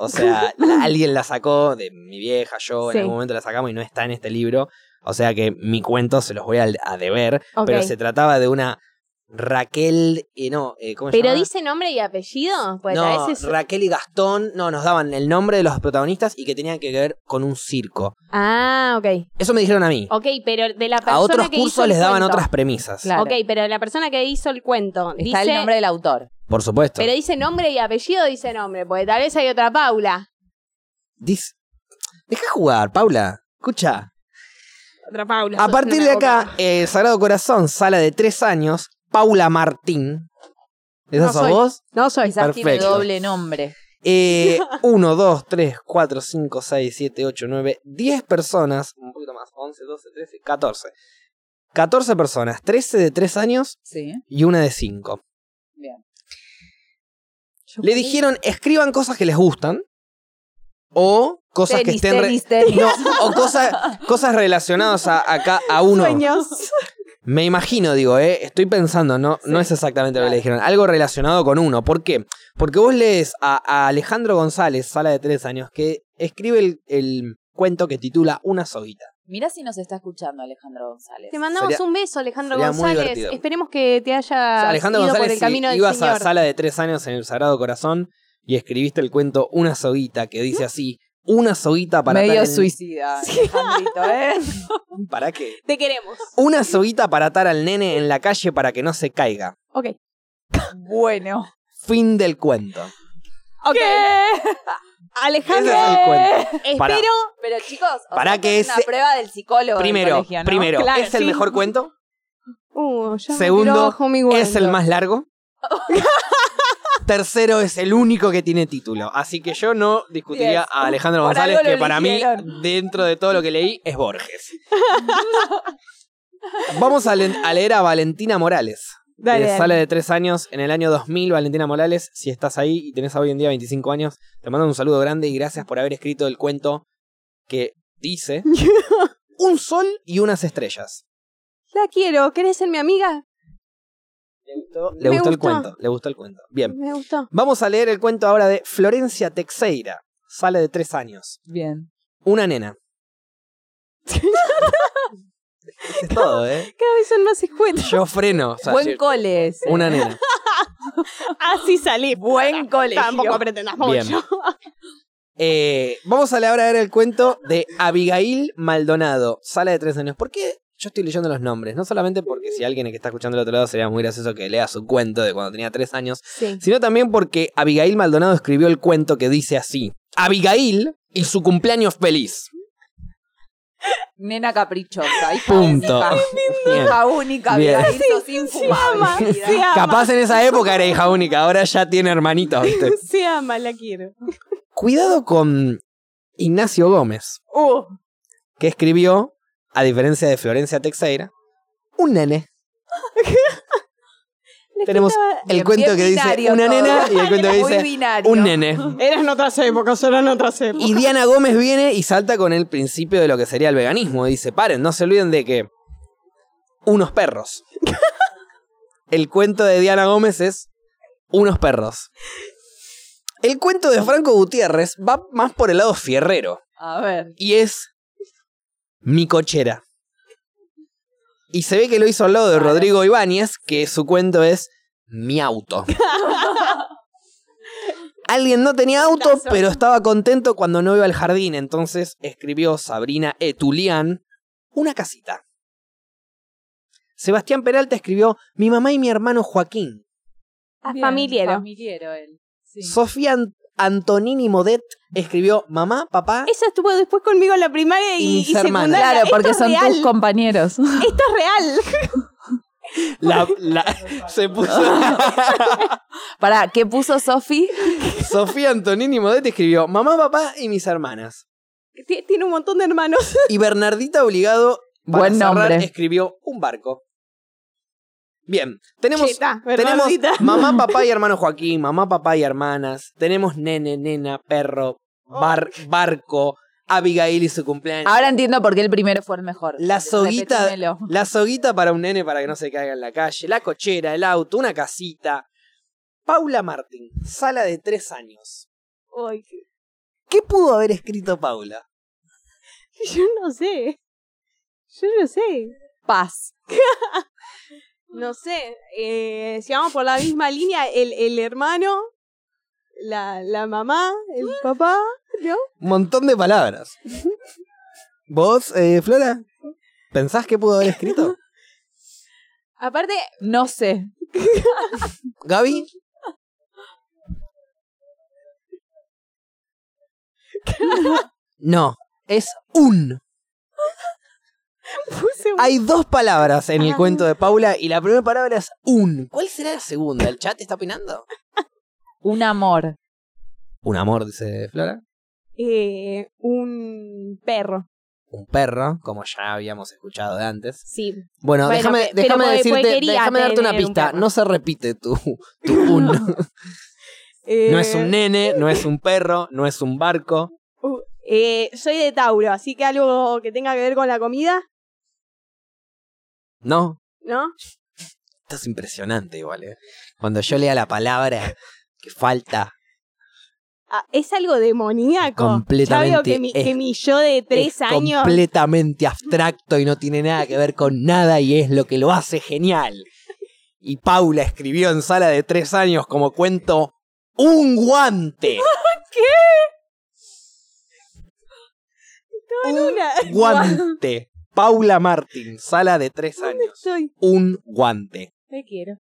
Speaker 1: O sea, la- alguien la sacó de mi vieja, yo
Speaker 2: Sí.
Speaker 1: en algún momento la sacamos y no está en este libro. O sea que mi cuento se los voy a, a deber.
Speaker 2: Ok.
Speaker 1: Pero se trataba de una Raquel, eh, no, eh, ¿cómo se
Speaker 2: Pero
Speaker 1: llamaba?
Speaker 2: dice nombre y apellido, pues a
Speaker 1: no,
Speaker 2: veces.
Speaker 1: Raquel y Gastón, no, nos daban el nombre de los protagonistas y que tenían que ver con un circo.
Speaker 2: Ah, ok.
Speaker 1: Eso me dijeron a mí.
Speaker 2: Ok, pero de la persona
Speaker 1: a otros
Speaker 2: que hizo
Speaker 1: cursos
Speaker 2: el
Speaker 1: les daban
Speaker 2: cuento.
Speaker 1: otras premisas.
Speaker 3: Claro.
Speaker 2: Ok, pero de la persona que hizo el cuento.
Speaker 3: Está
Speaker 2: dice,
Speaker 3: el nombre del autor.
Speaker 1: Por supuesto.
Speaker 2: Pero dice nombre y apellido, dice nombre, porque tal vez hay otra Paula.
Speaker 1: Dis- Deja jugar, Paula. Escucha.
Speaker 2: Otra Paula.
Speaker 1: A partir de acá, eh, Sagrado Corazón, sala de tres años, Paula Martín. ¿Esa
Speaker 2: No
Speaker 1: sos
Speaker 2: soy.
Speaker 1: vos?
Speaker 2: No soy.
Speaker 3: Quizás tiene
Speaker 1: Perfecto.
Speaker 3: doble nombre.
Speaker 1: Eh, 1, 2, 3, 4, 5, 6, 7, 8, 9, 10 personas. Un poquito más. 11, 12, 13, 14. 14 personas. 13 de 3 años
Speaker 3: Sí.
Speaker 1: y una de 5.
Speaker 3: Bien.
Speaker 1: Le dijeron, escriban cosas que les gustan. O cosas
Speaker 3: Tenis,
Speaker 1: que estén... re-
Speaker 3: tenis, tenis.
Speaker 1: No, o cosas, cosas relacionadas a, a ca- a uno.
Speaker 2: Sueños.
Speaker 1: Me imagino, digo, eh, estoy pensando, no, no es exactamente lo que le dijeron, algo relacionado con uno. ¿Por qué? Porque vos lees a, a Alejandro González, sala de tres años, que escribe el, el cuento que titula Una soguita.
Speaker 3: Mirá si nos está escuchando Alejandro González.
Speaker 2: Te mandamos
Speaker 1: Sería-
Speaker 2: un beso, Alejandro
Speaker 1: sería muy
Speaker 2: González.
Speaker 1: divertido.
Speaker 2: Esperemos que te haya
Speaker 1: O sea, Alejandro
Speaker 2: ido
Speaker 1: González,
Speaker 2: Ah, por el
Speaker 1: si
Speaker 2: camino del
Speaker 1: ibas
Speaker 2: Señor.
Speaker 1: a sala de tres años en el Sagrado Corazón y escribiste el cuento Una soguita, que dice así, una soguita para
Speaker 3: Medio
Speaker 1: atar en-
Speaker 3: suicida, Alejandrito, ¿eh?
Speaker 1: ¿Para qué?
Speaker 2: Te queremos.
Speaker 1: Una soguita para atar al nene en la calle para que no se caiga.
Speaker 2: Ok.
Speaker 3: Bueno.
Speaker 1: Fin del cuento.
Speaker 2: Ok.
Speaker 1: Ese
Speaker 2: Alejandro,
Speaker 1: es el cuento.
Speaker 2: espero.
Speaker 1: Pará.
Speaker 3: Pero chicos, o
Speaker 1: Pará
Speaker 3: sea,
Speaker 1: que
Speaker 3: es una
Speaker 1: ese-
Speaker 3: prueba del psicólogo
Speaker 1: Primero,
Speaker 3: del colegio, ¿no?
Speaker 1: primero,
Speaker 2: Claro,
Speaker 1: ¿es el
Speaker 2: sí.
Speaker 1: mejor cuento?
Speaker 2: Uh, ya me
Speaker 1: Segundo,
Speaker 2: tiró abajo mi
Speaker 1: es
Speaker 2: guante.
Speaker 1: el más largo. Tercero es el único que tiene título. Así que yo no discutiría
Speaker 3: Yes.
Speaker 1: a Alejandro
Speaker 3: Por
Speaker 1: González,
Speaker 3: algo lo
Speaker 1: que para mí,
Speaker 3: eligieron.
Speaker 1: dentro de todo lo que leí, es Borges. Vamos a, len- a leer a Valentina Morales.
Speaker 2: Dale,
Speaker 1: Eh,
Speaker 2: dale.
Speaker 1: Sale de tres años en el año 2000. Valentina Morales, si estás ahí y tenés hoy en día 25 años, te mando un saludo grande y gracias por haber escrito el cuento que dice Un sol y unas estrellas.
Speaker 2: La quiero. ¿Querés ser mi amiga?
Speaker 1: Le gustó, le
Speaker 2: Me
Speaker 1: gustó el
Speaker 2: gustó.
Speaker 1: cuento. Le gustó el cuento. Bien.
Speaker 2: Me gustó.
Speaker 1: Vamos a leer el cuento ahora de Florencia Texeira. Sale de tres años.
Speaker 3: Bien.
Speaker 1: Una nena. es todo, ¿eh?
Speaker 2: Cada vez son más escuetos.
Speaker 1: Yo freno. o sea,
Speaker 3: Buen
Speaker 1: yo-
Speaker 3: cole ese.
Speaker 1: una nena.
Speaker 2: Así salí.
Speaker 3: Buen colegio.
Speaker 2: pretendas
Speaker 1: Bien. Eh, vamos a leer ahora el cuento de Abigail Maldonado. Sala de tres años. ¿Por qué yo estoy leyendo los nombres? No solamente porque si alguien que está escuchando del otro lado sería muy gracioso que lea su cuento de cuando tenía tres años.
Speaker 2: Sí.
Speaker 1: sino también porque Abigail Maldonado escribió el cuento que dice así: Abigail y su cumpleaños feliz.
Speaker 3: Nena caprichosa. Hija
Speaker 1: Punto.
Speaker 3: única.
Speaker 1: Bien.
Speaker 3: Hija única,
Speaker 1: Bien.
Speaker 3: Abigailito sin fumar.
Speaker 2: ama,
Speaker 3: querida.
Speaker 2: sí ama.
Speaker 1: Capaz en esa época era hija única, ahora ya tiene hermanitos, ¿viste?
Speaker 2: Se ama, la quiero.
Speaker 1: Cuidado con Ignacio Gómez,
Speaker 2: Uh,
Speaker 1: que escribió, a diferencia de Florencia Texeira, un nene.
Speaker 2: le
Speaker 1: Tenemos
Speaker 2: faltaba-
Speaker 1: el
Speaker 3: Bien,
Speaker 1: cuento
Speaker 3: bien
Speaker 1: que dice
Speaker 3: binario
Speaker 1: una
Speaker 3: todo.
Speaker 1: nena y el cuento que
Speaker 3: Muy
Speaker 1: dice
Speaker 3: binario.
Speaker 1: un nene.
Speaker 2: Eran otras épocas, eran otras épocas.
Speaker 1: Y Diana Gómez viene y salta con el principio de lo que sería el veganismo. Y dice, paren, no se olviden de que unos perros. El cuento de Diana Gómez es unos perros. El cuento de Franco Gutiérrez va más por el lado fierrero.
Speaker 3: A ver.
Speaker 1: Y es mi cochera. Y se ve que lo hizo al lado de
Speaker 3: Claro.
Speaker 1: Rodrigo Ibáñez, que su cuento es mi auto. Alguien no tenía auto,
Speaker 2: Lazo.
Speaker 1: pero estaba contento cuando no iba al jardín. Entonces escribió Sabrina Etulián una casita. Sebastián Peralta escribió mi mamá y mi hermano Joaquín.
Speaker 2: Ah,
Speaker 3: Bien,
Speaker 2: familiero.
Speaker 3: Familiero él. Sí.
Speaker 1: Sofía An- Antonini Modet escribió mamá, papá.
Speaker 2: Esa estuvo después conmigo en la primaria
Speaker 1: Y
Speaker 2: y,
Speaker 1: mis
Speaker 2: y
Speaker 1: hermanas.
Speaker 2: secundaria.
Speaker 3: Claro, porque
Speaker 2: Esto
Speaker 3: son
Speaker 2: es real.
Speaker 3: tus compañeros.
Speaker 2: Esto es real.
Speaker 1: La- la- se puso...
Speaker 3: Pará, ¿qué puso Sofi?
Speaker 1: Sofía Antonini Modet escribió Mamá, papá y mis hermanas.
Speaker 2: Ti- Tiene un montón de hermanos.
Speaker 1: Y Bernardita Obligado para
Speaker 3: Buen
Speaker 1: cerrar,
Speaker 3: nombre.
Speaker 1: escribió Un barco. Bien, tenemos,
Speaker 2: Cheta,
Speaker 1: tenemos
Speaker 2: Bernardita.
Speaker 1: mamá, papá y hermano Joaquín, mamá, papá y hermanas. Tenemos nene, nena, perro, bar- barco, Abigail y su cumpleaños.
Speaker 3: Ahora entiendo por qué el primero fue el mejor.
Speaker 1: La soguita-
Speaker 3: Repetímelo.
Speaker 1: La soguita para un nene para que no se caiga en la calle, la cochera, el auto, una casita. Paula Martín, sala de tres años.
Speaker 2: Ay,
Speaker 1: ¿Qué pudo haber escrito Paula?
Speaker 2: yo no sé. Yo no sé.
Speaker 3: Paz.
Speaker 2: No sé, eh, si vamos por la misma línea, el, el hermano, la, la mamá, el papá, ¿no?
Speaker 1: Un montón de palabras. ¿Vos, eh, Flora? ¿Pensás que pudo haber escrito?
Speaker 2: Aparte,
Speaker 3: No sé.
Speaker 1: ¿Gaby? No, es un.
Speaker 2: puse un-
Speaker 1: Hay dos palabras en el
Speaker 2: Ah.
Speaker 1: cuento de Paula y la primera palabra es un. ¿Cuál será la segunda? ¿El chat está opinando?
Speaker 3: Un amor.
Speaker 1: Un amor, dice Flora.
Speaker 2: eh, un perro.
Speaker 1: Un perro, como ya habíamos escuchado de antes.
Speaker 2: Sí.
Speaker 1: Bueno,
Speaker 2: Bueno,
Speaker 1: déjame,
Speaker 2: pe- pero
Speaker 1: déjame
Speaker 2: porque-
Speaker 1: decirte,
Speaker 2: porque quería
Speaker 1: déjame darte una
Speaker 2: tener un
Speaker 1: pista.
Speaker 2: perro.
Speaker 1: no se repite tu, tu un.
Speaker 2: eh,
Speaker 1: No es un nene, no es un perro, no es un barco.
Speaker 2: uh, eh, soy de Tauro, así que algo que tenga que ver con la comida,
Speaker 1: No,
Speaker 2: ¿no?
Speaker 1: Esto es impresionante igual, ¿eh? Cuando yo lea la palabra que falta,
Speaker 2: Ah, es algo demoníaco.
Speaker 1: Completamente
Speaker 2: Ya veo que mi, que
Speaker 1: es-
Speaker 2: mi yo de tres
Speaker 1: es
Speaker 2: años.
Speaker 1: completamente abstracto y no tiene nada que ver con nada y es lo que lo hace genial. Y Paula escribió en sala de tres años como cuento un guante.
Speaker 2: Todo en una.
Speaker 1: Guante. Paula Martín, sala de tres
Speaker 2: ¿Dónde
Speaker 1: años.
Speaker 2: estoy?
Speaker 1: Un guante.
Speaker 2: Te quiero.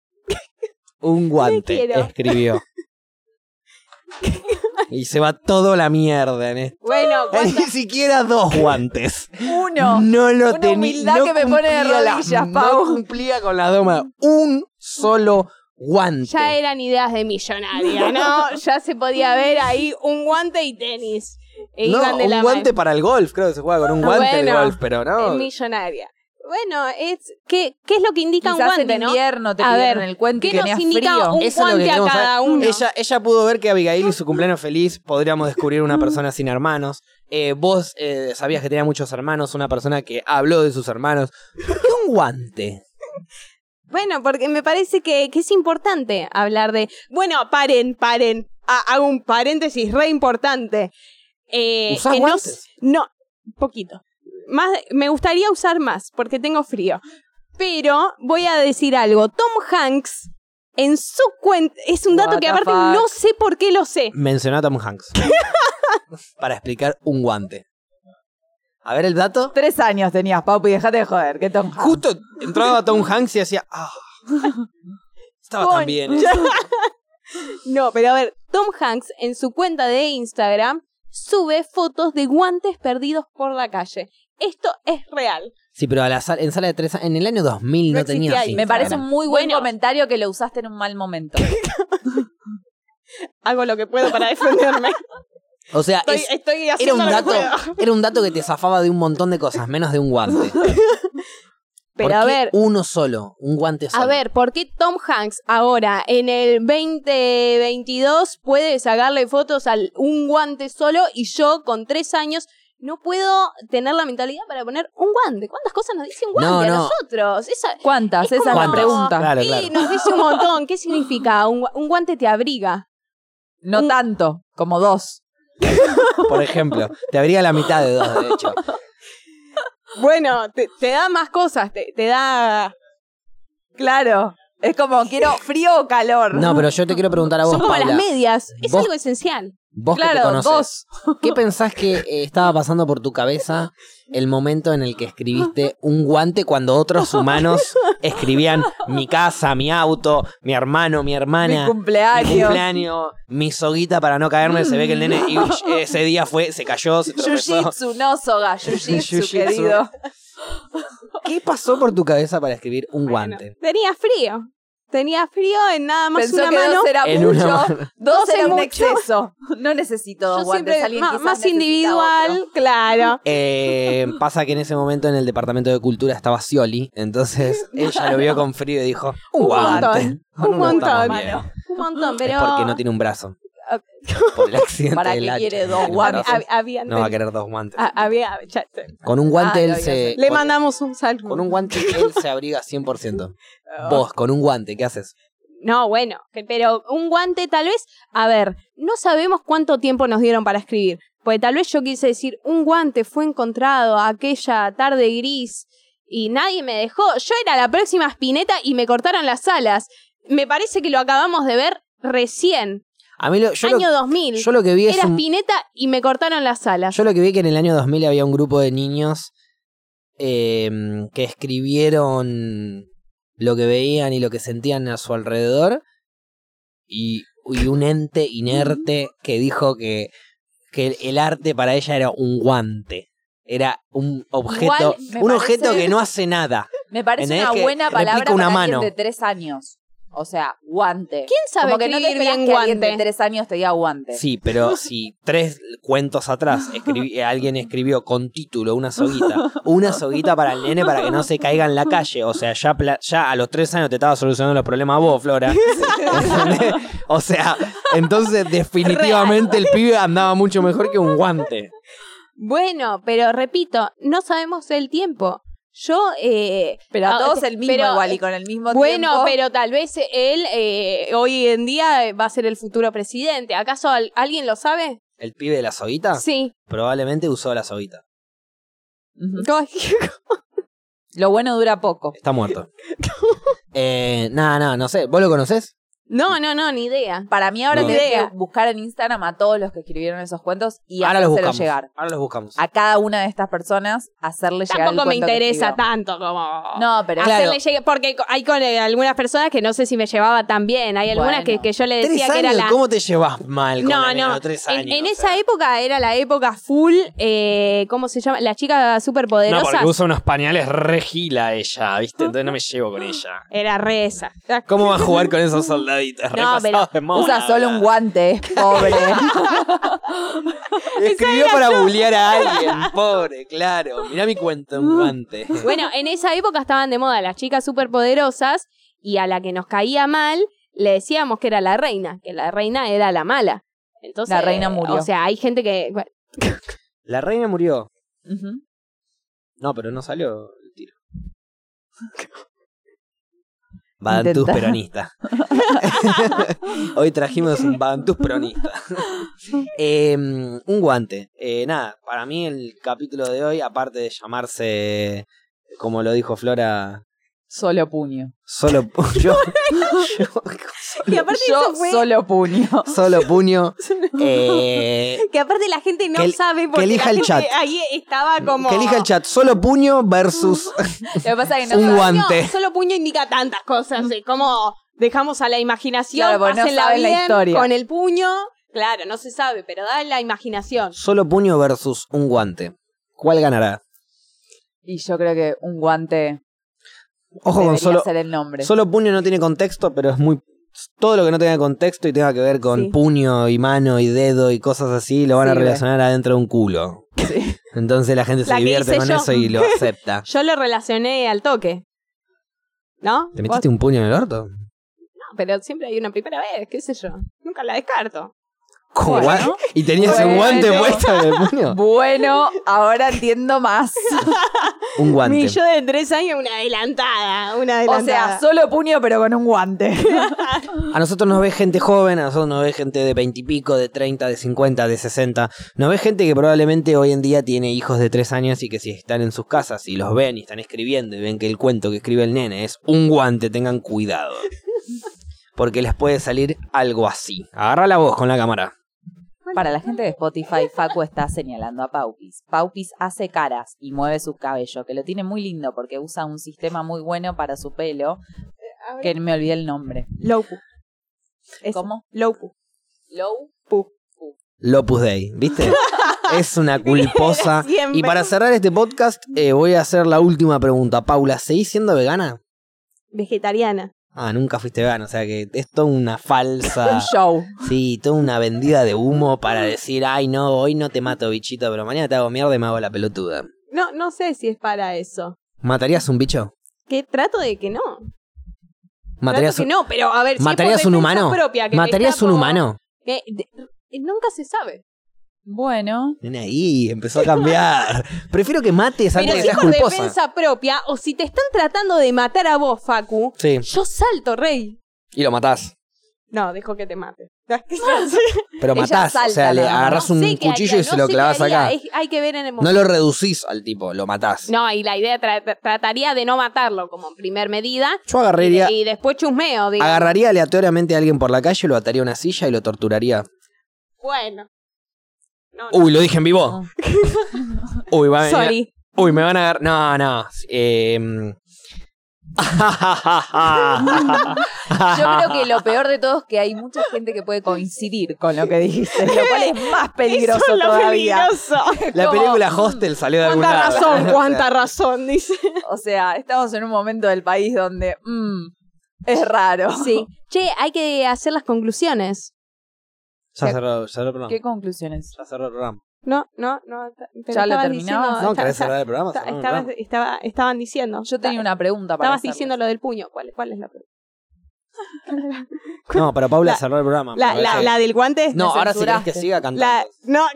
Speaker 1: Un guante.
Speaker 2: quiero.
Speaker 1: Escribió. Y se va todo la mierda en esto.
Speaker 2: Bueno,
Speaker 1: Ni
Speaker 2: cuando-
Speaker 1: siquiera dos guantes.
Speaker 3: Uno.
Speaker 1: No lo
Speaker 3: Una
Speaker 1: tenía.
Speaker 3: humildad
Speaker 1: no
Speaker 3: que me pone de
Speaker 1: cumplía la-
Speaker 3: rodillas,
Speaker 1: No
Speaker 3: Pau.
Speaker 1: cumplía con la doma. Un solo guante.
Speaker 2: ya eran ideas de millonaria, ¿no? ya se podía ver ahí un guante y tenis. E
Speaker 1: No,
Speaker 2: iban de
Speaker 1: un
Speaker 2: la
Speaker 1: guante para el golf, creo que se juega con un guante de
Speaker 2: Bueno,
Speaker 1: golf, pero
Speaker 2: mano.
Speaker 1: no.
Speaker 2: Eh, millonaria. Bueno, es ¿qué, qué es lo que indica
Speaker 3: Quizás
Speaker 2: un guante,
Speaker 3: en
Speaker 2: no?
Speaker 3: invierno te
Speaker 2: A
Speaker 3: pidieron
Speaker 2: ver,
Speaker 3: el cuento y
Speaker 2: ¿Qué nos
Speaker 3: tenías
Speaker 2: indica
Speaker 3: frío.
Speaker 2: un
Speaker 1: Eso es lo que
Speaker 2: guante a
Speaker 1: queremos
Speaker 2: cada
Speaker 1: saber.
Speaker 2: uno?
Speaker 1: Ella, ella pudo ver que Abigail y su cumpleaños feliz podríamos descubrir una persona sin hermanos. Eh, vos eh, sabías que tenía muchos hermanos, una persona que habló de sus hermanos. ¿Por qué un guante?
Speaker 2: Bueno, porque me parece que, que es importante hablar de. Bueno, paren, paren. Ha- hago un paréntesis re importante. Eh,
Speaker 1: ¿Usás
Speaker 2: que no
Speaker 1: guantes?
Speaker 2: s- No, poquito. Más, me gustaría usar más porque tengo frío. Pero voy a decir algo. Tom Hanks, en su cuenta. Es un dato
Speaker 3: What
Speaker 2: que
Speaker 3: the
Speaker 2: aparte
Speaker 3: fuck?
Speaker 2: no sé por qué lo sé.
Speaker 1: Mencionó a Tom Hanks. para explicar un guante. A ver el dato.
Speaker 3: Tres años tenías, Papi, dejate de joder, que Tom Hanks.
Speaker 1: Justo entraba Tom Hanks y hacía. "Ah". Estaba tan
Speaker 2: Con-
Speaker 1: bien. ¿eh?
Speaker 2: No, pero a ver, Tom Hanks en su cuenta de Instagram sube fotos de guantes perdidos por la calle. Esto es real.
Speaker 1: Sí, pero a la sal- en sala de tres a- en el año 2000 no,
Speaker 2: No
Speaker 1: tenía
Speaker 2: existía
Speaker 1: así.
Speaker 3: Me parece
Speaker 1: Instagram.
Speaker 3: un muy buen
Speaker 2: Bueno.
Speaker 3: comentario que lo usaste en un mal momento.
Speaker 2: Hago lo que puedo para defenderme.
Speaker 1: O sea,
Speaker 2: Estoy,
Speaker 1: es-
Speaker 2: estoy
Speaker 1: era,
Speaker 2: haciendo
Speaker 1: un
Speaker 2: lo que
Speaker 1: dato,
Speaker 2: puedo.
Speaker 1: era un dato que te zafaba de un montón de cosas, menos de un guante. ¿Por
Speaker 2: Pero a
Speaker 1: qué
Speaker 2: ver,
Speaker 1: Uno solo, un guante solo.
Speaker 2: a ver, ¿por qué Tom Hanks ahora en el 2022 puede sacarle fotos a un guante solo y yo con tres años no puedo tener la mentalidad para poner un guante? ¿Cuántas cosas nos dice un guante
Speaker 1: No,
Speaker 2: a
Speaker 1: no.
Speaker 2: nosotros? Esa,
Speaker 3: ¿Cuántas?
Speaker 2: Es
Speaker 3: Esa es
Speaker 2: como-
Speaker 3: la pregunta.
Speaker 1: Claro,
Speaker 2: Sí,
Speaker 1: claro.
Speaker 2: nos dice un montón. ¿Qué significa? Un, gua- un guante te abriga.
Speaker 3: No tanto, como dos.
Speaker 1: Por ejemplo, te abría la mitad de dos, de hecho.
Speaker 2: Bueno, te, te da más cosas, te, te da...
Speaker 3: Claro. Es como, quiero frío o calor.
Speaker 1: No, pero yo te quiero preguntar a vos,
Speaker 2: Son como
Speaker 1: Paula.
Speaker 2: las medias, es
Speaker 1: vos-
Speaker 2: algo esencial.
Speaker 1: Vos que te
Speaker 3: claro,
Speaker 1: conoces,
Speaker 3: dos.
Speaker 1: ¿Qué pensás que eh, estaba pasando por tu cabeza el momento en el que escribiste un guante cuando otros humanos escribían mi casa, mi auto, mi hermano, mi
Speaker 3: Mi
Speaker 1: hermana, mi
Speaker 3: cumpleaños.
Speaker 1: cumpleaños, mi soguita para no caerme? Se ve que el nene y- ese día fue, se cayó, se tropezó.
Speaker 3: Jiu-jitsu, no soga. Jiu-jitsu,
Speaker 1: Jiu-jitsu.
Speaker 3: querido.
Speaker 1: ¿Qué pasó por tu cabeza para escribir un guante?
Speaker 2: Tenía frío. Tenía frío en nada más
Speaker 3: Pensó
Speaker 2: una
Speaker 3: que
Speaker 2: mano.
Speaker 3: dos era
Speaker 1: En
Speaker 3: mucho.
Speaker 1: una mano.
Speaker 3: Dos
Speaker 2: Dos
Speaker 3: era
Speaker 2: es
Speaker 3: un
Speaker 2: mucho.
Speaker 3: exceso. No necesito dos
Speaker 2: Yo
Speaker 3: guantes.
Speaker 2: siempre
Speaker 3: Alguien
Speaker 2: ma-
Speaker 3: quizás
Speaker 2: más
Speaker 3: necesita
Speaker 2: individual,
Speaker 3: otro.
Speaker 2: claro.
Speaker 1: Eh, pasa que en ese momento en el departamento de cultura estaba Scioli, entonces ella lo vio con frío y dijo, un
Speaker 2: Un
Speaker 1: guante.
Speaker 2: montón,
Speaker 1: No,
Speaker 2: un
Speaker 1: no estamos
Speaker 2: montón.
Speaker 1: bien.
Speaker 2: Un montón,
Speaker 1: Es
Speaker 2: pero...
Speaker 1: porque no tiene un brazo. Por el accidente
Speaker 3: Ah, ¿Para
Speaker 1: del
Speaker 3: qué
Speaker 1: hacha.
Speaker 3: quiere dos
Speaker 1: Tiene un
Speaker 3: guantes?
Speaker 1: brazo.
Speaker 2: Hab- habían
Speaker 1: No va a
Speaker 2: ten-
Speaker 1: querer dos guantes.
Speaker 2: ha- había- ya sé.
Speaker 1: Con un guante
Speaker 3: Ah,
Speaker 1: él
Speaker 3: lo
Speaker 1: se.
Speaker 2: Le
Speaker 1: con,
Speaker 2: mandamos un saludo.
Speaker 1: con un guante él se abriga 100%.
Speaker 3: Oh.
Speaker 1: Vos, con un guante, ¿qué haces?
Speaker 2: No, bueno, que- pero un guante tal vez, a ver, no sabemos cuánto tiempo nos dieron para escribir, porque tal vez yo quise decir, un guante fue encontrado aquella tarde gris y nadie me dejó. Yo era la próxima espineta y me cortaron las alas. Me parece que lo acabamos de ver recién,
Speaker 1: A mí lo, yo,
Speaker 2: año
Speaker 1: lo,
Speaker 2: 2000.
Speaker 1: yo lo que vi es
Speaker 2: era
Speaker 1: un-
Speaker 2: espineta y me cortaron las alas.
Speaker 1: Yo lo que vi que en el año 2000 había un grupo de niños em, que escribieron lo que veían y lo que sentían a su alrededor y, y un ente inerte que dijo que, que el- el arte para ella era un guante. Era un objeto,
Speaker 3: Igual, me
Speaker 1: un
Speaker 3: parece-
Speaker 1: objeto que no hace nada.
Speaker 3: Me parece
Speaker 1: ¿Entendés
Speaker 3: una
Speaker 1: que
Speaker 3: buena
Speaker 1: le
Speaker 3: palabra
Speaker 1: pica una
Speaker 3: para alguien
Speaker 1: mano?
Speaker 3: de tres años. O sea, guante.
Speaker 2: ¿Quién sabe
Speaker 3: Como que no te
Speaker 2: escribir
Speaker 3: esperás
Speaker 2: bien
Speaker 3: que alguien de
Speaker 2: guante?
Speaker 3: tres años te diga guante.
Speaker 2: Este.
Speaker 1: Sí, pero si tres cuentos atrás escribí- alguien escribió con título una soguita, una soguita para el nene para que no se caiga en la calle, o sea, ya, pla- ya a los tres años te estaba solucionando los problemas vos, Flora. ¿Entendés? o sea, entonces definitivamente el pibe andaba mucho mejor que un guante.
Speaker 2: Bueno, pero repito, no sabemos el tiempo. Yo, eh,
Speaker 3: Pero
Speaker 2: Ah,
Speaker 3: a todos
Speaker 2: te-
Speaker 3: el mismo
Speaker 2: pero-
Speaker 3: igual y con el mismo
Speaker 2: bueno,
Speaker 3: tiempo.
Speaker 2: pero tal vez él eh, hoy en día va a ser el futuro presidente. ¿Acaso al- alguien lo sabe?
Speaker 1: ¿El pibe de la
Speaker 3: Ah.
Speaker 1: soguita?
Speaker 2: Sí.
Speaker 1: Probablemente usó la soguita.
Speaker 3: Ujú.
Speaker 2: Ay,
Speaker 3: Lo bueno dura poco.
Speaker 1: Está muerto. Eh, nada, nada, no sé. ¿Vos lo conocés?
Speaker 2: No, no, no, ni idea.
Speaker 3: Para mí ahora
Speaker 1: No.
Speaker 3: tenés
Speaker 2: Idea.
Speaker 3: que buscar en Instagram a todos los que escribieron esos cuentos y
Speaker 1: Ahora los
Speaker 3: hacérselo
Speaker 1: buscamos.
Speaker 3: llegar.
Speaker 1: Ahora los buscamos.
Speaker 3: A cada una de estas personas hacerle llegar el
Speaker 2: Tampoco me
Speaker 3: cuento que
Speaker 2: interesa
Speaker 3: escribió.
Speaker 2: tanto como...
Speaker 3: No, pero
Speaker 1: Claro.
Speaker 2: hacerle llegue- porque co- hay con eh, algunas personas que no sé si me llevaba tan bien. Hay algunas
Speaker 3: Bueno.
Speaker 2: que, que yo le
Speaker 1: Tres
Speaker 2: decía que era
Speaker 1: años,
Speaker 2: la.
Speaker 1: ¿cómo te llevas mal con
Speaker 2: no,
Speaker 1: la nena
Speaker 2: no.
Speaker 1: de tres
Speaker 2: En-
Speaker 1: años?
Speaker 2: en
Speaker 1: O
Speaker 2: esa
Speaker 1: sea.
Speaker 2: época era la época full, eh, ¿cómo se llama? La chica
Speaker 1: No,
Speaker 2: superpoderosa.
Speaker 1: porque usa unos pañales regila ella, ¿viste? Entonces no me llevo con ella.
Speaker 2: Era re esa.
Speaker 1: ¿Cómo va a jugar con esos soldaditos?
Speaker 2: No, pero
Speaker 3: Usa solo un guante, pobre.
Speaker 1: Escribió para bullear a alguien, pobre, claro. Mirá mi cuento en guante.
Speaker 2: Bueno, en esa época estaban de moda las chicas superpoderosas y a la que nos caía mal le decíamos que era la reina, que la reina era la mala. Entonces,
Speaker 3: La reina murió.
Speaker 2: O sea, hay gente que. bueno,
Speaker 1: La reina murió.
Speaker 3: Ujú.
Speaker 1: No, pero no salió el tiro. Badantús
Speaker 3: Intenta.
Speaker 1: peronista. Hoy trajimos un Badantús peronista. Eh, un guante. Eh, nada, para mí el capítulo de hoy, aparte de llamarse, como lo dijo Flora,
Speaker 3: Solo puño.
Speaker 1: solo pu- yo, yo-
Speaker 2: que aparte
Speaker 3: Yo
Speaker 2: eso fue-
Speaker 3: solo puño.
Speaker 1: solo puño. eh,
Speaker 2: Que aparte la gente no
Speaker 1: Que el-
Speaker 2: sabe porque
Speaker 1: elija
Speaker 2: la
Speaker 1: el
Speaker 2: gente
Speaker 1: chat.
Speaker 2: ahí estaba como.
Speaker 1: que elija el chat, solo puño versus
Speaker 3: Lo que pasa es que no
Speaker 1: un
Speaker 3: saben-
Speaker 1: guante.
Speaker 2: No, solo puño indica tantas cosas. eh, Como dejamos a la imaginación,
Speaker 3: Claro, porque no
Speaker 2: pásenla
Speaker 3: saben la
Speaker 2: bien
Speaker 3: historia.
Speaker 2: con el puño. Claro, no se sabe, pero da la imaginación.
Speaker 1: Solo puño versus un guante. ¿Cuál ganará?
Speaker 3: Y yo creo que un guante
Speaker 1: Ojo
Speaker 3: debería
Speaker 1: con solo,
Speaker 3: ser el nombre.
Speaker 1: Solo puño no tiene contexto, pero es muy. Todo lo que no tenga contexto y tenga que ver con
Speaker 2: Sí.
Speaker 1: puño y mano y dedo y cosas así, lo van a
Speaker 3: Sirve.
Speaker 1: relacionar adentro de un culo.
Speaker 3: Sí.
Speaker 1: Entonces la gente se
Speaker 2: La que
Speaker 1: divierte
Speaker 2: hice
Speaker 1: con
Speaker 2: yo.
Speaker 1: eso y lo acepta.
Speaker 2: Yo lo relacioné al toque. ¿No?
Speaker 1: ¿Te metiste un puño en el orto?
Speaker 2: Vos- Pero siempre hay una primera vez, qué sé yo. Nunca la descarto.
Speaker 1: ¿Con
Speaker 3: Bueno.
Speaker 1: guan- ¿Y tenías un
Speaker 3: Bueno.
Speaker 1: guante puesto en el puño?
Speaker 3: Bueno, ahora entiendo más.
Speaker 1: Un
Speaker 2: Mi
Speaker 1: guante.
Speaker 2: yo de tres años, una adelantada. Una
Speaker 3: O
Speaker 2: adelantada.
Speaker 3: sea, solo puño, pero con un guante.
Speaker 1: A nosotros nos ve gente joven, a nosotros nos ve gente de veintipico, de treinta, de cincuenta, de sesenta. Nos ve gente que probablemente hoy en día tiene hijos de tres años y que si están en sus casas y los ven y están escribiendo y ven que el cuento que escribe el nene es un guante, tengan cuidado. Porque les puede salir algo así. Agarra la voz con la cámara.
Speaker 3: Para la gente de Spotify, Facu está señalando a Paupis. Paupis hace caras y mueve su cabello, que lo tiene muy lindo porque usa un sistema muy bueno para su pelo, que me olvidé el nombre.
Speaker 2: Lowpu. Ese.
Speaker 3: ¿Cómo?
Speaker 2: Lowpu.
Speaker 3: Low.
Speaker 1: Lopus Day, ¿viste? Es una culposa.
Speaker 2: Siempre.
Speaker 1: Y para cerrar este podcast, eh, voy a hacer la última pregunta. Paula, ¿seguís siendo vegana?
Speaker 2: Vegetariana.
Speaker 1: Ah, nunca fuiste vegana, o sea que es toda una falsa.
Speaker 3: Un show.
Speaker 1: Sí, toda una vendida de humo para
Speaker 2: Mm.
Speaker 1: decir, ay no, hoy no te mato bichito, pero mañana te hago mierda y me hago la pelotuda.
Speaker 2: No, no sé si es para eso.
Speaker 1: ¿Matarías un bicho?
Speaker 2: Que trato de que no.
Speaker 1: ¿Matarías
Speaker 2: trato
Speaker 1: un,
Speaker 2: que no, pero a ver, si es por
Speaker 1: ¿matarías un
Speaker 2: defensa
Speaker 1: humano?
Speaker 2: propia, que
Speaker 1: ¿Matarías
Speaker 2: está
Speaker 1: un
Speaker 2: como-
Speaker 1: humano?
Speaker 2: que de- nunca se sabe.
Speaker 3: Bueno.
Speaker 1: Ven ahí, empezó a cambiar. Prefiero que mates antes
Speaker 2: Pero
Speaker 1: que
Speaker 2: si es
Speaker 1: seas
Speaker 2: por
Speaker 1: culposa.
Speaker 2: defensa propia, o si te están tratando de matar a vos, Facu,
Speaker 1: Sí,
Speaker 2: yo salto, rey.
Speaker 1: y lo matás.
Speaker 2: No, dijo que te mate.
Speaker 1: Pero
Speaker 3: Ella
Speaker 1: matás, o sea,
Speaker 3: salta,
Speaker 1: le
Speaker 3: nada más.
Speaker 1: agarrás un cuchillo y se lo clavas acá.
Speaker 2: hay que ver en el momento.
Speaker 1: No lo reducís al tipo, lo matás.
Speaker 2: No, y la idea tra- tra- trataría de no matarlo como en primer medida
Speaker 1: Yo
Speaker 2: y,
Speaker 1: agarraría,
Speaker 2: y después chusmeo, digo.
Speaker 1: agarraría aleatoriamente a alguien por la calle, lo ataría a una silla y lo torturaría.
Speaker 2: Bueno. No, no.
Speaker 1: Uy, lo dije en vivo. Uy, va a venir-
Speaker 2: Sorry.
Speaker 1: Uy, me van a agarrar. No, no. Eh...
Speaker 3: Yo creo que lo peor de todo es que hay mucha gente que puede coincidir con lo que dijiste, lo cual es más peligroso
Speaker 2: Eso es lo
Speaker 3: todavía.
Speaker 2: peligroso.
Speaker 1: La
Speaker 3: como-
Speaker 1: película Hostel salió de algún
Speaker 2: Cuánta
Speaker 1: lado.
Speaker 2: razón, cuánta razón, dice.
Speaker 3: O sea, estamos en un momento del país donde mm, es raro.
Speaker 2: Sí. Che, hay que hacer las conclusiones.
Speaker 1: Ya cerró, ya cerró el programa.
Speaker 3: ¿Qué conclusiones?
Speaker 1: Ya cerró el programa.
Speaker 2: No, no, no. t- pero
Speaker 3: ¿Ya lo
Speaker 2: estabas
Speaker 3: terminabas?
Speaker 2: diciendo-
Speaker 1: No,
Speaker 2: esta-
Speaker 1: ¿querés
Speaker 2: esta-
Speaker 1: cerrar el programa?
Speaker 2: esta-
Speaker 1: Cerramos el
Speaker 2: estabas-
Speaker 1: programa.
Speaker 2: estaba- estaban diciendo.
Speaker 3: Yo tenía una pregunta para
Speaker 2: Estabas
Speaker 3: hacerles.
Speaker 2: diciendo lo del puño. ¿Cuál, cuál es la pregunta?
Speaker 1: No, pero Paula
Speaker 2: La-
Speaker 1: cerró el programa.
Speaker 2: La,
Speaker 1: Ah, me
Speaker 2: la,
Speaker 1: parece.
Speaker 2: la del guante.
Speaker 1: no, ahora sí querés que
Speaker 3: censuraste.
Speaker 1: siga cantando.
Speaker 2: La, no,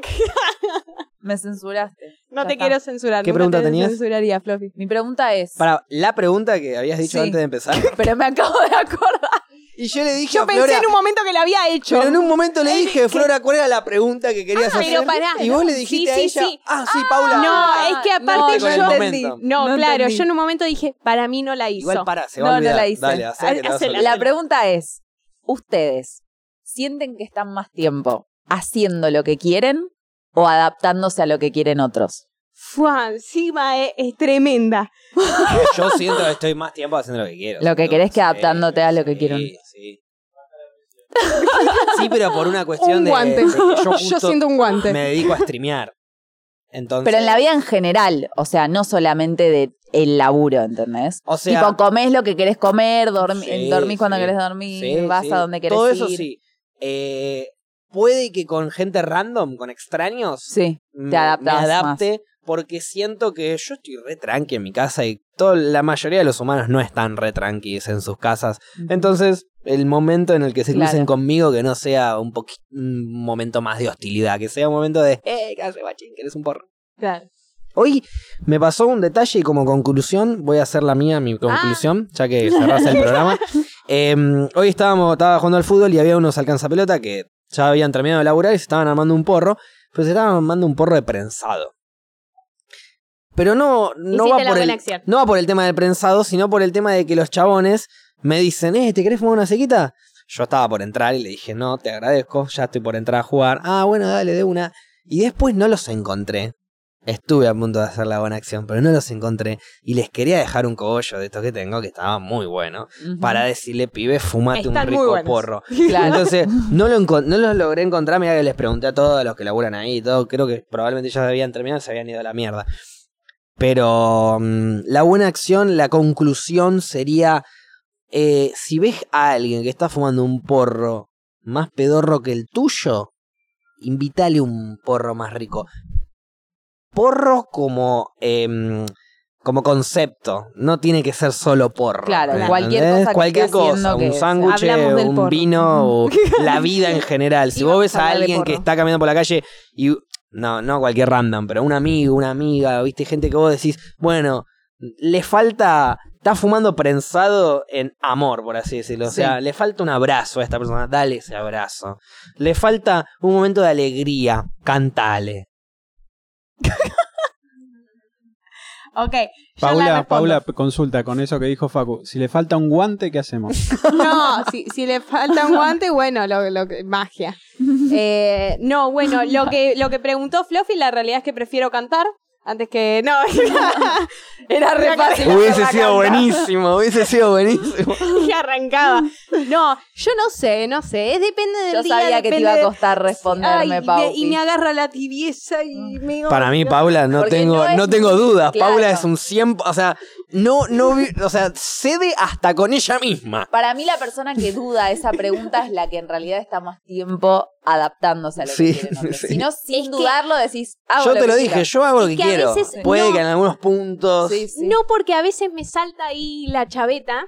Speaker 3: Me censuraste.
Speaker 2: no
Speaker 3: Ya
Speaker 2: te
Speaker 3: está.
Speaker 2: quiero censurar.
Speaker 1: ¿Qué
Speaker 2: nunca
Speaker 1: pregunta
Speaker 2: te
Speaker 1: tenías?
Speaker 2: censuraría, Fluffy.
Speaker 3: Mi pregunta es,
Speaker 1: Para la pregunta que habías dicho
Speaker 3: Sí.
Speaker 1: antes de empezar.
Speaker 3: pero me acabo de acordar.
Speaker 1: Y yo le dije
Speaker 2: Yo
Speaker 1: a Flora.
Speaker 2: pensé en un momento que la había hecho.
Speaker 1: Pero en un momento le dije, Flora, ¿cuál era la pregunta que querías
Speaker 2: Ah,
Speaker 1: hacer?
Speaker 2: pero pará.
Speaker 1: Y vos le
Speaker 2: Sí,
Speaker 1: dijiste
Speaker 2: sí,
Speaker 1: a ella,
Speaker 2: sí.
Speaker 1: ah, sí, Paula.
Speaker 2: No, es que
Speaker 1: no,
Speaker 2: aparte yo-
Speaker 1: no entendí.
Speaker 2: No,
Speaker 3: No
Speaker 2: claro,
Speaker 3: entendí.
Speaker 2: yo en un momento dije, para mí no la hizo.
Speaker 1: Igual para, se va a
Speaker 3: No, no
Speaker 1: olvidar.
Speaker 3: la hice.
Speaker 1: Dale, hacé que te vas a
Speaker 2: Hacela.
Speaker 1: olvidar.
Speaker 3: La pregunta es, ¿ustedes sienten que están más tiempo haciendo lo que quieren o adaptándose a lo que quieren otros?
Speaker 2: Fua, encima es, es tremenda.
Speaker 1: Yo siento que estoy más tiempo haciendo lo que quiero.
Speaker 3: Lo que
Speaker 1: ¿no?
Speaker 3: querés que
Speaker 1: Sí,
Speaker 3: adaptándote a lo que
Speaker 1: sí,
Speaker 3: quiero.
Speaker 1: Sí, Sí, pero por una cuestión
Speaker 2: Un
Speaker 1: de.
Speaker 2: guante.
Speaker 1: de que yo, justo
Speaker 2: siento un guante.
Speaker 1: me dedico a streamear. Entonces.
Speaker 3: Pero en la vida en general, o sea, no solamente de el laburo, ¿entendés?
Speaker 1: O sea,
Speaker 3: tipo, comés lo que querés comer, dormi-
Speaker 1: Sí,
Speaker 3: dormís cuando
Speaker 1: sí.
Speaker 3: querés dormir,
Speaker 1: sí,
Speaker 3: vas
Speaker 1: sí.
Speaker 3: a donde querés
Speaker 1: Todo
Speaker 3: ir.
Speaker 1: eso sí. Eh, puede que con gente random, con extraños,
Speaker 3: Sí,
Speaker 1: me,
Speaker 3: te adaptás
Speaker 1: me adapte porque siento que yo estoy re tranqui en mi casa y todo, la mayoría de los humanos no están re tranquis en sus casas.
Speaker 3: más.
Speaker 1: Entonces, el momento en el que se
Speaker 3: Claro.
Speaker 1: crucen conmigo, que no sea un, poqui- un momento más de hostilidad, que sea un momento de, eh, ¿qué hace, bachín? ¿Querés un porro? Hoy me pasó un detalle y como conclusión, voy a hacer la mía,
Speaker 2: Ah.
Speaker 1: mi conclusión, ya que cerrás el programa. Em, hoy estábamos, estaba jugando al fútbol y había unos alcanzapelota que ya habían terminado de laburar y se estaban armando un porro, pero se estaban armando un porro de prensado. Pero no, no
Speaker 2: Hiciste
Speaker 1: va
Speaker 2: la
Speaker 1: por
Speaker 2: buena
Speaker 1: el,
Speaker 2: acción.
Speaker 1: no va por el tema del prensado, sino por el tema de que los chabones me dicen, eh, ¿te querés fumar una sequita? Yo estaba por entrar y le dije, no, te agradezco, ya estoy por entrar a jugar. Ah, bueno, dale, de una. Y después no los encontré. Estuve a punto de hacer la buena acción, pero no los encontré. Y les quería dejar un cogollo de estos que tengo, que estaba muy bueno,
Speaker 3: Ujú.
Speaker 1: para decirle, pibe, fumate un
Speaker 2: Están muy
Speaker 1: rico
Speaker 2: buenos.
Speaker 1: porro.
Speaker 3: Claro.
Speaker 1: Entonces, no, lo encon- no los logré encontrar. Mirá que les pregunté a todos los que laburan ahí y todo. Creo que probablemente ya habían terminado y se habían ido a la mierda. Pero mm, la buena acción, la conclusión sería: eh, si ves a alguien que está fumando un porro más pedorro que el tuyo, invítale un porro más rico. Porro como. em, como concepto, no tiene que ser solo porro.
Speaker 3: Claro,
Speaker 1: ¿me
Speaker 3: cualquier
Speaker 1: entendés?
Speaker 3: cosa que
Speaker 1: Cualquier
Speaker 3: esté
Speaker 1: cosa,
Speaker 3: haciendo
Speaker 1: un
Speaker 3: que-
Speaker 1: sándwich,
Speaker 2: Hablamos del
Speaker 1: un
Speaker 2: porro.
Speaker 1: vino, o la vida en general. Si
Speaker 3: Y
Speaker 1: vos
Speaker 3: vamos
Speaker 1: ves
Speaker 3: a
Speaker 1: a
Speaker 3: hablar de
Speaker 1: alguien que
Speaker 3: porro.
Speaker 1: está caminando por la calle y no, no cualquier random, pero un amigo, una amiga, viste gente que vos decís, bueno, le falta está fumando prensado en amor, por así decirlo, o
Speaker 3: Sí.
Speaker 1: sea, le falta un abrazo a esta persona, dale ese abrazo. Le falta un momento de alegría, cantale.
Speaker 2: Ok. yo la
Speaker 4: Paula,
Speaker 2: respondo.
Speaker 4: Paula consulta con eso que dijo Facu. Si le falta un guante, ¿qué hacemos?
Speaker 2: No, si, si le falta un guante, bueno, lo, lo que- magia. Eh, no, bueno, lo que, lo que preguntó Fluffy, la realidad es que prefiero cantar antes que. No,
Speaker 3: Era re fácil.
Speaker 1: Hubiese
Speaker 3: hacerla
Speaker 1: sido
Speaker 3: cantar.
Speaker 1: buenísimo, hubiese sido buenísimo.
Speaker 2: y arrancaba. No, yo no sé, no sé. Es depende del
Speaker 3: Yo
Speaker 2: día.
Speaker 3: sabía que te
Speaker 2: depende
Speaker 3: iba a
Speaker 2: de-
Speaker 3: costar
Speaker 2: Ay,
Speaker 3: responderme,
Speaker 2: y me-
Speaker 3: Pau. Ah.
Speaker 2: y me agarra la tibieza y me.
Speaker 1: Para mí, Paula, no
Speaker 3: Porque
Speaker 1: tengo,
Speaker 3: no
Speaker 1: no,
Speaker 3: es-
Speaker 1: tengo dudas.
Speaker 3: Claro.
Speaker 1: Paula es un 100, o sea, no, no, vi- o sea, cede hasta con ella misma.
Speaker 3: Para mí la persona que duda esa pregunta es la que en realidad está más tiempo adaptándose a lo
Speaker 1: Sí,
Speaker 3: que quieren otros.
Speaker 1: sí.
Speaker 3: Si no, sin
Speaker 2: Es que-
Speaker 3: dudarlo decís, hago
Speaker 1: Yo
Speaker 3: lo
Speaker 1: te lo
Speaker 3: que
Speaker 1: dije,
Speaker 3: quiero.
Speaker 1: yo hago lo que,
Speaker 2: que a
Speaker 1: quiero.
Speaker 2: veces-
Speaker 1: Puede
Speaker 2: no.
Speaker 1: que en algunos puntos.
Speaker 3: Sí, sí.
Speaker 2: No, porque a veces me salta ahí la chaveta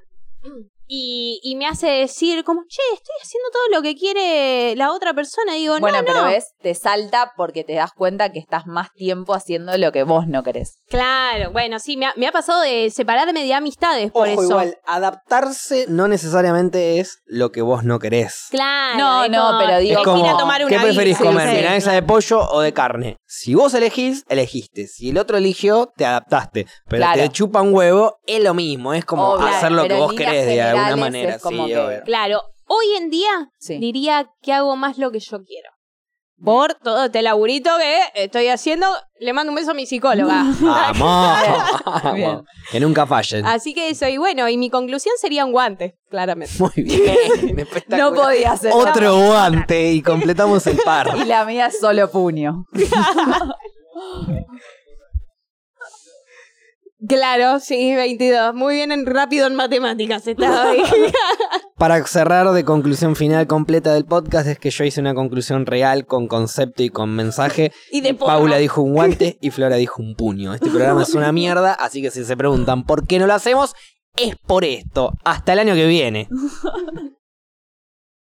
Speaker 2: y, y me hace decir como, che, estoy haciendo todo lo que quiere la otra persona. Y digo,
Speaker 3: bueno,
Speaker 2: no,
Speaker 3: pero
Speaker 2: no.
Speaker 3: ves, te salta porque te das cuenta que estás más tiempo haciendo lo que vos no querés.
Speaker 2: Claro, bueno, sí, me ha, me ha pasado de separarme de amistades por
Speaker 1: Ojo,
Speaker 2: eso.
Speaker 1: igual, adaptarse no necesariamente es lo que vos no querés.
Speaker 2: Claro.
Speaker 3: No,
Speaker 2: es
Speaker 3: no,
Speaker 2: como,
Speaker 3: pero digo
Speaker 2: es
Speaker 3: como,
Speaker 2: ir a tomar una
Speaker 1: ¿Qué preferís
Speaker 2: birra.
Speaker 1: comer?
Speaker 2: Sí, sí.
Speaker 1: ¿Milanesa de pollo o de carne? Si vos elegís, elegiste. Si el otro eligió, te adaptaste. Pero
Speaker 3: Claro.
Speaker 1: te chupa un huevo, es lo mismo. Es como
Speaker 3: Obvio,
Speaker 1: hacer lo que
Speaker 3: pero
Speaker 1: vos
Speaker 3: en líneas
Speaker 1: querés de alguna
Speaker 3: generales
Speaker 1: manera.
Speaker 3: es como
Speaker 1: sí,
Speaker 3: que-
Speaker 1: obvio.
Speaker 2: Claro, hoy en día
Speaker 3: Sí.
Speaker 2: diría que hago más lo que yo quiero. Por todo este laburito que estoy haciendo, le mando un beso a mi psicóloga.
Speaker 1: ¡Vamos!
Speaker 3: Bien.
Speaker 1: Vamos. Que nunca fallen.
Speaker 2: Así que eso, y bueno, y mi conclusión sería un guante, claramente.
Speaker 1: Muy bien. espectacular.
Speaker 3: No podía ser.
Speaker 1: Otro guante y completamos el par.
Speaker 3: Y la mía es solo puño.
Speaker 2: Claro, sí, 22. Muy bien, en- rápido en matemáticas estaba ahí.
Speaker 1: Para cerrar de conclusión final completa del podcast es que yo hice una conclusión real con concepto y con mensaje.
Speaker 2: y de porro.
Speaker 1: Paula dijo un guante y Flora dijo un puño. Este programa es una mierda, así que si se preguntan por qué no lo hacemos, es por esto. Hasta el año que viene.